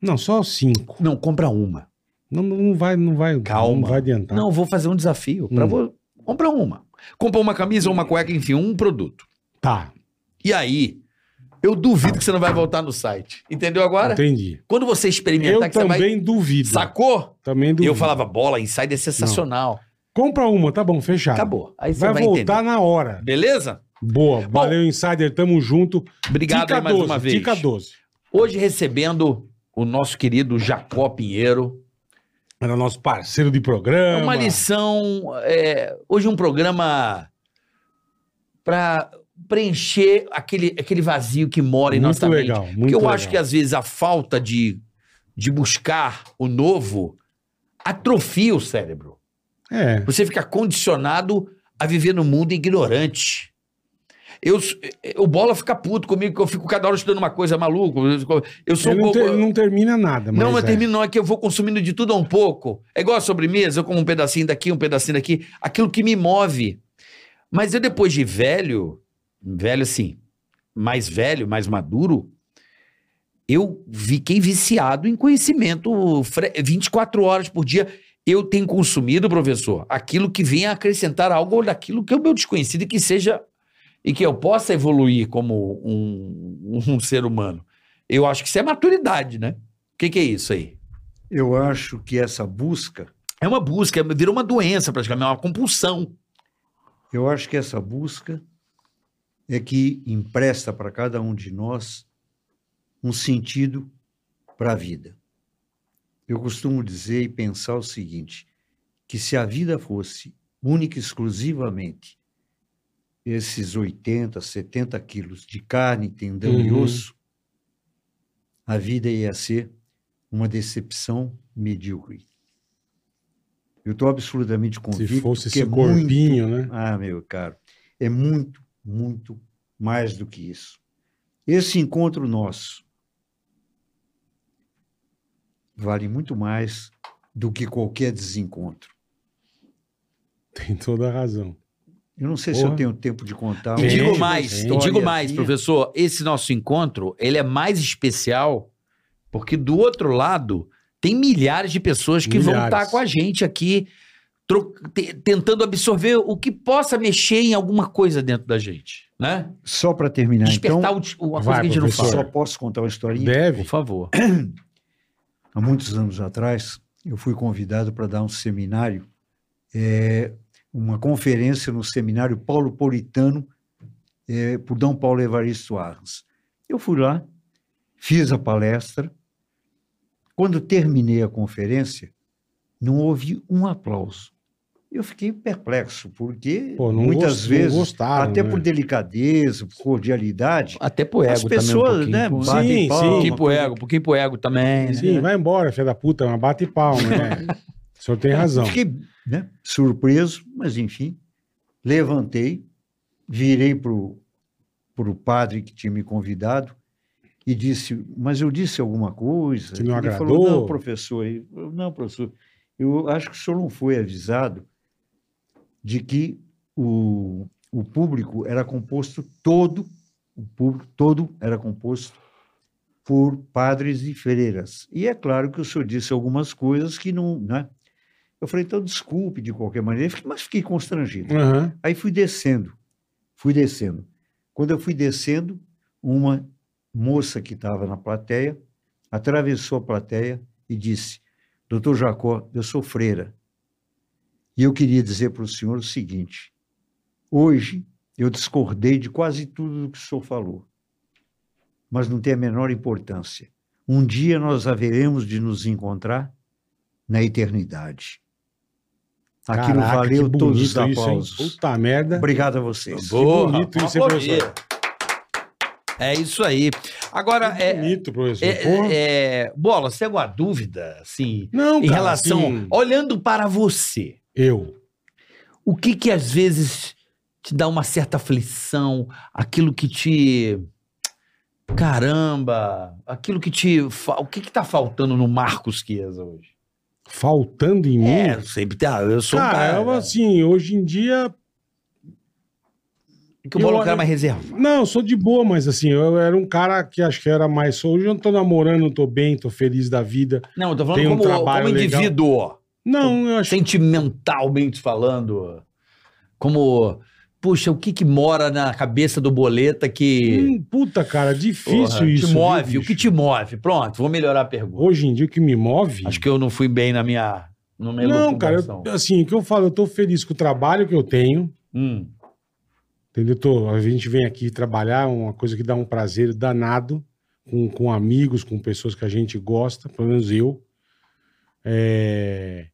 Speaker 3: Não, só cinco.
Speaker 4: Não, compra uma.
Speaker 3: Não, não vai, não vai,
Speaker 4: Calma.
Speaker 3: não vai adiantar.
Speaker 4: Não, vou fazer um desafio. Pra
Speaker 3: Hum.
Speaker 4: vo- Compra uma. Compra uma camisa, uma cueca, enfim, um produto.
Speaker 3: Tá,
Speaker 4: E aí, eu duvido que você não vai voltar no site. Entendeu agora?
Speaker 3: entendi.
Speaker 4: Quando você
Speaker 3: Eu
Speaker 4: experimentar, que você vai.
Speaker 3: também duvido.
Speaker 4: Sacou?
Speaker 3: Também
Speaker 4: E
Speaker 3: duvido.
Speaker 4: tá eu falava, bola, insider é sensacional.
Speaker 3: Compra uma, tá bom, fechado.
Speaker 4: Acabou. Aí você
Speaker 3: Vai,
Speaker 4: vai,
Speaker 3: voltar
Speaker 4: entender.
Speaker 3: na hora.
Speaker 4: Beleza?
Speaker 3: Boa. Valeu, Insider. Tamo junto.
Speaker 4: Obrigado aí mais uma vez.
Speaker 3: Tica 12.
Speaker 4: Hoje recebendo o nosso querido Jacó Pinheiro.
Speaker 3: Era nosso parceiro de
Speaker 4: É
Speaker 3: programa.
Speaker 4: uma lição. é, hoje um programa para preencher aquele, aquele vazio que mora em
Speaker 3: Muito
Speaker 4: nossa mente.
Speaker 3: legal, muito
Speaker 4: Porque eu
Speaker 3: legal.
Speaker 4: acho que é- às vezes a falta de, de buscar o novo atrofia o cérebro.
Speaker 3: É.
Speaker 4: Você fica condicionado a viver num mundo ignorante. Eu, s- eh, o Bola fica puto comigo, que eu fico cada hora estudando uma coisa maluco. Eu sou
Speaker 3: Ele
Speaker 4: um
Speaker 3: não,
Speaker 4: pouco.
Speaker 3: ter- não termina nada.
Speaker 4: Não, mas
Speaker 3: mas é.
Speaker 4: termino não, é que eu vou consumindo de tudo a um pouco. É igual a sobremesa, eu como um pedacinho daqui, um pedacinho daqui, aquilo que me move. Mas eu depois de velho, velho assim, mais velho, mais maduro, eu fiquei viciado em conhecimento fre- 24 horas por dia. Eu tenho consumido, professor, aquilo que vem a acrescentar algo daquilo que é o meu desconhecido e que seja e que eu possa evoluir como um, um ser humano. Eu acho que isso é maturidade, né? O que, que é isso aí?
Speaker 1: Eu acho que essa busca,
Speaker 4: É uma busca, virou uma doença praticamente, é uma compulsão.
Speaker 1: eu acho que essa busca é que empresta para cada um de nós um sentido para a vida. Eu costumo dizer e pensar o seguinte, que se a vida fosse única e exclusivamente esses 80, 70 quilos de carne, tendão e
Speaker 3: Uhum.
Speaker 1: osso, a vida ia ser uma decepção medíocre. Eu estou absolutamente
Speaker 4: um
Speaker 1: convicto
Speaker 3: Se fosse
Speaker 1: que é
Speaker 3: esse
Speaker 1: muito
Speaker 3: corpinho, né?
Speaker 1: ah, meu caro, é muito, muito mais do que isso. Esse encontro nosso vale muito mais do que qualquer desencontro.
Speaker 3: Tem toda a razão.
Speaker 1: Eu não sei se eu
Speaker 3: Porra.
Speaker 1: tenho tempo de contar.
Speaker 4: E
Speaker 3: Tem,
Speaker 4: digo
Speaker 3: tem
Speaker 4: mais, e
Speaker 1: uma
Speaker 4: digo mais,
Speaker 1: historiazinha.
Speaker 4: professor, esse nosso encontro, ele é mais especial porque do outro lado tem milhares de pessoas que vão
Speaker 3: Milhares.
Speaker 4: estar com a gente aqui tro- te- tentando absorver o que possa mexer em alguma coisa dentro da gente, né?
Speaker 1: Só para terminar,
Speaker 4: Despertar
Speaker 1: então,
Speaker 4: o, di- uma coisa
Speaker 3: vai,
Speaker 4: que a gente não
Speaker 3: professor.
Speaker 1: só
Speaker 4: fala.
Speaker 1: posso contar uma historinha.
Speaker 4: Por
Speaker 3: Deve.
Speaker 4: favor.
Speaker 1: há muitos anos atrás, eu fui convidado para dar um seminário, eh, uma conferência no seminário Paulo Politano, eh, por Dom Paulo Evaristo Arns. Eu fui lá, fiz a palestra. Quando terminei a conferência, não houve um aplauso. Eu fiquei perplexo, porque
Speaker 3: Pô, não
Speaker 1: muitas
Speaker 3: gos- não
Speaker 1: vezes,
Speaker 3: gostaram,
Speaker 1: até
Speaker 3: né?
Speaker 1: por delicadeza, por cordialidade,
Speaker 4: Até pro ego
Speaker 1: as
Speaker 3: é
Speaker 1: pessoas,
Speaker 4: também um
Speaker 1: né,
Speaker 4: pouquinho.
Speaker 3: Sim,
Speaker 1: batem
Speaker 3: sim.
Speaker 1: palma,
Speaker 4: Pouquinho pro ego, um pouquinho pro ego também. né?
Speaker 3: Sim, vai embora, filha da puta, mas bate palma, né? O senhor tem razão.
Speaker 1: É, Fiquei né, surpreso, mas enfim, levantei, virei para o padre que tinha me convidado e disse, mas eu disse alguma coisa?
Speaker 3: Que não
Speaker 1: Ele falou,
Speaker 3: agradou?
Speaker 1: não, professor. Eu, falei, não, professor, eu acho que o senhor não foi avisado de que o, o público era composto todo, o público todo era composto por padres e freiras. E é claro que o senhor disse algumas coisas que não, né? Eu falei, então desculpe de qualquer maneira, fiquei- mas fiquei constrangido.
Speaker 3: Aham.
Speaker 1: Aí fui descendo, fui descendo. Quando eu fui descendo, uma moça que estava na plateia atravessou a plateia e disse: Doutor Jacó, eu sou freira. E eu queria dizer para o senhor o seguinte: hoje eu discordei de quase tudo do que o senhor falou, mas não tem a menor importância. Um dia nós haveremos de nos encontrar na eternidade. Aquilo
Speaker 3: Caraca, que
Speaker 1: valeu todos os
Speaker 3: bonito isso, hein?
Speaker 1: aplausos.
Speaker 3: Puta merda.
Speaker 1: Obrigado a vocês.
Speaker 4: Boa,
Speaker 3: bonito isso, hein,
Speaker 4: aplaudir. Tá É isso aí. Agora,
Speaker 3: Que
Speaker 4: é,
Speaker 3: bonito, professor.
Speaker 4: é,
Speaker 3: Porra.
Speaker 4: é, Bola, você tem alguma dúvida, assim,
Speaker 3: Não,
Speaker 4: em
Speaker 3: cara,
Speaker 4: relação,
Speaker 3: assim,
Speaker 4: olhando para você,
Speaker 3: eu.
Speaker 4: o que que às vezes te dá uma certa aflição, aquilo que te caramba, aquilo que te, fa- o que que tá faltando no Marcos Chiesa hoje?
Speaker 3: Faltando em mim.
Speaker 4: É, sempre tá, eu sou
Speaker 3: cara,
Speaker 4: um
Speaker 3: eu,
Speaker 4: cara
Speaker 3: assim, hoje em dia.
Speaker 4: que o Bola é um
Speaker 3: eu-
Speaker 4: cara mais reservado.
Speaker 3: Não, eu sou de boa, mas assim, eu era um cara que acho que era mais. Hoje eu não tô namorando, tô bem, tô feliz da vida.
Speaker 4: Não, eu tô falando
Speaker 3: Tem um
Speaker 4: como,
Speaker 3: trabalho
Speaker 4: como
Speaker 3: legal.
Speaker 4: indivíduo,
Speaker 3: Não, eu acho
Speaker 4: sentimentalmente falando, como puxa, o que que mora na cabeça do boleta que
Speaker 3: Hum, puta, cara, difícil
Speaker 4: Porra,
Speaker 3: isso.
Speaker 4: Te
Speaker 3: viu,
Speaker 4: move, o
Speaker 3: bicho?
Speaker 4: que te move? Pronto, vou melhorar a pergunta.
Speaker 3: Hoje em dia o que me move.
Speaker 4: Acho que é eu não fui bem na minha. Na minha
Speaker 3: não, cara,
Speaker 4: locução.
Speaker 3: eu- assim, o que eu falo, eu tô feliz com o trabalho que eu tenho.
Speaker 4: Hum,
Speaker 3: Entendeu? Tô- a gente vem aqui trabalhar, uma coisa que dá um prazer danado, com, com amigos, com pessoas que a gente gosta, pelo menos eu. É,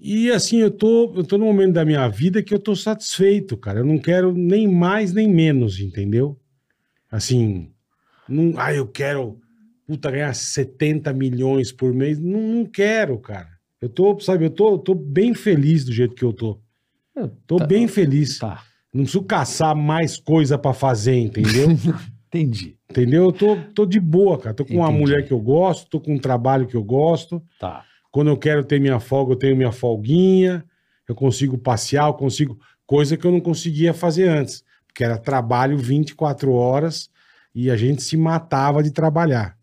Speaker 3: E assim, eu tô, eu tô num momento da minha vida que eu tô satisfeito, cara. Eu não quero nem mais nem menos, entendeu? Assim, não, ah, eu quero puta, ganhar 70 milhões por mês. Não, não quero, cara. Eu tô, sabe, eu tô, eu tô bem feliz do jeito que eu tô.
Speaker 4: Eu
Speaker 3: Tô
Speaker 4: tá-
Speaker 3: bem feliz.
Speaker 4: tá,
Speaker 3: Não preciso caçar mais coisa pra fazer, entendeu?
Speaker 4: entendi.
Speaker 3: entendeu? Eu tô, tô de boa, cara. Tô com uma
Speaker 4: Entendi.
Speaker 3: mulher que eu gosto, tô com um trabalho que eu gosto.
Speaker 4: Tá.
Speaker 3: Quando eu quero ter minha folga, eu tenho minha folguinha. Eu consigo passear, eu consigo. Coisa que eu não conseguia fazer antes. Porque era trabalho 24 horas e a gente se matava de trabalhar.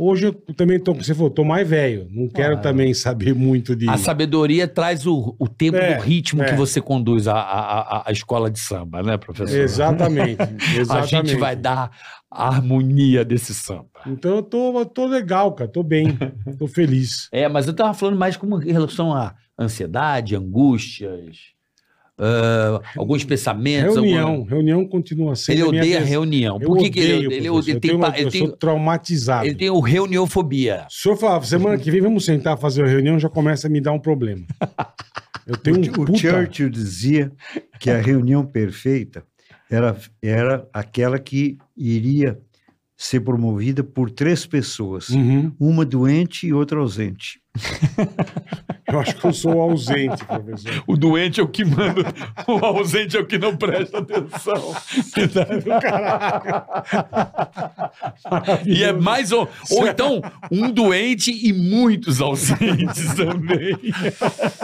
Speaker 3: Hoje eu também tô, como você falou, tô mais velho. Não quero
Speaker 4: Ah.
Speaker 3: também saber muito de.
Speaker 4: A sabedoria traz o, o tempo
Speaker 3: É,
Speaker 4: do ritmo
Speaker 3: é.
Speaker 4: que você conduz a, a, a- a escola de samba, né, professor?
Speaker 3: Exatamente.
Speaker 4: A
Speaker 3: exatamente.
Speaker 4: gente vai dar a harmonia desse samba.
Speaker 3: Então eu tô, eu tô legal, cara. Tô bem. tô feliz.
Speaker 4: É, mas eu tava falando mais como em relação à ansiedade, angústias, ah, alguns pensamentos.
Speaker 3: Reunião.
Speaker 4: alguma-
Speaker 3: Reunião continua sendo.
Speaker 4: Ele
Speaker 3: a minha
Speaker 4: odeia
Speaker 3: vez-
Speaker 4: reunião.
Speaker 3: Eu
Speaker 4: Por que, que ele
Speaker 3: odeio,
Speaker 4: odeia? Ele,
Speaker 3: professor.
Speaker 4: odeia-
Speaker 3: Eu
Speaker 4: tem
Speaker 3: tenho
Speaker 4: pa-
Speaker 3: uma-
Speaker 4: ele
Speaker 3: Eu sou
Speaker 4: tem,
Speaker 3: traumatizado.
Speaker 4: ele tem o reuniofobia.
Speaker 3: O senhor falava, semana que vem vamos sentar fazer a reunião, já começa a me dar um problema. Eu tenho um
Speaker 1: O,
Speaker 3: puta...
Speaker 1: Churchill dizia que a reunião perfeita era, era aquela que iria ser promovida por três pessoas,
Speaker 3: Uhum.
Speaker 1: uma doente e outra ausente.
Speaker 3: Eu acho que eu sou ausente, professor.
Speaker 4: O doente é o que manda, o ausente é o que não presta atenção. E é mais ou, ou então um doente e muitos ausentes também.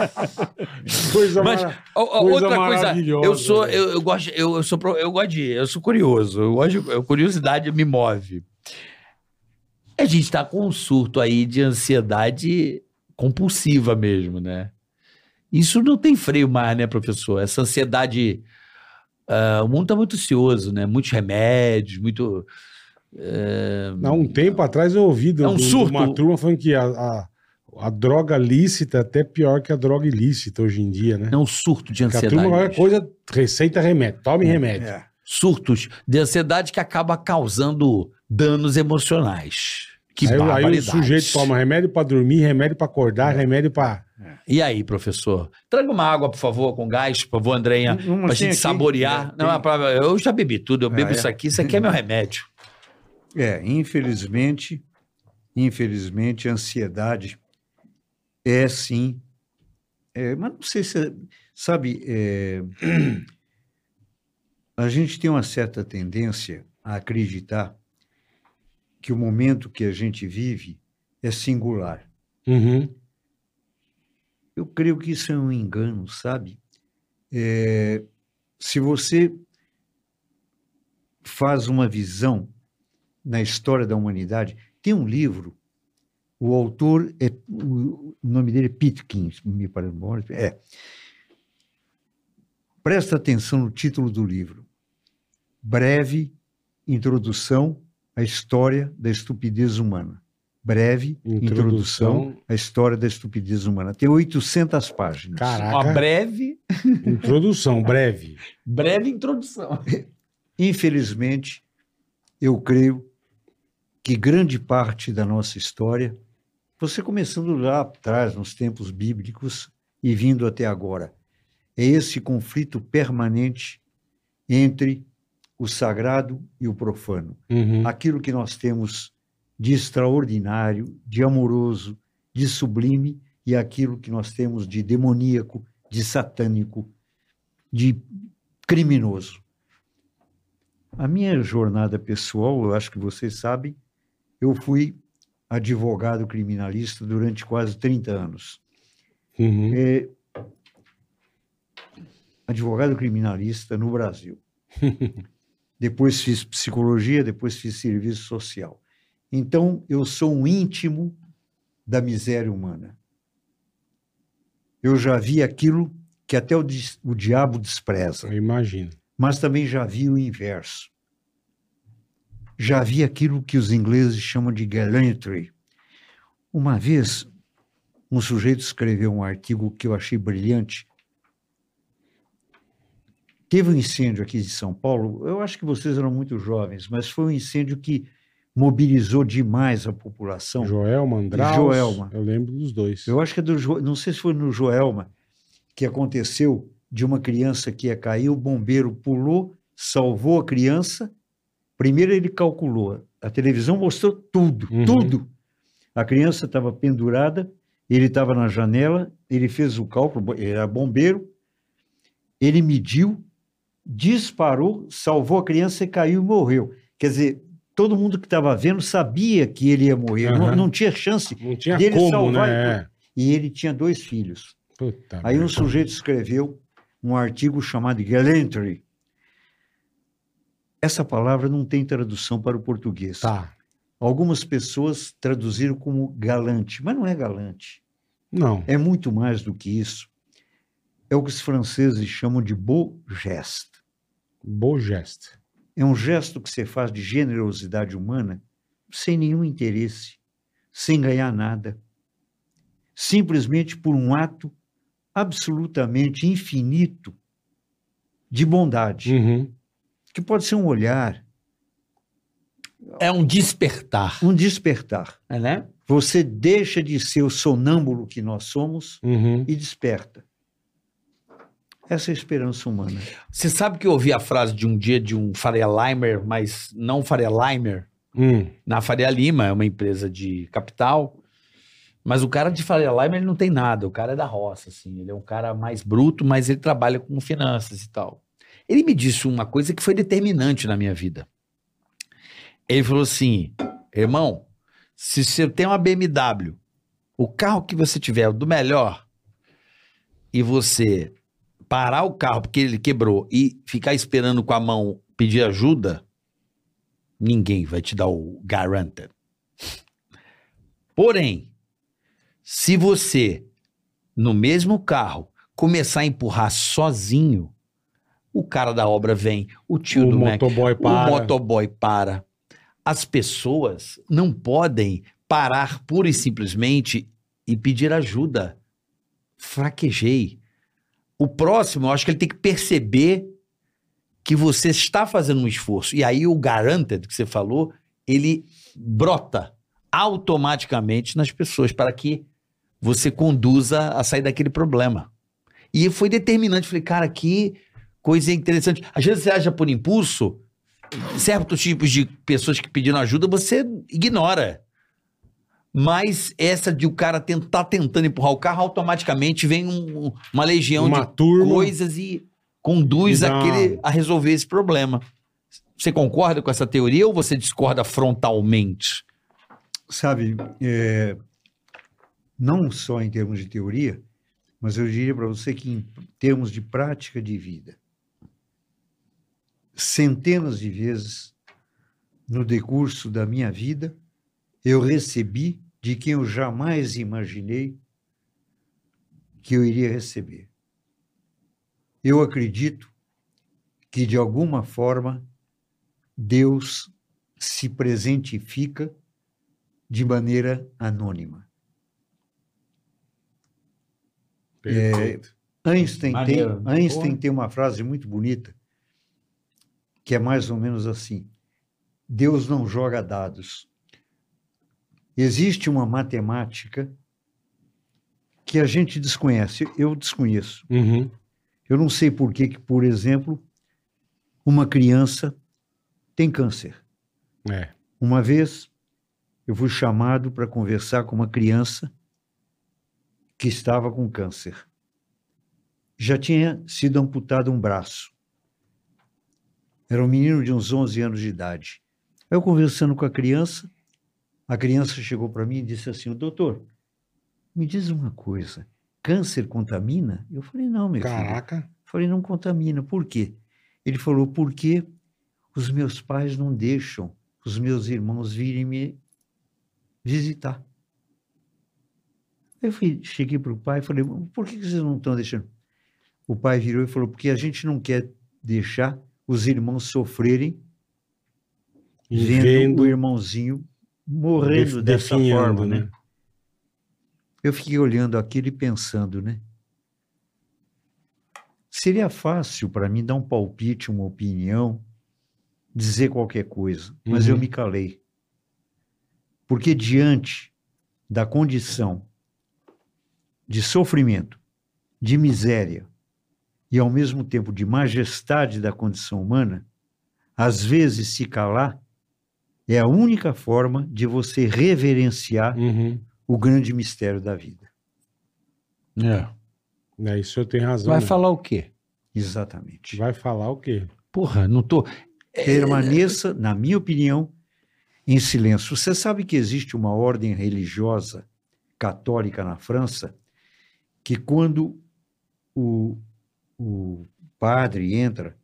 Speaker 3: Coisa
Speaker 4: Mas
Speaker 3: mara-
Speaker 4: ó, ó,
Speaker 3: coisa
Speaker 4: outra coisa,
Speaker 3: maravilhosa,
Speaker 4: eu sou
Speaker 3: velho.
Speaker 4: eu, eu gosto eu, eu sou pro- eu gosto de eu sou curioso, eu gosto de- a curiosidade me move. A gente tá com um surto aí de ansiedade compulsiva mesmo, né? Isso não tem freio mais, né, professor? Essa ansiedade ah, o mundo tá muito ansioso, né? Muitos remédios, muito
Speaker 3: Há um tempo atrás eu ouvi de
Speaker 4: É um
Speaker 3: uma
Speaker 4: surto.
Speaker 3: turma falando que a, a, a droga lícita é até pior que a droga ilícita hoje em dia, né?
Speaker 4: é um surto de
Speaker 3: Porque a
Speaker 4: ansiedade. É,
Speaker 3: turma qualquer coisa, receita remédio, tome remédio.
Speaker 4: surtos de ansiedade que acaba causando danos emocionais. Que
Speaker 3: aí, aí o
Speaker 4: barbaridade. É.
Speaker 3: sujeito toma remédio pra dormir, remédio pra acordar, remédio pra.
Speaker 4: E aí, professor? Traga uma água, por favor, com gás, por favor, Andreinha,
Speaker 1: Uma
Speaker 4: É. pra
Speaker 1: tem
Speaker 4: gente
Speaker 1: Hum, um aqui?
Speaker 4: saborear.
Speaker 1: É,
Speaker 4: Não, é pra- eu já bebi tudo, eu bebo
Speaker 1: Ah, é?
Speaker 4: isso aqui, isso aqui é meu remédio.
Speaker 1: É, infelizmente, infelizmente, a ansiedade é sim. é, mas não sei se. é- Sabe, é, a gente tem uma certa tendência a acreditar que o momento que a gente vive é singular.
Speaker 3: Uhum.
Speaker 1: Eu creio que isso é um engano, sabe? É, se você faz uma visão na história da humanidade, tem um livro, o autor é o o nome dele é Pitkin, se me parece bom, é. Presta atenção no título do livro. Breve introdução à história da estupidez humana. Breve
Speaker 3: Introdução.
Speaker 1: introdução a história da estupidez humana. Tem 800 páginas.
Speaker 4: Uma
Speaker 3: Caraca.
Speaker 4: breve,
Speaker 3: Introdução, breve.
Speaker 4: breve introdução.
Speaker 1: Infelizmente, eu creio que grande parte da nossa história, você começando lá atrás, nos tempos bíblicos e vindo até agora, é esse conflito permanente entre o sagrado e o profano.
Speaker 3: Uhum.
Speaker 1: aquilo que nós temos de extraordinário, de amoroso, de sublime e aquilo que nós temos de demoníaco, de satânico, de criminoso. A minha jornada pessoal, eu acho que vocês sabem, eu fui advogado criminalista durante quase 30 anos.
Speaker 3: Uhum.
Speaker 1: É, advogado criminalista no Brasil. depois fiz psicologia, depois fiz serviço social. Então, eu sou um íntimo da miséria humana. Eu já vi aquilo que até o, dis- o diabo despreza
Speaker 3: Eu imagino.
Speaker 1: mas também já vi o inverso. Já vi aquilo que os ingleses chamam de gallantry. Uma vez, um sujeito escreveu um artigo que eu achei brilhante. Teve um incêndio aqui de São Paulo, eu acho que vocês eram muito jovens, mas foi um incêndio que mobilizou demais a
Speaker 4: Então,
Speaker 1: população.
Speaker 3: Joel Mandraus.
Speaker 1: Joelma.
Speaker 3: Eu lembro dos dois.
Speaker 1: Eu acho que é do Jo- não sei se foi no Joelma que aconteceu de uma criança que ia cair, o bombeiro pulou, salvou a criança. Primeiro ele calculou, a televisão mostrou tudo,
Speaker 3: Uhum.
Speaker 1: tudo. A criança estava pendurada, ele estava na janela, ele fez o cálculo, bo- ele era bombeiro, ele mediu, disparou, salvou a criança e caiu e morreu. Quer dizer, todo mundo que estava vendo sabia que ele ia morrer, não-
Speaker 3: Aham.
Speaker 1: não tinha chance.
Speaker 3: Não tinha
Speaker 1: dele
Speaker 3: como,
Speaker 1: salvar
Speaker 3: né? É.
Speaker 1: E ele tinha dois filhos.
Speaker 3: Puta
Speaker 1: Aí um
Speaker 3: merda.
Speaker 1: sujeito escreveu um artigo chamado Gallantry. Essa palavra não tem tradução para o português.
Speaker 3: Tá.
Speaker 1: Algumas pessoas traduziram como galante, mas não é galante.
Speaker 3: Não.
Speaker 1: É muito mais do que isso. É o que os franceses chamam de beau geste.
Speaker 3: Bom gesto.
Speaker 1: É um gesto que você faz de generosidade humana sem nenhum interesse, sem ganhar nada, simplesmente por um ato absolutamente infinito de bondade,
Speaker 3: Uhum.
Speaker 1: que pode ser um olhar,
Speaker 4: É um despertar.
Speaker 1: um despertar.
Speaker 4: É, né?
Speaker 1: Você deixa de ser o sonâmbulo que nós somos
Speaker 3: Uhum.
Speaker 1: e desperta. Essa é a esperança humana.
Speaker 4: Você sabe que eu ouvi a frase de um dia de um Faria Limer, mas não Faria Limer,
Speaker 3: Hum.
Speaker 4: na Faria Lima, é uma empresa de capital. Mas o cara de Faria Limer ele não tem nada, o cara é da roça, assim. Ele é um cara mais bruto, mas ele trabalha com finanças e tal. Ele me disse uma coisa que foi determinante na minha vida. Ele falou assim: irmão, se você tem uma BMW, o carro que você tiver do melhor, e você parar o carro porque ele quebrou e ficar esperando com a mão pedir ajuda, ninguém vai te dar o garanta. Porém, se você no mesmo carro começar a empurrar sozinho, o cara da obra vem, o tio
Speaker 3: O
Speaker 4: do Mac,
Speaker 3: motoboy para.
Speaker 4: o motoboy para. As pessoas não podem parar pura e simplesmente e pedir ajuda. Fraquejei. O próximo, eu acho que ele tem que perceber que você está fazendo um esforço. E aí o garanted que você falou, ele brota automaticamente nas pessoas para que você conduza a sair daquele problema. E foi determinante. Falei, cara, que coisa interessante. Às vezes você acha por impulso, certos tipos de pessoas que pediram ajuda, você ignora. Mas essa de o cara tentar tentando empurrar o carro, automaticamente vem um- uma legião de
Speaker 3: Uma turma.
Speaker 4: coisas e conduz
Speaker 3: E dá-
Speaker 4: aquele, a resolver esse problema. Você concorda com essa teoria ou você discorda frontalmente?
Speaker 1: Sabe, é, não só em termos de teoria, mas eu diria para você que em termos de prática de vida, centenas de vezes no decurso da minha vida, eu recebi de quem eu jamais imaginei que eu iria receber. Eu acredito que, de alguma forma, Deus se presentifica de maneira anônima.
Speaker 3: Perfeito.
Speaker 1: Einstein,
Speaker 4: Maneiro.
Speaker 1: tem, Einstein tem uma frase muito bonita, que é mais ou menos assim: Deus não joga dados. Existe uma matemática que a gente desconhece, eu desconheço.
Speaker 3: Uhum.
Speaker 1: Eu não sei por que, que, por exemplo, uma criança tem câncer.
Speaker 3: É.
Speaker 1: Uma vez eu fui chamado para conversar com uma criança que estava com câncer. Já tinha sido amputado um braço. Era um menino de uns 11 anos de idade. Eu conversando com a criança, a criança chegou para mim e disse assim: "Doutor, me diz uma coisa, câncer contamina?" Eu falei: "Não, meu filho."
Speaker 3: Caraca.
Speaker 1: Falei, não contamina. Por quê? Ele falou, porque os meus pais não deixam os meus irmãos virem me visitar. Eu fui, cheguei para o pai e falei, por que que vocês não estão deixando? O pai virou e falou, porque a gente não quer deixar os irmãos sofrerem vendo, o
Speaker 3: Vendo,
Speaker 1: irmãozinho morrendo
Speaker 3: def-
Speaker 1: dessa
Speaker 3: definhando,
Speaker 1: forma, né? Eu fiquei olhando aquilo e pensando, né? Seria fácil para mim dar um palpite, uma opinião, dizer qualquer coisa, mas eu
Speaker 3: Uhum.
Speaker 1: me calei. Porque diante da condição de sofrimento, de miséria e ao mesmo tempo de majestade da condição humana, às vezes se calar é a única forma de você reverenciar
Speaker 3: Uhum.
Speaker 1: o grande mistério da vida.
Speaker 3: É, isso eu tenho razão.
Speaker 4: Vai
Speaker 3: né?
Speaker 4: falar o quê?
Speaker 1: Exatamente.
Speaker 3: Vai falar o quê?
Speaker 4: Porra, não tô.
Speaker 1: Permaneça, na minha opinião, em silêncio. Você sabe que existe uma ordem religiosa católica na França que, quando o, o padre entra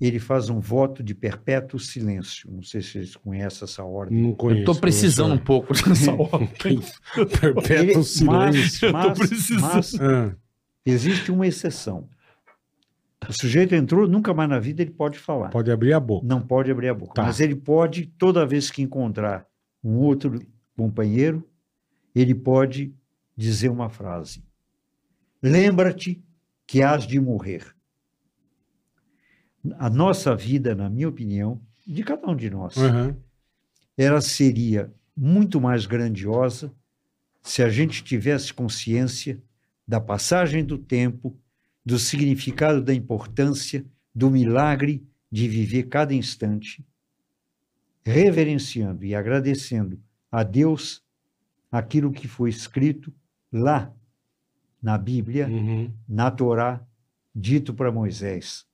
Speaker 1: ele faz um voto de perpétuo silêncio. Não sei se vocês conhecem essa ordem.
Speaker 3: Não conheço.
Speaker 4: Eu tô precisando um pouco dessa
Speaker 3: é.
Speaker 4: ordem.
Speaker 1: Ele-
Speaker 3: Perpétuo silêncio.
Speaker 1: Mas,
Speaker 4: Eu tô
Speaker 1: mas-
Speaker 4: precisando.
Speaker 1: mas
Speaker 3: Ah,
Speaker 1: existe uma exceção. O sujeito entrou, nunca mais na vida ele pode falar.
Speaker 3: pode abrir a boca.
Speaker 1: Não pode abrir a boca.
Speaker 3: Tá.
Speaker 1: Mas ele pode, toda vez que encontrar um outro companheiro, ele pode dizer uma frase. Lembra-te que has de morrer. A nossa vida, na minha opinião, de cada um de nós,
Speaker 3: Aham.
Speaker 1: ela seria muito mais grandiosa se a gente tivesse consciência da passagem do tempo, do significado da importância, do milagre de viver cada instante, reverenciando e agradecendo a Deus aquilo que foi escrito lá na Bíblia,
Speaker 3: Uhum.
Speaker 1: na Torá, dito para Moisés.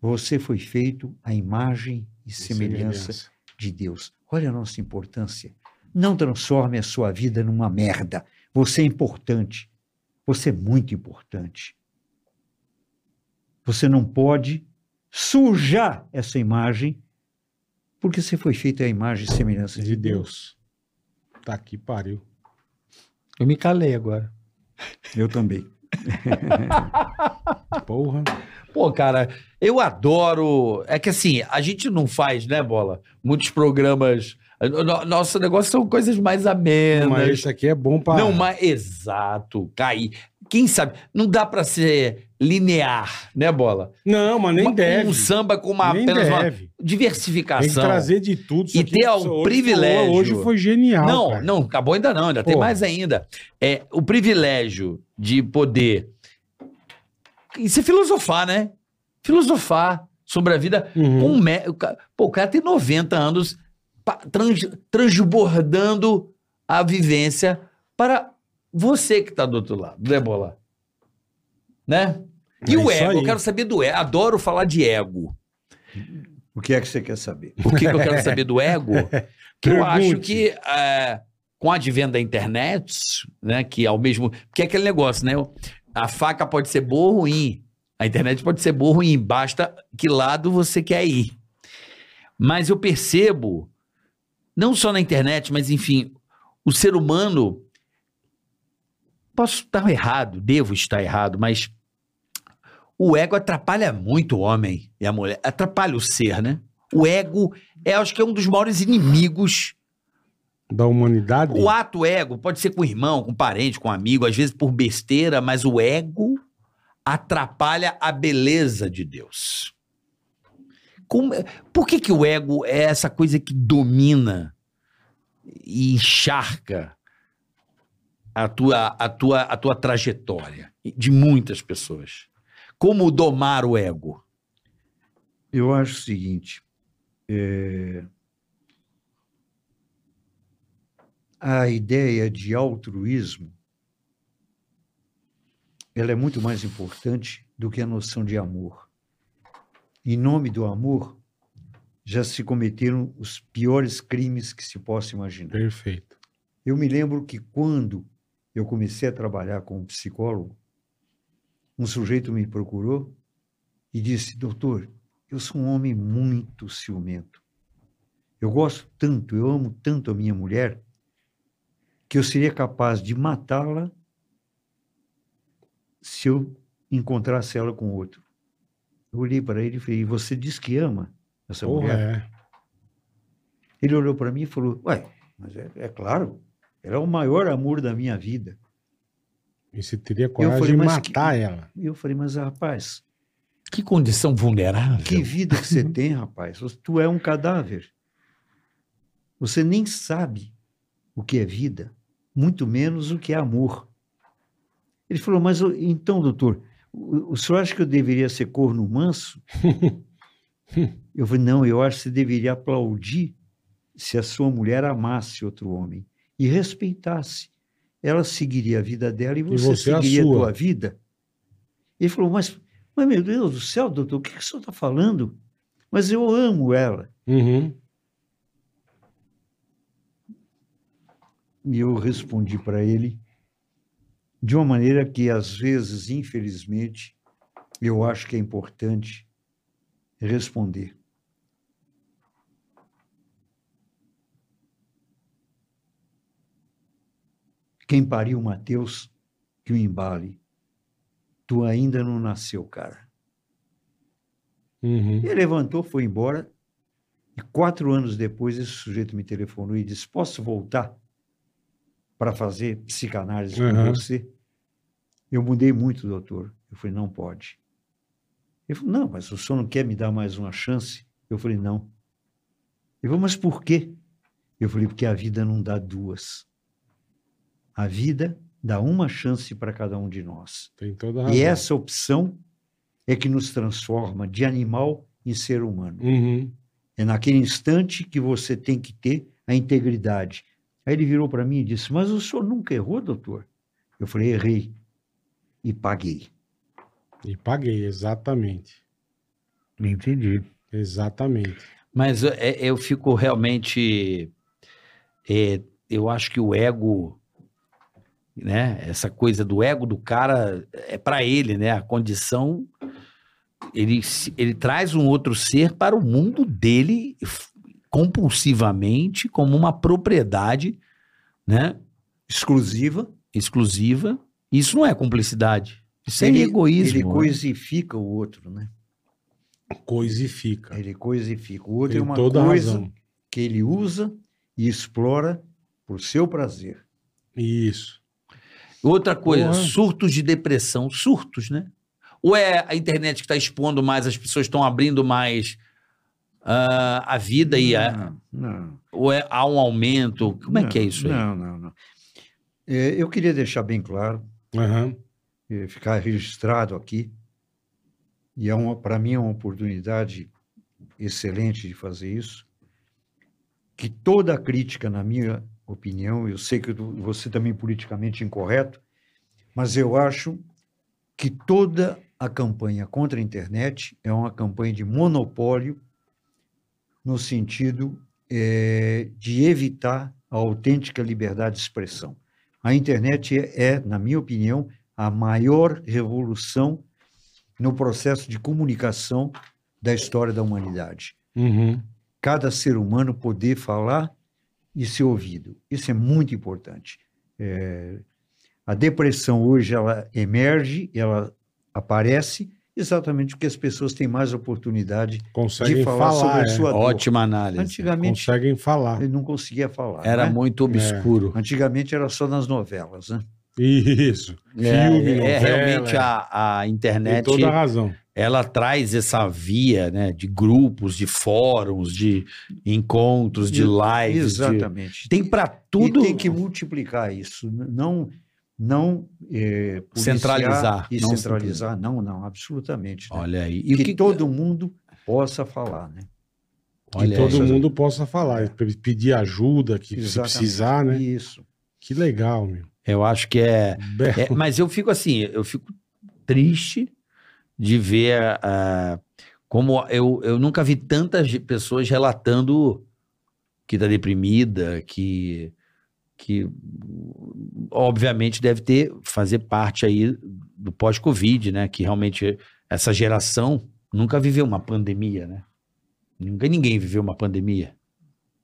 Speaker 1: Você foi feito à imagem e semelhança de Deus. Olha a nossa importância. Não transforme a sua vida numa merda. Você é importante. Você é muito importante. Você não pode sujar essa imagem, porque você foi feito à imagem e semelhança
Speaker 3: De Deus. Tá que pariu.
Speaker 4: Eu me calei agora.
Speaker 1: Eu também.
Speaker 3: Porra.
Speaker 4: Pô, cara, eu adoro. É que assim, a gente não faz, né, Bola? Muitos programas. No- Nosso negócio são coisas mais amenas.
Speaker 3: Mas isso aqui é bom pra.
Speaker 4: Não, mas exato, cair. Quem sabe? Não dá pra ser linear, né, bola?
Speaker 3: Não, mas nem
Speaker 4: Uma-
Speaker 3: deve.
Speaker 4: Um samba com uma
Speaker 3: nem
Speaker 4: apenas uma
Speaker 3: deve.
Speaker 4: diversificação.
Speaker 3: Tem que trazer de tudo. isso
Speaker 4: E
Speaker 3: aqui é
Speaker 4: ter o
Speaker 3: hoje foi-
Speaker 4: privilégio.
Speaker 3: hoje foi genial.
Speaker 4: não,
Speaker 3: cara.
Speaker 4: não, acabou ainda não, ainda tem
Speaker 3: Porra.
Speaker 4: mais ainda. É o privilégio de poder e se filosofar, né? Filosofar sobre a vida.
Speaker 3: Uhum.
Speaker 4: Um mé- o ca- Pô, o cara tem 90 anos pa- trans- transbordando a vivência para você que está do outro lado, né, Bola? Né? E
Speaker 3: É isso
Speaker 4: o ego,
Speaker 3: aí.
Speaker 4: eu quero saber do ego. Adoro falar de ego.
Speaker 1: O que é que você quer saber?
Speaker 4: O que, que eu quero saber do ego? Que eu acho
Speaker 3: Pergunte.
Speaker 4: que é, com o advento da internet, né, que ao mesmo... Porque é aquele negócio, né? A faca pode ser boa ou ruim. A internet pode ser boa ou ruim. Basta que lado você quer ir. Mas eu percebo, não só na internet, mas enfim, o ser humano... Posso estar errado, devo estar errado, mas... O ego atrapalha muito o homem e a mulher. Atrapalha o ser, né? O ego é, acho que é um dos maiores inimigos.
Speaker 1: Um
Speaker 3: Da humanidade.
Speaker 4: O ato ego pode ser com irmão, com parente, com amigo, às vezes por besteira, mas o ego atrapalha a beleza de Deus. Como é- por que, que o ego é essa coisa que domina e encharca a tua, a tua, a tua trajetória de muitas pessoas? Como domar o ego?
Speaker 1: Eu acho o seguinte: é, a ideia de altruísmo ela é muito mais importante do que a noção de amor. Em nome do amor, já se cometeram os piores crimes que se possa imaginar.
Speaker 3: Perfeito.
Speaker 1: Eu me lembro que quando eu comecei a trabalhar como psicólogo, um sujeito me procurou e disse: Doutor, eu sou um homem muito ciumento. Eu gosto tanto, eu amo tanto a minha mulher, que eu seria capaz de matá-la se eu encontrasse ela com outro. Eu olhei para ele e falei: Você diz que ama essa
Speaker 3: Porra,
Speaker 1: mulher?
Speaker 3: é.
Speaker 1: Ele olhou para mim e falou: Ué, mas é, é claro, era o maior amor da minha vida.
Speaker 3: é. E você teria coragem
Speaker 1: falei,
Speaker 3: de
Speaker 1: mas que-
Speaker 3: matar ela.
Speaker 1: E eu falei: Mas rapaz,
Speaker 4: Que condição vulnerável.
Speaker 1: que vida que você tem, rapaz? Você- Tu é um cadáver. Você nem sabe o que é vida, muito menos o que é amor. Ele falou: Mas ô, então, doutor, o, o senhor acha que eu deveria ser corno manso? eu falei: Não, eu acho que você deveria aplaudir se a sua mulher amasse outro homem e respeitasse. Ela seguiria a vida dela e você,
Speaker 3: você é a
Speaker 1: seguiria a
Speaker 3: sua.
Speaker 1: tua vida. Ele falou: Mas, mas meu Deus do céu, doutor, o que, que o senhor está falando? Mas eu amo ela.
Speaker 3: Uhum.
Speaker 1: E eu respondi para ele de uma maneira que, às vezes, infelizmente, eu acho que é importante responder. Quem pariu Mateus, que o embale. Tu ainda não nasceu, cara.
Speaker 3: Uhum.
Speaker 1: Ele levantou, foi embora. E quatro anos depois, esse sujeito me telefonou e disse: Posso voltar para fazer psicanálise
Speaker 3: Uhum.
Speaker 1: com você? Eu mudei muito, doutor. Eu falei: Não pode. Ele falou: Não, mas o senhor não quer me dar mais uma chance? Eu falei: Não. Ele falou: Mas por quê? Eu falei: Porque a vida não dá duas. A vida dá uma chance para cada um de nós.
Speaker 3: Tem toda a
Speaker 1: E essa opção é que nos transforma de animal em ser humano.
Speaker 3: Uhum.
Speaker 1: É naquele instante que você tem que ter a integridade. Aí ele virou para mim e disse: Mas o senhor nunca errou, doutor? Eu falei: Errei. E paguei.
Speaker 3: E paguei, exatamente.
Speaker 1: Entendi.
Speaker 3: Exatamente.
Speaker 4: Mas eu, é- eu fico realmente. é, eu acho que o ego, né? Essa coisa do ego do cara é para ele, né? A condição. Ele, se- ele traz um outro ser para o mundo dele f- compulsivamente, como uma propriedade, né?
Speaker 1: Exclusiva.
Speaker 4: Exclusiva. Isso não é cumplicidade. Isso
Speaker 1: Ele-
Speaker 4: é egoísmo.
Speaker 1: Ele
Speaker 4: né?
Speaker 1: coisifica o outro, né?
Speaker 3: Coisifica.
Speaker 1: Ele coisifica. O outro
Speaker 3: Tem
Speaker 1: é uma
Speaker 3: toda a
Speaker 1: coisa
Speaker 3: razão.
Speaker 1: que ele usa e explora por seu prazer.
Speaker 3: Isso.
Speaker 4: Outra coisa,
Speaker 3: Porra.
Speaker 4: surtos de depressão, surtos, né? Ou é a internet que está expondo mais, as pessoas estão abrindo mais ah, a vida e a-
Speaker 1: não.
Speaker 4: ou é, há um aumento? Como é
Speaker 1: Não,
Speaker 4: que é isso aí?
Speaker 1: Não, não, não. É, eu queria deixar bem claro,
Speaker 3: Aham.
Speaker 1: eh, ficar registrado aqui, e é para mim é uma oportunidade excelente de fazer isso, que toda a crítica, na minha opinião, eu sei que eu tô- você também politicamente incorreto, mas eu acho que toda a campanha contra a internet é uma campanha de monopólio no sentido eh, de evitar a autêntica liberdade de expressão. A internet é, é, na minha opinião, a maior revolução no processo de comunicação da história da humanidade.
Speaker 3: Uhum.
Speaker 1: Cada ser humano poder falar e ser ouvido. Isso é muito importante. Eh, a depressão hoje ela emerge, ela aparece exatamente porque as pessoas têm mais oportunidade
Speaker 3: Conseguem
Speaker 1: de falar,
Speaker 3: falar.
Speaker 1: sobre a
Speaker 3: é.
Speaker 1: sua Né, dor.
Speaker 4: Ótima análise.
Speaker 1: Antigamente
Speaker 3: Conseguem falar.
Speaker 1: ele não conseguia falar.
Speaker 4: Era
Speaker 1: né?
Speaker 4: muito obscuro.
Speaker 1: Antigamente era só nas novelas, né?
Speaker 3: Isso.
Speaker 4: É,
Speaker 3: Filme,
Speaker 4: é,
Speaker 3: novela,
Speaker 4: realmente
Speaker 3: é.
Speaker 4: a, a
Speaker 3: Tem
Speaker 4: internet,
Speaker 3: toda a razão.
Speaker 4: ela traz essa via, né, de grupos, de fóruns, de encontros, de
Speaker 1: E-
Speaker 4: lives. de-
Speaker 1: Exatamente.
Speaker 4: É, Tem para
Speaker 1: tudo
Speaker 4: tudo.
Speaker 1: e tem que multiplicar isso, n- não não eh, policiar
Speaker 4: Centralizar,
Speaker 1: e
Speaker 4: não
Speaker 1: centralizar, não, não, absolutamente. né?
Speaker 4: Olha aí. E
Speaker 1: que,
Speaker 4: o que
Speaker 1: todo mundo possa falar, né?
Speaker 3: Que
Speaker 4: Olha
Speaker 3: todo
Speaker 4: aí.
Speaker 3: mundo possa falar. Pe- Pedir ajuda, que se
Speaker 1: Exatamente.
Speaker 3: precisar, né?
Speaker 1: Isso.
Speaker 3: Que legal, meu.
Speaker 4: Eu acho que é
Speaker 3: Be-
Speaker 4: É, mas eu fico assim, eu fico triste de ver ah, como eu, eu nunca vi tantas ge- pessoas relatando que tá deprimida, que que obviamente deve ter fazer parte aí do pós-covid, né? Que realmente essa geração nunca viveu uma pandemia, né? Nunca ninguém viveu uma pandemia,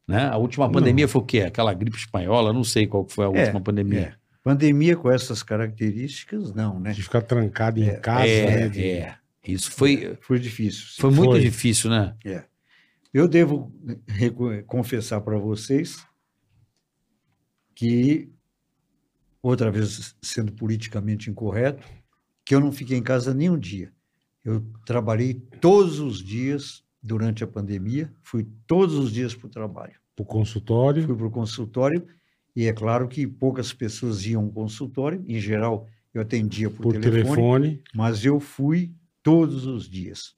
Speaker 4: né? A última pandemia foi o quê? Aquela gripe espanhola? Não sei qual que foi a
Speaker 1: É,
Speaker 4: última pandemia.
Speaker 1: é. Pandemia com essas características, não, né?
Speaker 3: De ficar trancado em casa,
Speaker 4: É,
Speaker 3: né? de-
Speaker 4: é. Isso foi,
Speaker 1: Foi difícil. sim.
Speaker 4: foi muito
Speaker 3: Foi.
Speaker 4: difícil, né?
Speaker 1: É. Eu devo reco- confessar para vocês que, outra vez sendo politicamente incorreto, que eu não fiquei em casa nem um dia. Eu trabalhei todos os dias durante a pandemia, fui todos os dias para o trabalho.
Speaker 3: Pro consultório.
Speaker 1: Fui para o consultório e é claro que poucas pessoas iam ao consultório, em geral eu atendia por,
Speaker 3: por
Speaker 1: telefone,
Speaker 3: telefone.
Speaker 1: mas eu fui todos os dias.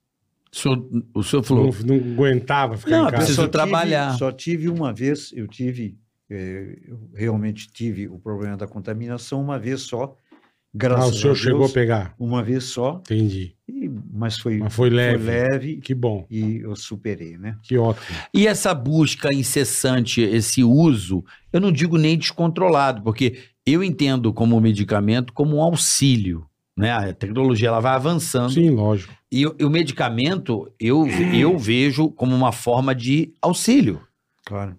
Speaker 4: O senhor, o senhor
Speaker 3: Não,
Speaker 4: falou,
Speaker 3: não aguentava ficar
Speaker 4: Não,
Speaker 3: em
Speaker 4: a
Speaker 3: casa.
Speaker 1: Eu
Speaker 4: pessoa-
Speaker 1: só
Speaker 4: trabalhar.
Speaker 1: Tive, só tive uma vez, eu tive, eh, eu realmente tive o problema da contaminação uma vez só,
Speaker 3: Ah,
Speaker 1: graças
Speaker 3: o senhor
Speaker 1: a Deus,
Speaker 3: chegou a pegar.
Speaker 1: uma vez só,
Speaker 3: Entendi.
Speaker 1: e- mas foi,
Speaker 3: Mas foi
Speaker 1: foi
Speaker 3: leve.
Speaker 1: leve
Speaker 3: Que bom.
Speaker 1: e eu superei, né?
Speaker 3: Que ótimo.
Speaker 4: e essa busca incessante, esse uso, eu não digo nem descontrolado, porque eu entendo como um medicamento como um auxílio, né? A tecnologia ela vai avançando
Speaker 3: Sim, lógico.
Speaker 4: E, o- e o medicamento, eu, eu vejo como uma forma de auxílio.
Speaker 1: Claro.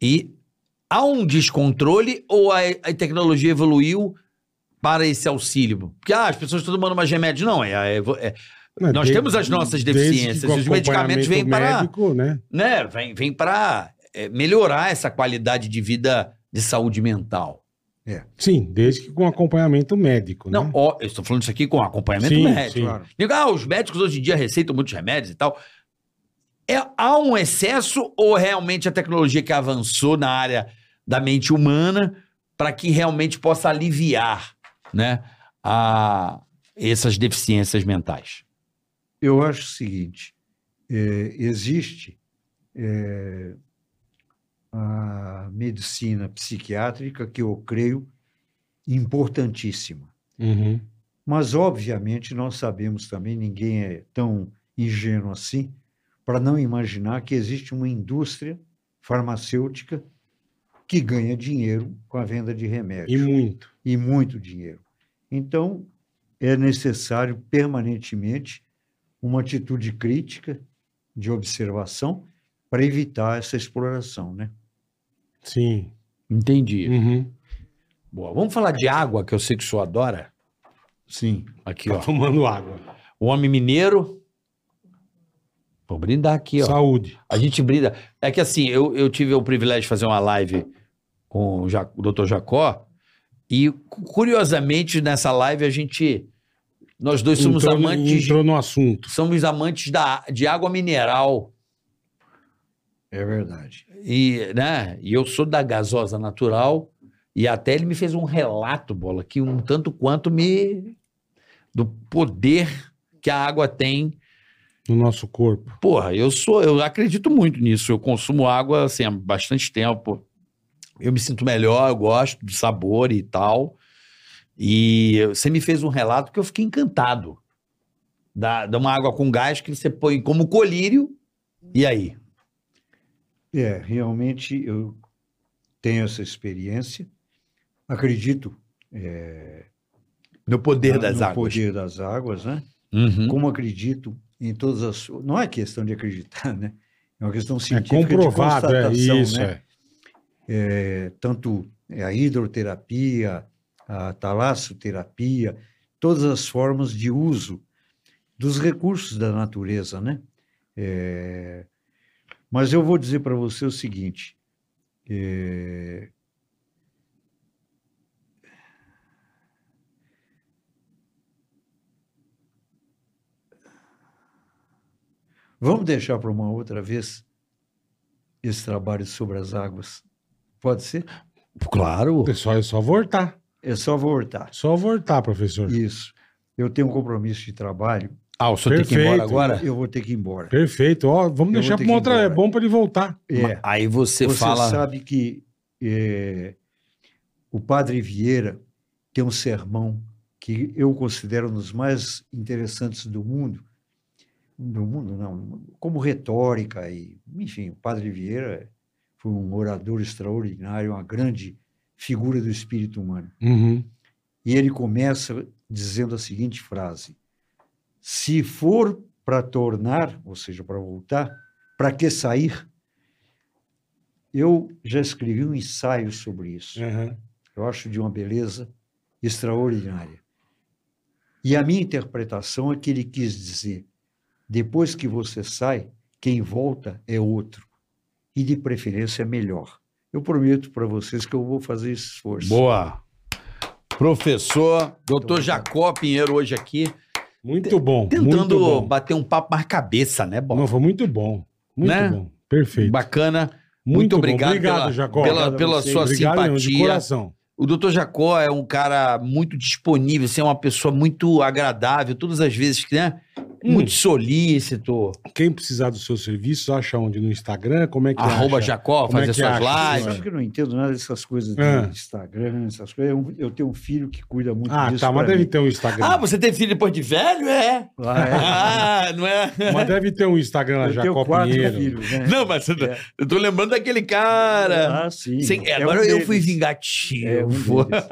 Speaker 4: E há um descontrole ou a, a tecnologia evoluiu para esse auxílio? Porque ah, as pessoas estão tomando mais remédio. Não, é, a evo- é-
Speaker 3: Né,
Speaker 4: Nós
Speaker 3: de-
Speaker 4: temos as nossas
Speaker 3: desde que
Speaker 4: deficiências,
Speaker 3: com
Speaker 4: os medicamentos vêm
Speaker 3: acompanhamento
Speaker 4: para-
Speaker 3: médico, né?
Speaker 4: né, vem, vem para é, melhorar essa qualidade de vida de saúde mental.
Speaker 3: Sim, desde que com acompanhamento médico,
Speaker 4: Não,
Speaker 3: né?
Speaker 4: ó, eu estou falando isso aqui com acompanhamento
Speaker 3: Sim,
Speaker 4: médico.
Speaker 3: sim.
Speaker 1: Claro.
Speaker 4: Digo, ah, os médicos hoje em dia receitam muitos remédios e tal. É, há um excesso ou realmente a tecnologia que avançou na área da mente humana para que realmente possa aliviar né, a essas deficiências mentais?
Speaker 1: Eu acho o seguinte: eh, existe eh, a medicina psiquiátrica, que eu creio importantíssima.
Speaker 3: Uhum.
Speaker 1: Mas, obviamente, nós sabemos também, ninguém é tão ingênuo assim, para não imaginar que existe uma indústria farmacêutica que ganha dinheiro com a venda de
Speaker 3: E
Speaker 1: remédios,
Speaker 3: muito.
Speaker 1: e, muito dinheiro. Então, é necessário permanentemente uma atitude crítica de observação para evitar essa exploração, né?
Speaker 3: Sim.
Speaker 4: Entendi.
Speaker 3: Uhum.
Speaker 4: Boa. Vamos falar de água, que eu sei que o senhor adora.
Speaker 1: Sim.
Speaker 4: Aqui,
Speaker 3: Tá
Speaker 4: ó.
Speaker 3: tomando água.
Speaker 4: O homem mineiro. Vou brindar aqui, ó.
Speaker 3: Saúde.
Speaker 4: A gente brinda. É que assim, eu, eu tive o privilégio de fazer uma live com o, Ja- o Dr. Jacó. E cu- curiosamente, nessa live, a gente. Nós dois somos
Speaker 3: entrou, no-
Speaker 4: amantes.
Speaker 3: entrou no assunto.
Speaker 4: Somos amantes da, de água mineral.
Speaker 1: É verdade.
Speaker 4: E, né? e eu sou da gasosa natural. E até ele me fez um relato, bola, que um tanto quanto me. do poder que a água tem
Speaker 3: No nosso corpo.
Speaker 4: Porra, eu sou, eu acredito muito nisso. Eu consumo água assim, há bastante tempo. Eu me sinto melhor, eu gosto do sabor e tal. E você me fez um relato que eu fiquei encantado. Da, de uma água com gás que você põe como colírio. E aí?
Speaker 1: É, realmente eu tenho essa experiência. Acredito
Speaker 4: No poder
Speaker 1: na-
Speaker 4: das
Speaker 1: Tá, no
Speaker 4: águas.
Speaker 1: Ah, poder das águas, né?
Speaker 4: Uhum.
Speaker 1: Como acredito em todas as. Não é questão de acreditar, né? É uma questão científica
Speaker 3: é comprovado,
Speaker 1: de
Speaker 3: é
Speaker 1: constatação,
Speaker 3: isso.
Speaker 1: né? É, tanto é, a hidroterapia, a talassoterapia, todas as formas de uso dos recursos da natureza, né? É, mas eu vou dizer para você o seguinte: é, Vamos deixar para uma outra vez esse trabalho sobre as águas? Pode ser?
Speaker 4: Claro.
Speaker 3: É. É só, é só voltar.
Speaker 1: É só voltar.
Speaker 3: Só voltar, professor.
Speaker 1: Isso. Eu tenho um compromisso de trabalho.
Speaker 4: Ah, o senhor tem que ir embora
Speaker 3: Perfeito.
Speaker 4: agora?
Speaker 1: Eu vou ter que ir embora.
Speaker 3: Perfeito. Ó, vamos
Speaker 1: Eu
Speaker 3: deixar
Speaker 1: vou
Speaker 3: para uma
Speaker 1: ter que ir
Speaker 3: outra. É
Speaker 1: embora.
Speaker 3: bom para ele voltar.
Speaker 1: É,
Speaker 4: Aí você,
Speaker 1: você
Speaker 4: fala.
Speaker 1: sabe que é, o padre Vieira tem um sermão que eu considero um dos mais interessantes do mundo. Do mundo, não. Como retórica e... Enfim, o padre Vieira foi um orador extraordinário, uma grande figura do espírito humano.
Speaker 3: Uhum.
Speaker 1: E ele começa dizendo a seguinte frase: Se for para tornar, ou seja, para voltar, para que sair? Eu já escrevi um ensaio sobre isso.
Speaker 3: Uhum.
Speaker 1: Eu acho de uma beleza extraordinária. E a minha interpretação é que ele quis dizer: depois que você sai, quem volta é outro. E de preferência melhor. Eu prometo para vocês que eu vou fazer esse esforço.
Speaker 4: Boa. Professor,
Speaker 1: Então,
Speaker 4: doutor Jacó Pinheiro hoje aqui.
Speaker 3: Muito bom. muito
Speaker 4: Tentando
Speaker 3: bom.
Speaker 4: bater um papo mais cabeça, né, Bob?
Speaker 3: Não, foi muito bom. Muito
Speaker 4: Né?
Speaker 3: bom. Perfeito.
Speaker 4: Bacana. Muito,
Speaker 3: bom.
Speaker 4: obrigado, pela,
Speaker 3: Jacó.
Speaker 4: pela,
Speaker 1: Obrigado a
Speaker 4: pela
Speaker 1: vocês.
Speaker 4: sua
Speaker 3: Obrigado mesmo, de
Speaker 4: simpatia.
Speaker 3: coração.
Speaker 4: O doutor Jacó é um cara muito disponível, assim, é uma pessoa muito agradável, todas as vezes, que, né?
Speaker 3: Hum.
Speaker 4: Muito solícito.
Speaker 3: Quem precisar do seu serviço, acha onde? No Instagram? Como é que
Speaker 4: arroba
Speaker 3: acha?
Speaker 4: Jacó,
Speaker 3: Como é
Speaker 4: fazer
Speaker 3: que
Speaker 4: suas
Speaker 3: acha?
Speaker 1: Eu
Speaker 4: lives.
Speaker 1: acho que eu não entendo nada dessas coisas de
Speaker 3: Ah.
Speaker 1: Instagram, essas coisas. Eu, eu tenho um filho que cuida muito
Speaker 3: Ah,
Speaker 1: disso.
Speaker 3: tá, mas
Speaker 1: pra
Speaker 3: deve
Speaker 1: mim.
Speaker 3: ter um Instagram.
Speaker 4: Ah, você teve filho depois de velho? É.
Speaker 1: Ah,
Speaker 4: Ah, não é?
Speaker 3: Mas deve ter um Instagram
Speaker 1: é.
Speaker 3: lá,
Speaker 1: Eu tenho
Speaker 3: Jacó
Speaker 1: quatro
Speaker 3: Pinheiro.
Speaker 1: filhos, né?
Speaker 4: Não, mas eu tô,
Speaker 3: É.
Speaker 4: eu tô lembrando daquele cara.
Speaker 1: Ah, sim.
Speaker 4: Sem-
Speaker 1: É um
Speaker 4: agora eu
Speaker 1: deles.
Speaker 4: fui
Speaker 1: É um
Speaker 4: vingativo.
Speaker 1: deles.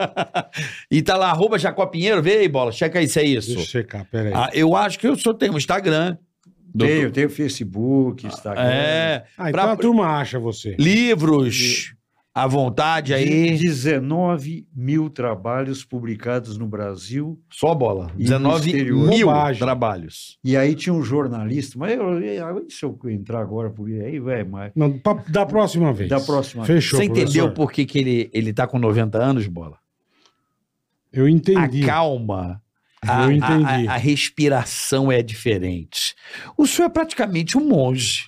Speaker 4: e tá lá, arroba Jacó Pinheiro, vê aí, bola, checa aí se é isso.
Speaker 3: Deixa eu checar, peraí.
Speaker 4: É. Ah, eu acho que eu sou, tenho um Instagram.
Speaker 1: Tenho, tenho Facebook, Instagram.
Speaker 4: É,
Speaker 3: Ah, então
Speaker 4: Pra-
Speaker 3: a turma acha você.
Speaker 4: livros à vontade
Speaker 1: De
Speaker 4: aí.
Speaker 1: 19 mil trabalhos publicados no Brasil.
Speaker 4: Só bola.
Speaker 1: E
Speaker 4: 19
Speaker 1: exterior.
Speaker 4: mil
Speaker 3: Bobagem.
Speaker 4: trabalhos.
Speaker 1: E aí tinha um jornalista, mas eu, eu, se eu entrar agora por aí, vai, mas.
Speaker 3: Não, pa- da próxima vez.
Speaker 1: Da próxima vez.
Speaker 3: Fechou,
Speaker 4: Você entendeu
Speaker 3: professor?
Speaker 4: por que, que ele, ele tá com 90 anos, bola?
Speaker 3: Eu entendi.
Speaker 4: A calma,
Speaker 3: Eu
Speaker 4: a, a-
Speaker 3: entendi.
Speaker 4: a- a respiração é diferente. O senhor é praticamente um monge.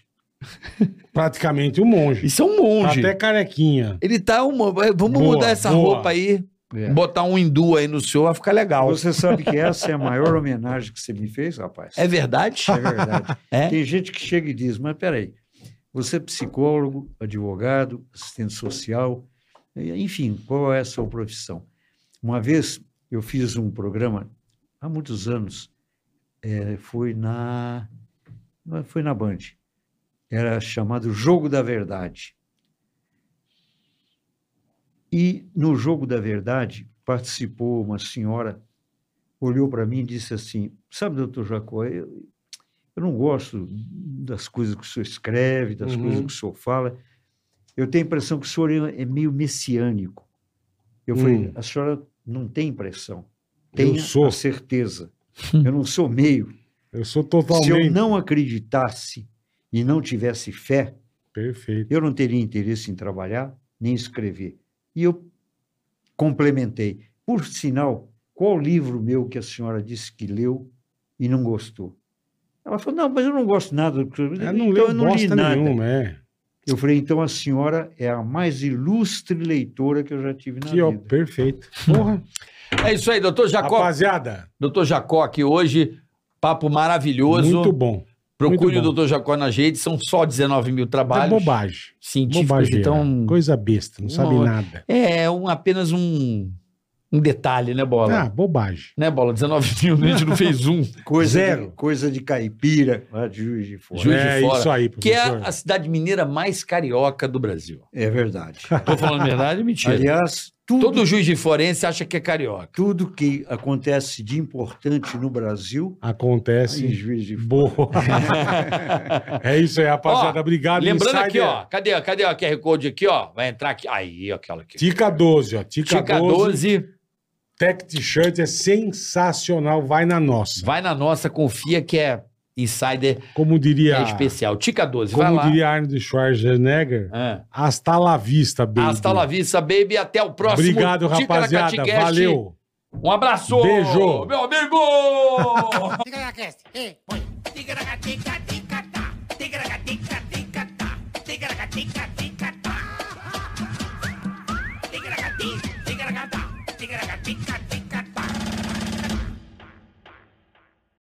Speaker 3: Praticamente um monge.
Speaker 4: Isso é um
Speaker 3: Tá
Speaker 4: monge.
Speaker 3: até carequinha.
Speaker 4: Ele tá um. mo- Vamos
Speaker 3: Boa,
Speaker 4: mudar essa
Speaker 3: boa.
Speaker 4: roupa aí,
Speaker 1: É.
Speaker 4: botar um hindu aí no senhor, vai ficar legal.
Speaker 1: Você sabe que essa é a maior homenagem que você me fez, rapaz?
Speaker 4: É verdade?
Speaker 1: É verdade.
Speaker 4: É?
Speaker 1: Tem gente que chega e diz, mas peraí, você é psicólogo, advogado, assistente social, eh, enfim, qual é a sua profissão? Uma vez eu fiz um programa, há muitos anos, eh, foi na não, foi na Band, era chamado Jogo da Verdade. E no Jogo da Verdade participou uma senhora, olhou para mim e disse assim, sabe, doutor Jacó, eu, eu não gosto das coisas que o senhor escreve, das
Speaker 3: Uhum.
Speaker 1: coisas que o senhor fala. Eu tenho a impressão que o senhor é é meio messiânico. Eu falei,
Speaker 3: Hum.
Speaker 1: a senhora não tem impressão.
Speaker 3: Eu
Speaker 1: Tenha
Speaker 3: sou.
Speaker 1: a certeza. Eu não sou meio.
Speaker 3: Eu sou
Speaker 1: Se
Speaker 3: totalmente.
Speaker 1: eu não acreditasse e não tivesse fé,
Speaker 3: Perfeito.
Speaker 1: eu não teria interesse em trabalhar nem escrever. E eu complementei. Por sinal, qual livro meu que a senhora disse que leu e não gostou? Ela falou: não, mas eu não gosto nada do Então, que você
Speaker 3: Eu não
Speaker 4: então
Speaker 3: leio bosta nenhuma, é.
Speaker 1: Eu falei: então a senhora é a mais ilustre leitora que eu já tive na
Speaker 3: Que, ó,
Speaker 1: vida.
Speaker 3: perfeito. Porra.
Speaker 4: É isso aí, doutor Jacó.
Speaker 3: Rapaziada,
Speaker 4: Doutor Jacó aqui hoje, papo maravilhoso.
Speaker 3: muito bom.
Speaker 4: Procure
Speaker 3: muito bom.
Speaker 4: o doutor Jacó nas redes, são só 19 mil
Speaker 3: É
Speaker 4: trabalhos
Speaker 3: bobagem.
Speaker 4: científicos,
Speaker 3: Bobagem.
Speaker 4: Tipo
Speaker 3: né?
Speaker 4: então...
Speaker 3: Coisa besta, não sabe
Speaker 4: Uma-
Speaker 3: nada.
Speaker 4: É um, apenas um, um detalhe, né, Bola?
Speaker 3: Ah, bobagem.
Speaker 4: Né, Bola? 19 mil, né? a gente não fez um.
Speaker 1: Coisa
Speaker 3: Zero.
Speaker 1: De, coisa de caipira, lá de Juiz de Fora.
Speaker 4: Juiz de
Speaker 3: é
Speaker 4: Fora,
Speaker 3: isso aí,
Speaker 4: Que é
Speaker 3: professor.
Speaker 4: a cidade mineira mais carioca do Brasil.
Speaker 1: É verdade.
Speaker 4: Tô falando verdade? Mentira.
Speaker 3: é
Speaker 1: Aliás,
Speaker 3: um
Speaker 1: tudo,
Speaker 4: Todo juiz de forense acha que é carioca.
Speaker 1: tudo que acontece de importante no Brasil, em
Speaker 3: Acontece.
Speaker 1: Juiz de Fora.
Speaker 3: Boa. é isso aí, rapaziada.
Speaker 4: Ó,
Speaker 3: Obrigado.
Speaker 4: Lembrando aqui,
Speaker 3: Insider.
Speaker 4: ó. Cadê, cadê o QR Code aqui, ó? Vai entrar aqui. Aí, ó, aquela aqui.
Speaker 3: Tica 12, ó. Tica,
Speaker 4: Tica
Speaker 3: 12.
Speaker 4: 12,
Speaker 3: Tech T-shirt é sensacional. Vai na nossa.
Speaker 4: vai na nossa, confia que é insider,
Speaker 3: Como diria,
Speaker 4: é especial. Tica 12, vai
Speaker 3: como
Speaker 4: lá.
Speaker 3: diria Arnold Schwarzenegger,
Speaker 4: Ah.
Speaker 3: hasta la vista, baby.
Speaker 4: Hasta la vista, baby. Até o próximo.
Speaker 3: Obrigado, rapaziada.
Speaker 4: Ticaracatecast.
Speaker 3: Valeu.
Speaker 4: Um abraço.
Speaker 3: Beijo.
Speaker 4: Meu amigo.
Speaker 2: Ticaracast, ei, põe. Ticaracatica, ticatá. Ticaracatica, ticatá. Ticaracatica, ticatá. Ticaracati, ticaracatá. Ticaracatica, ticatá.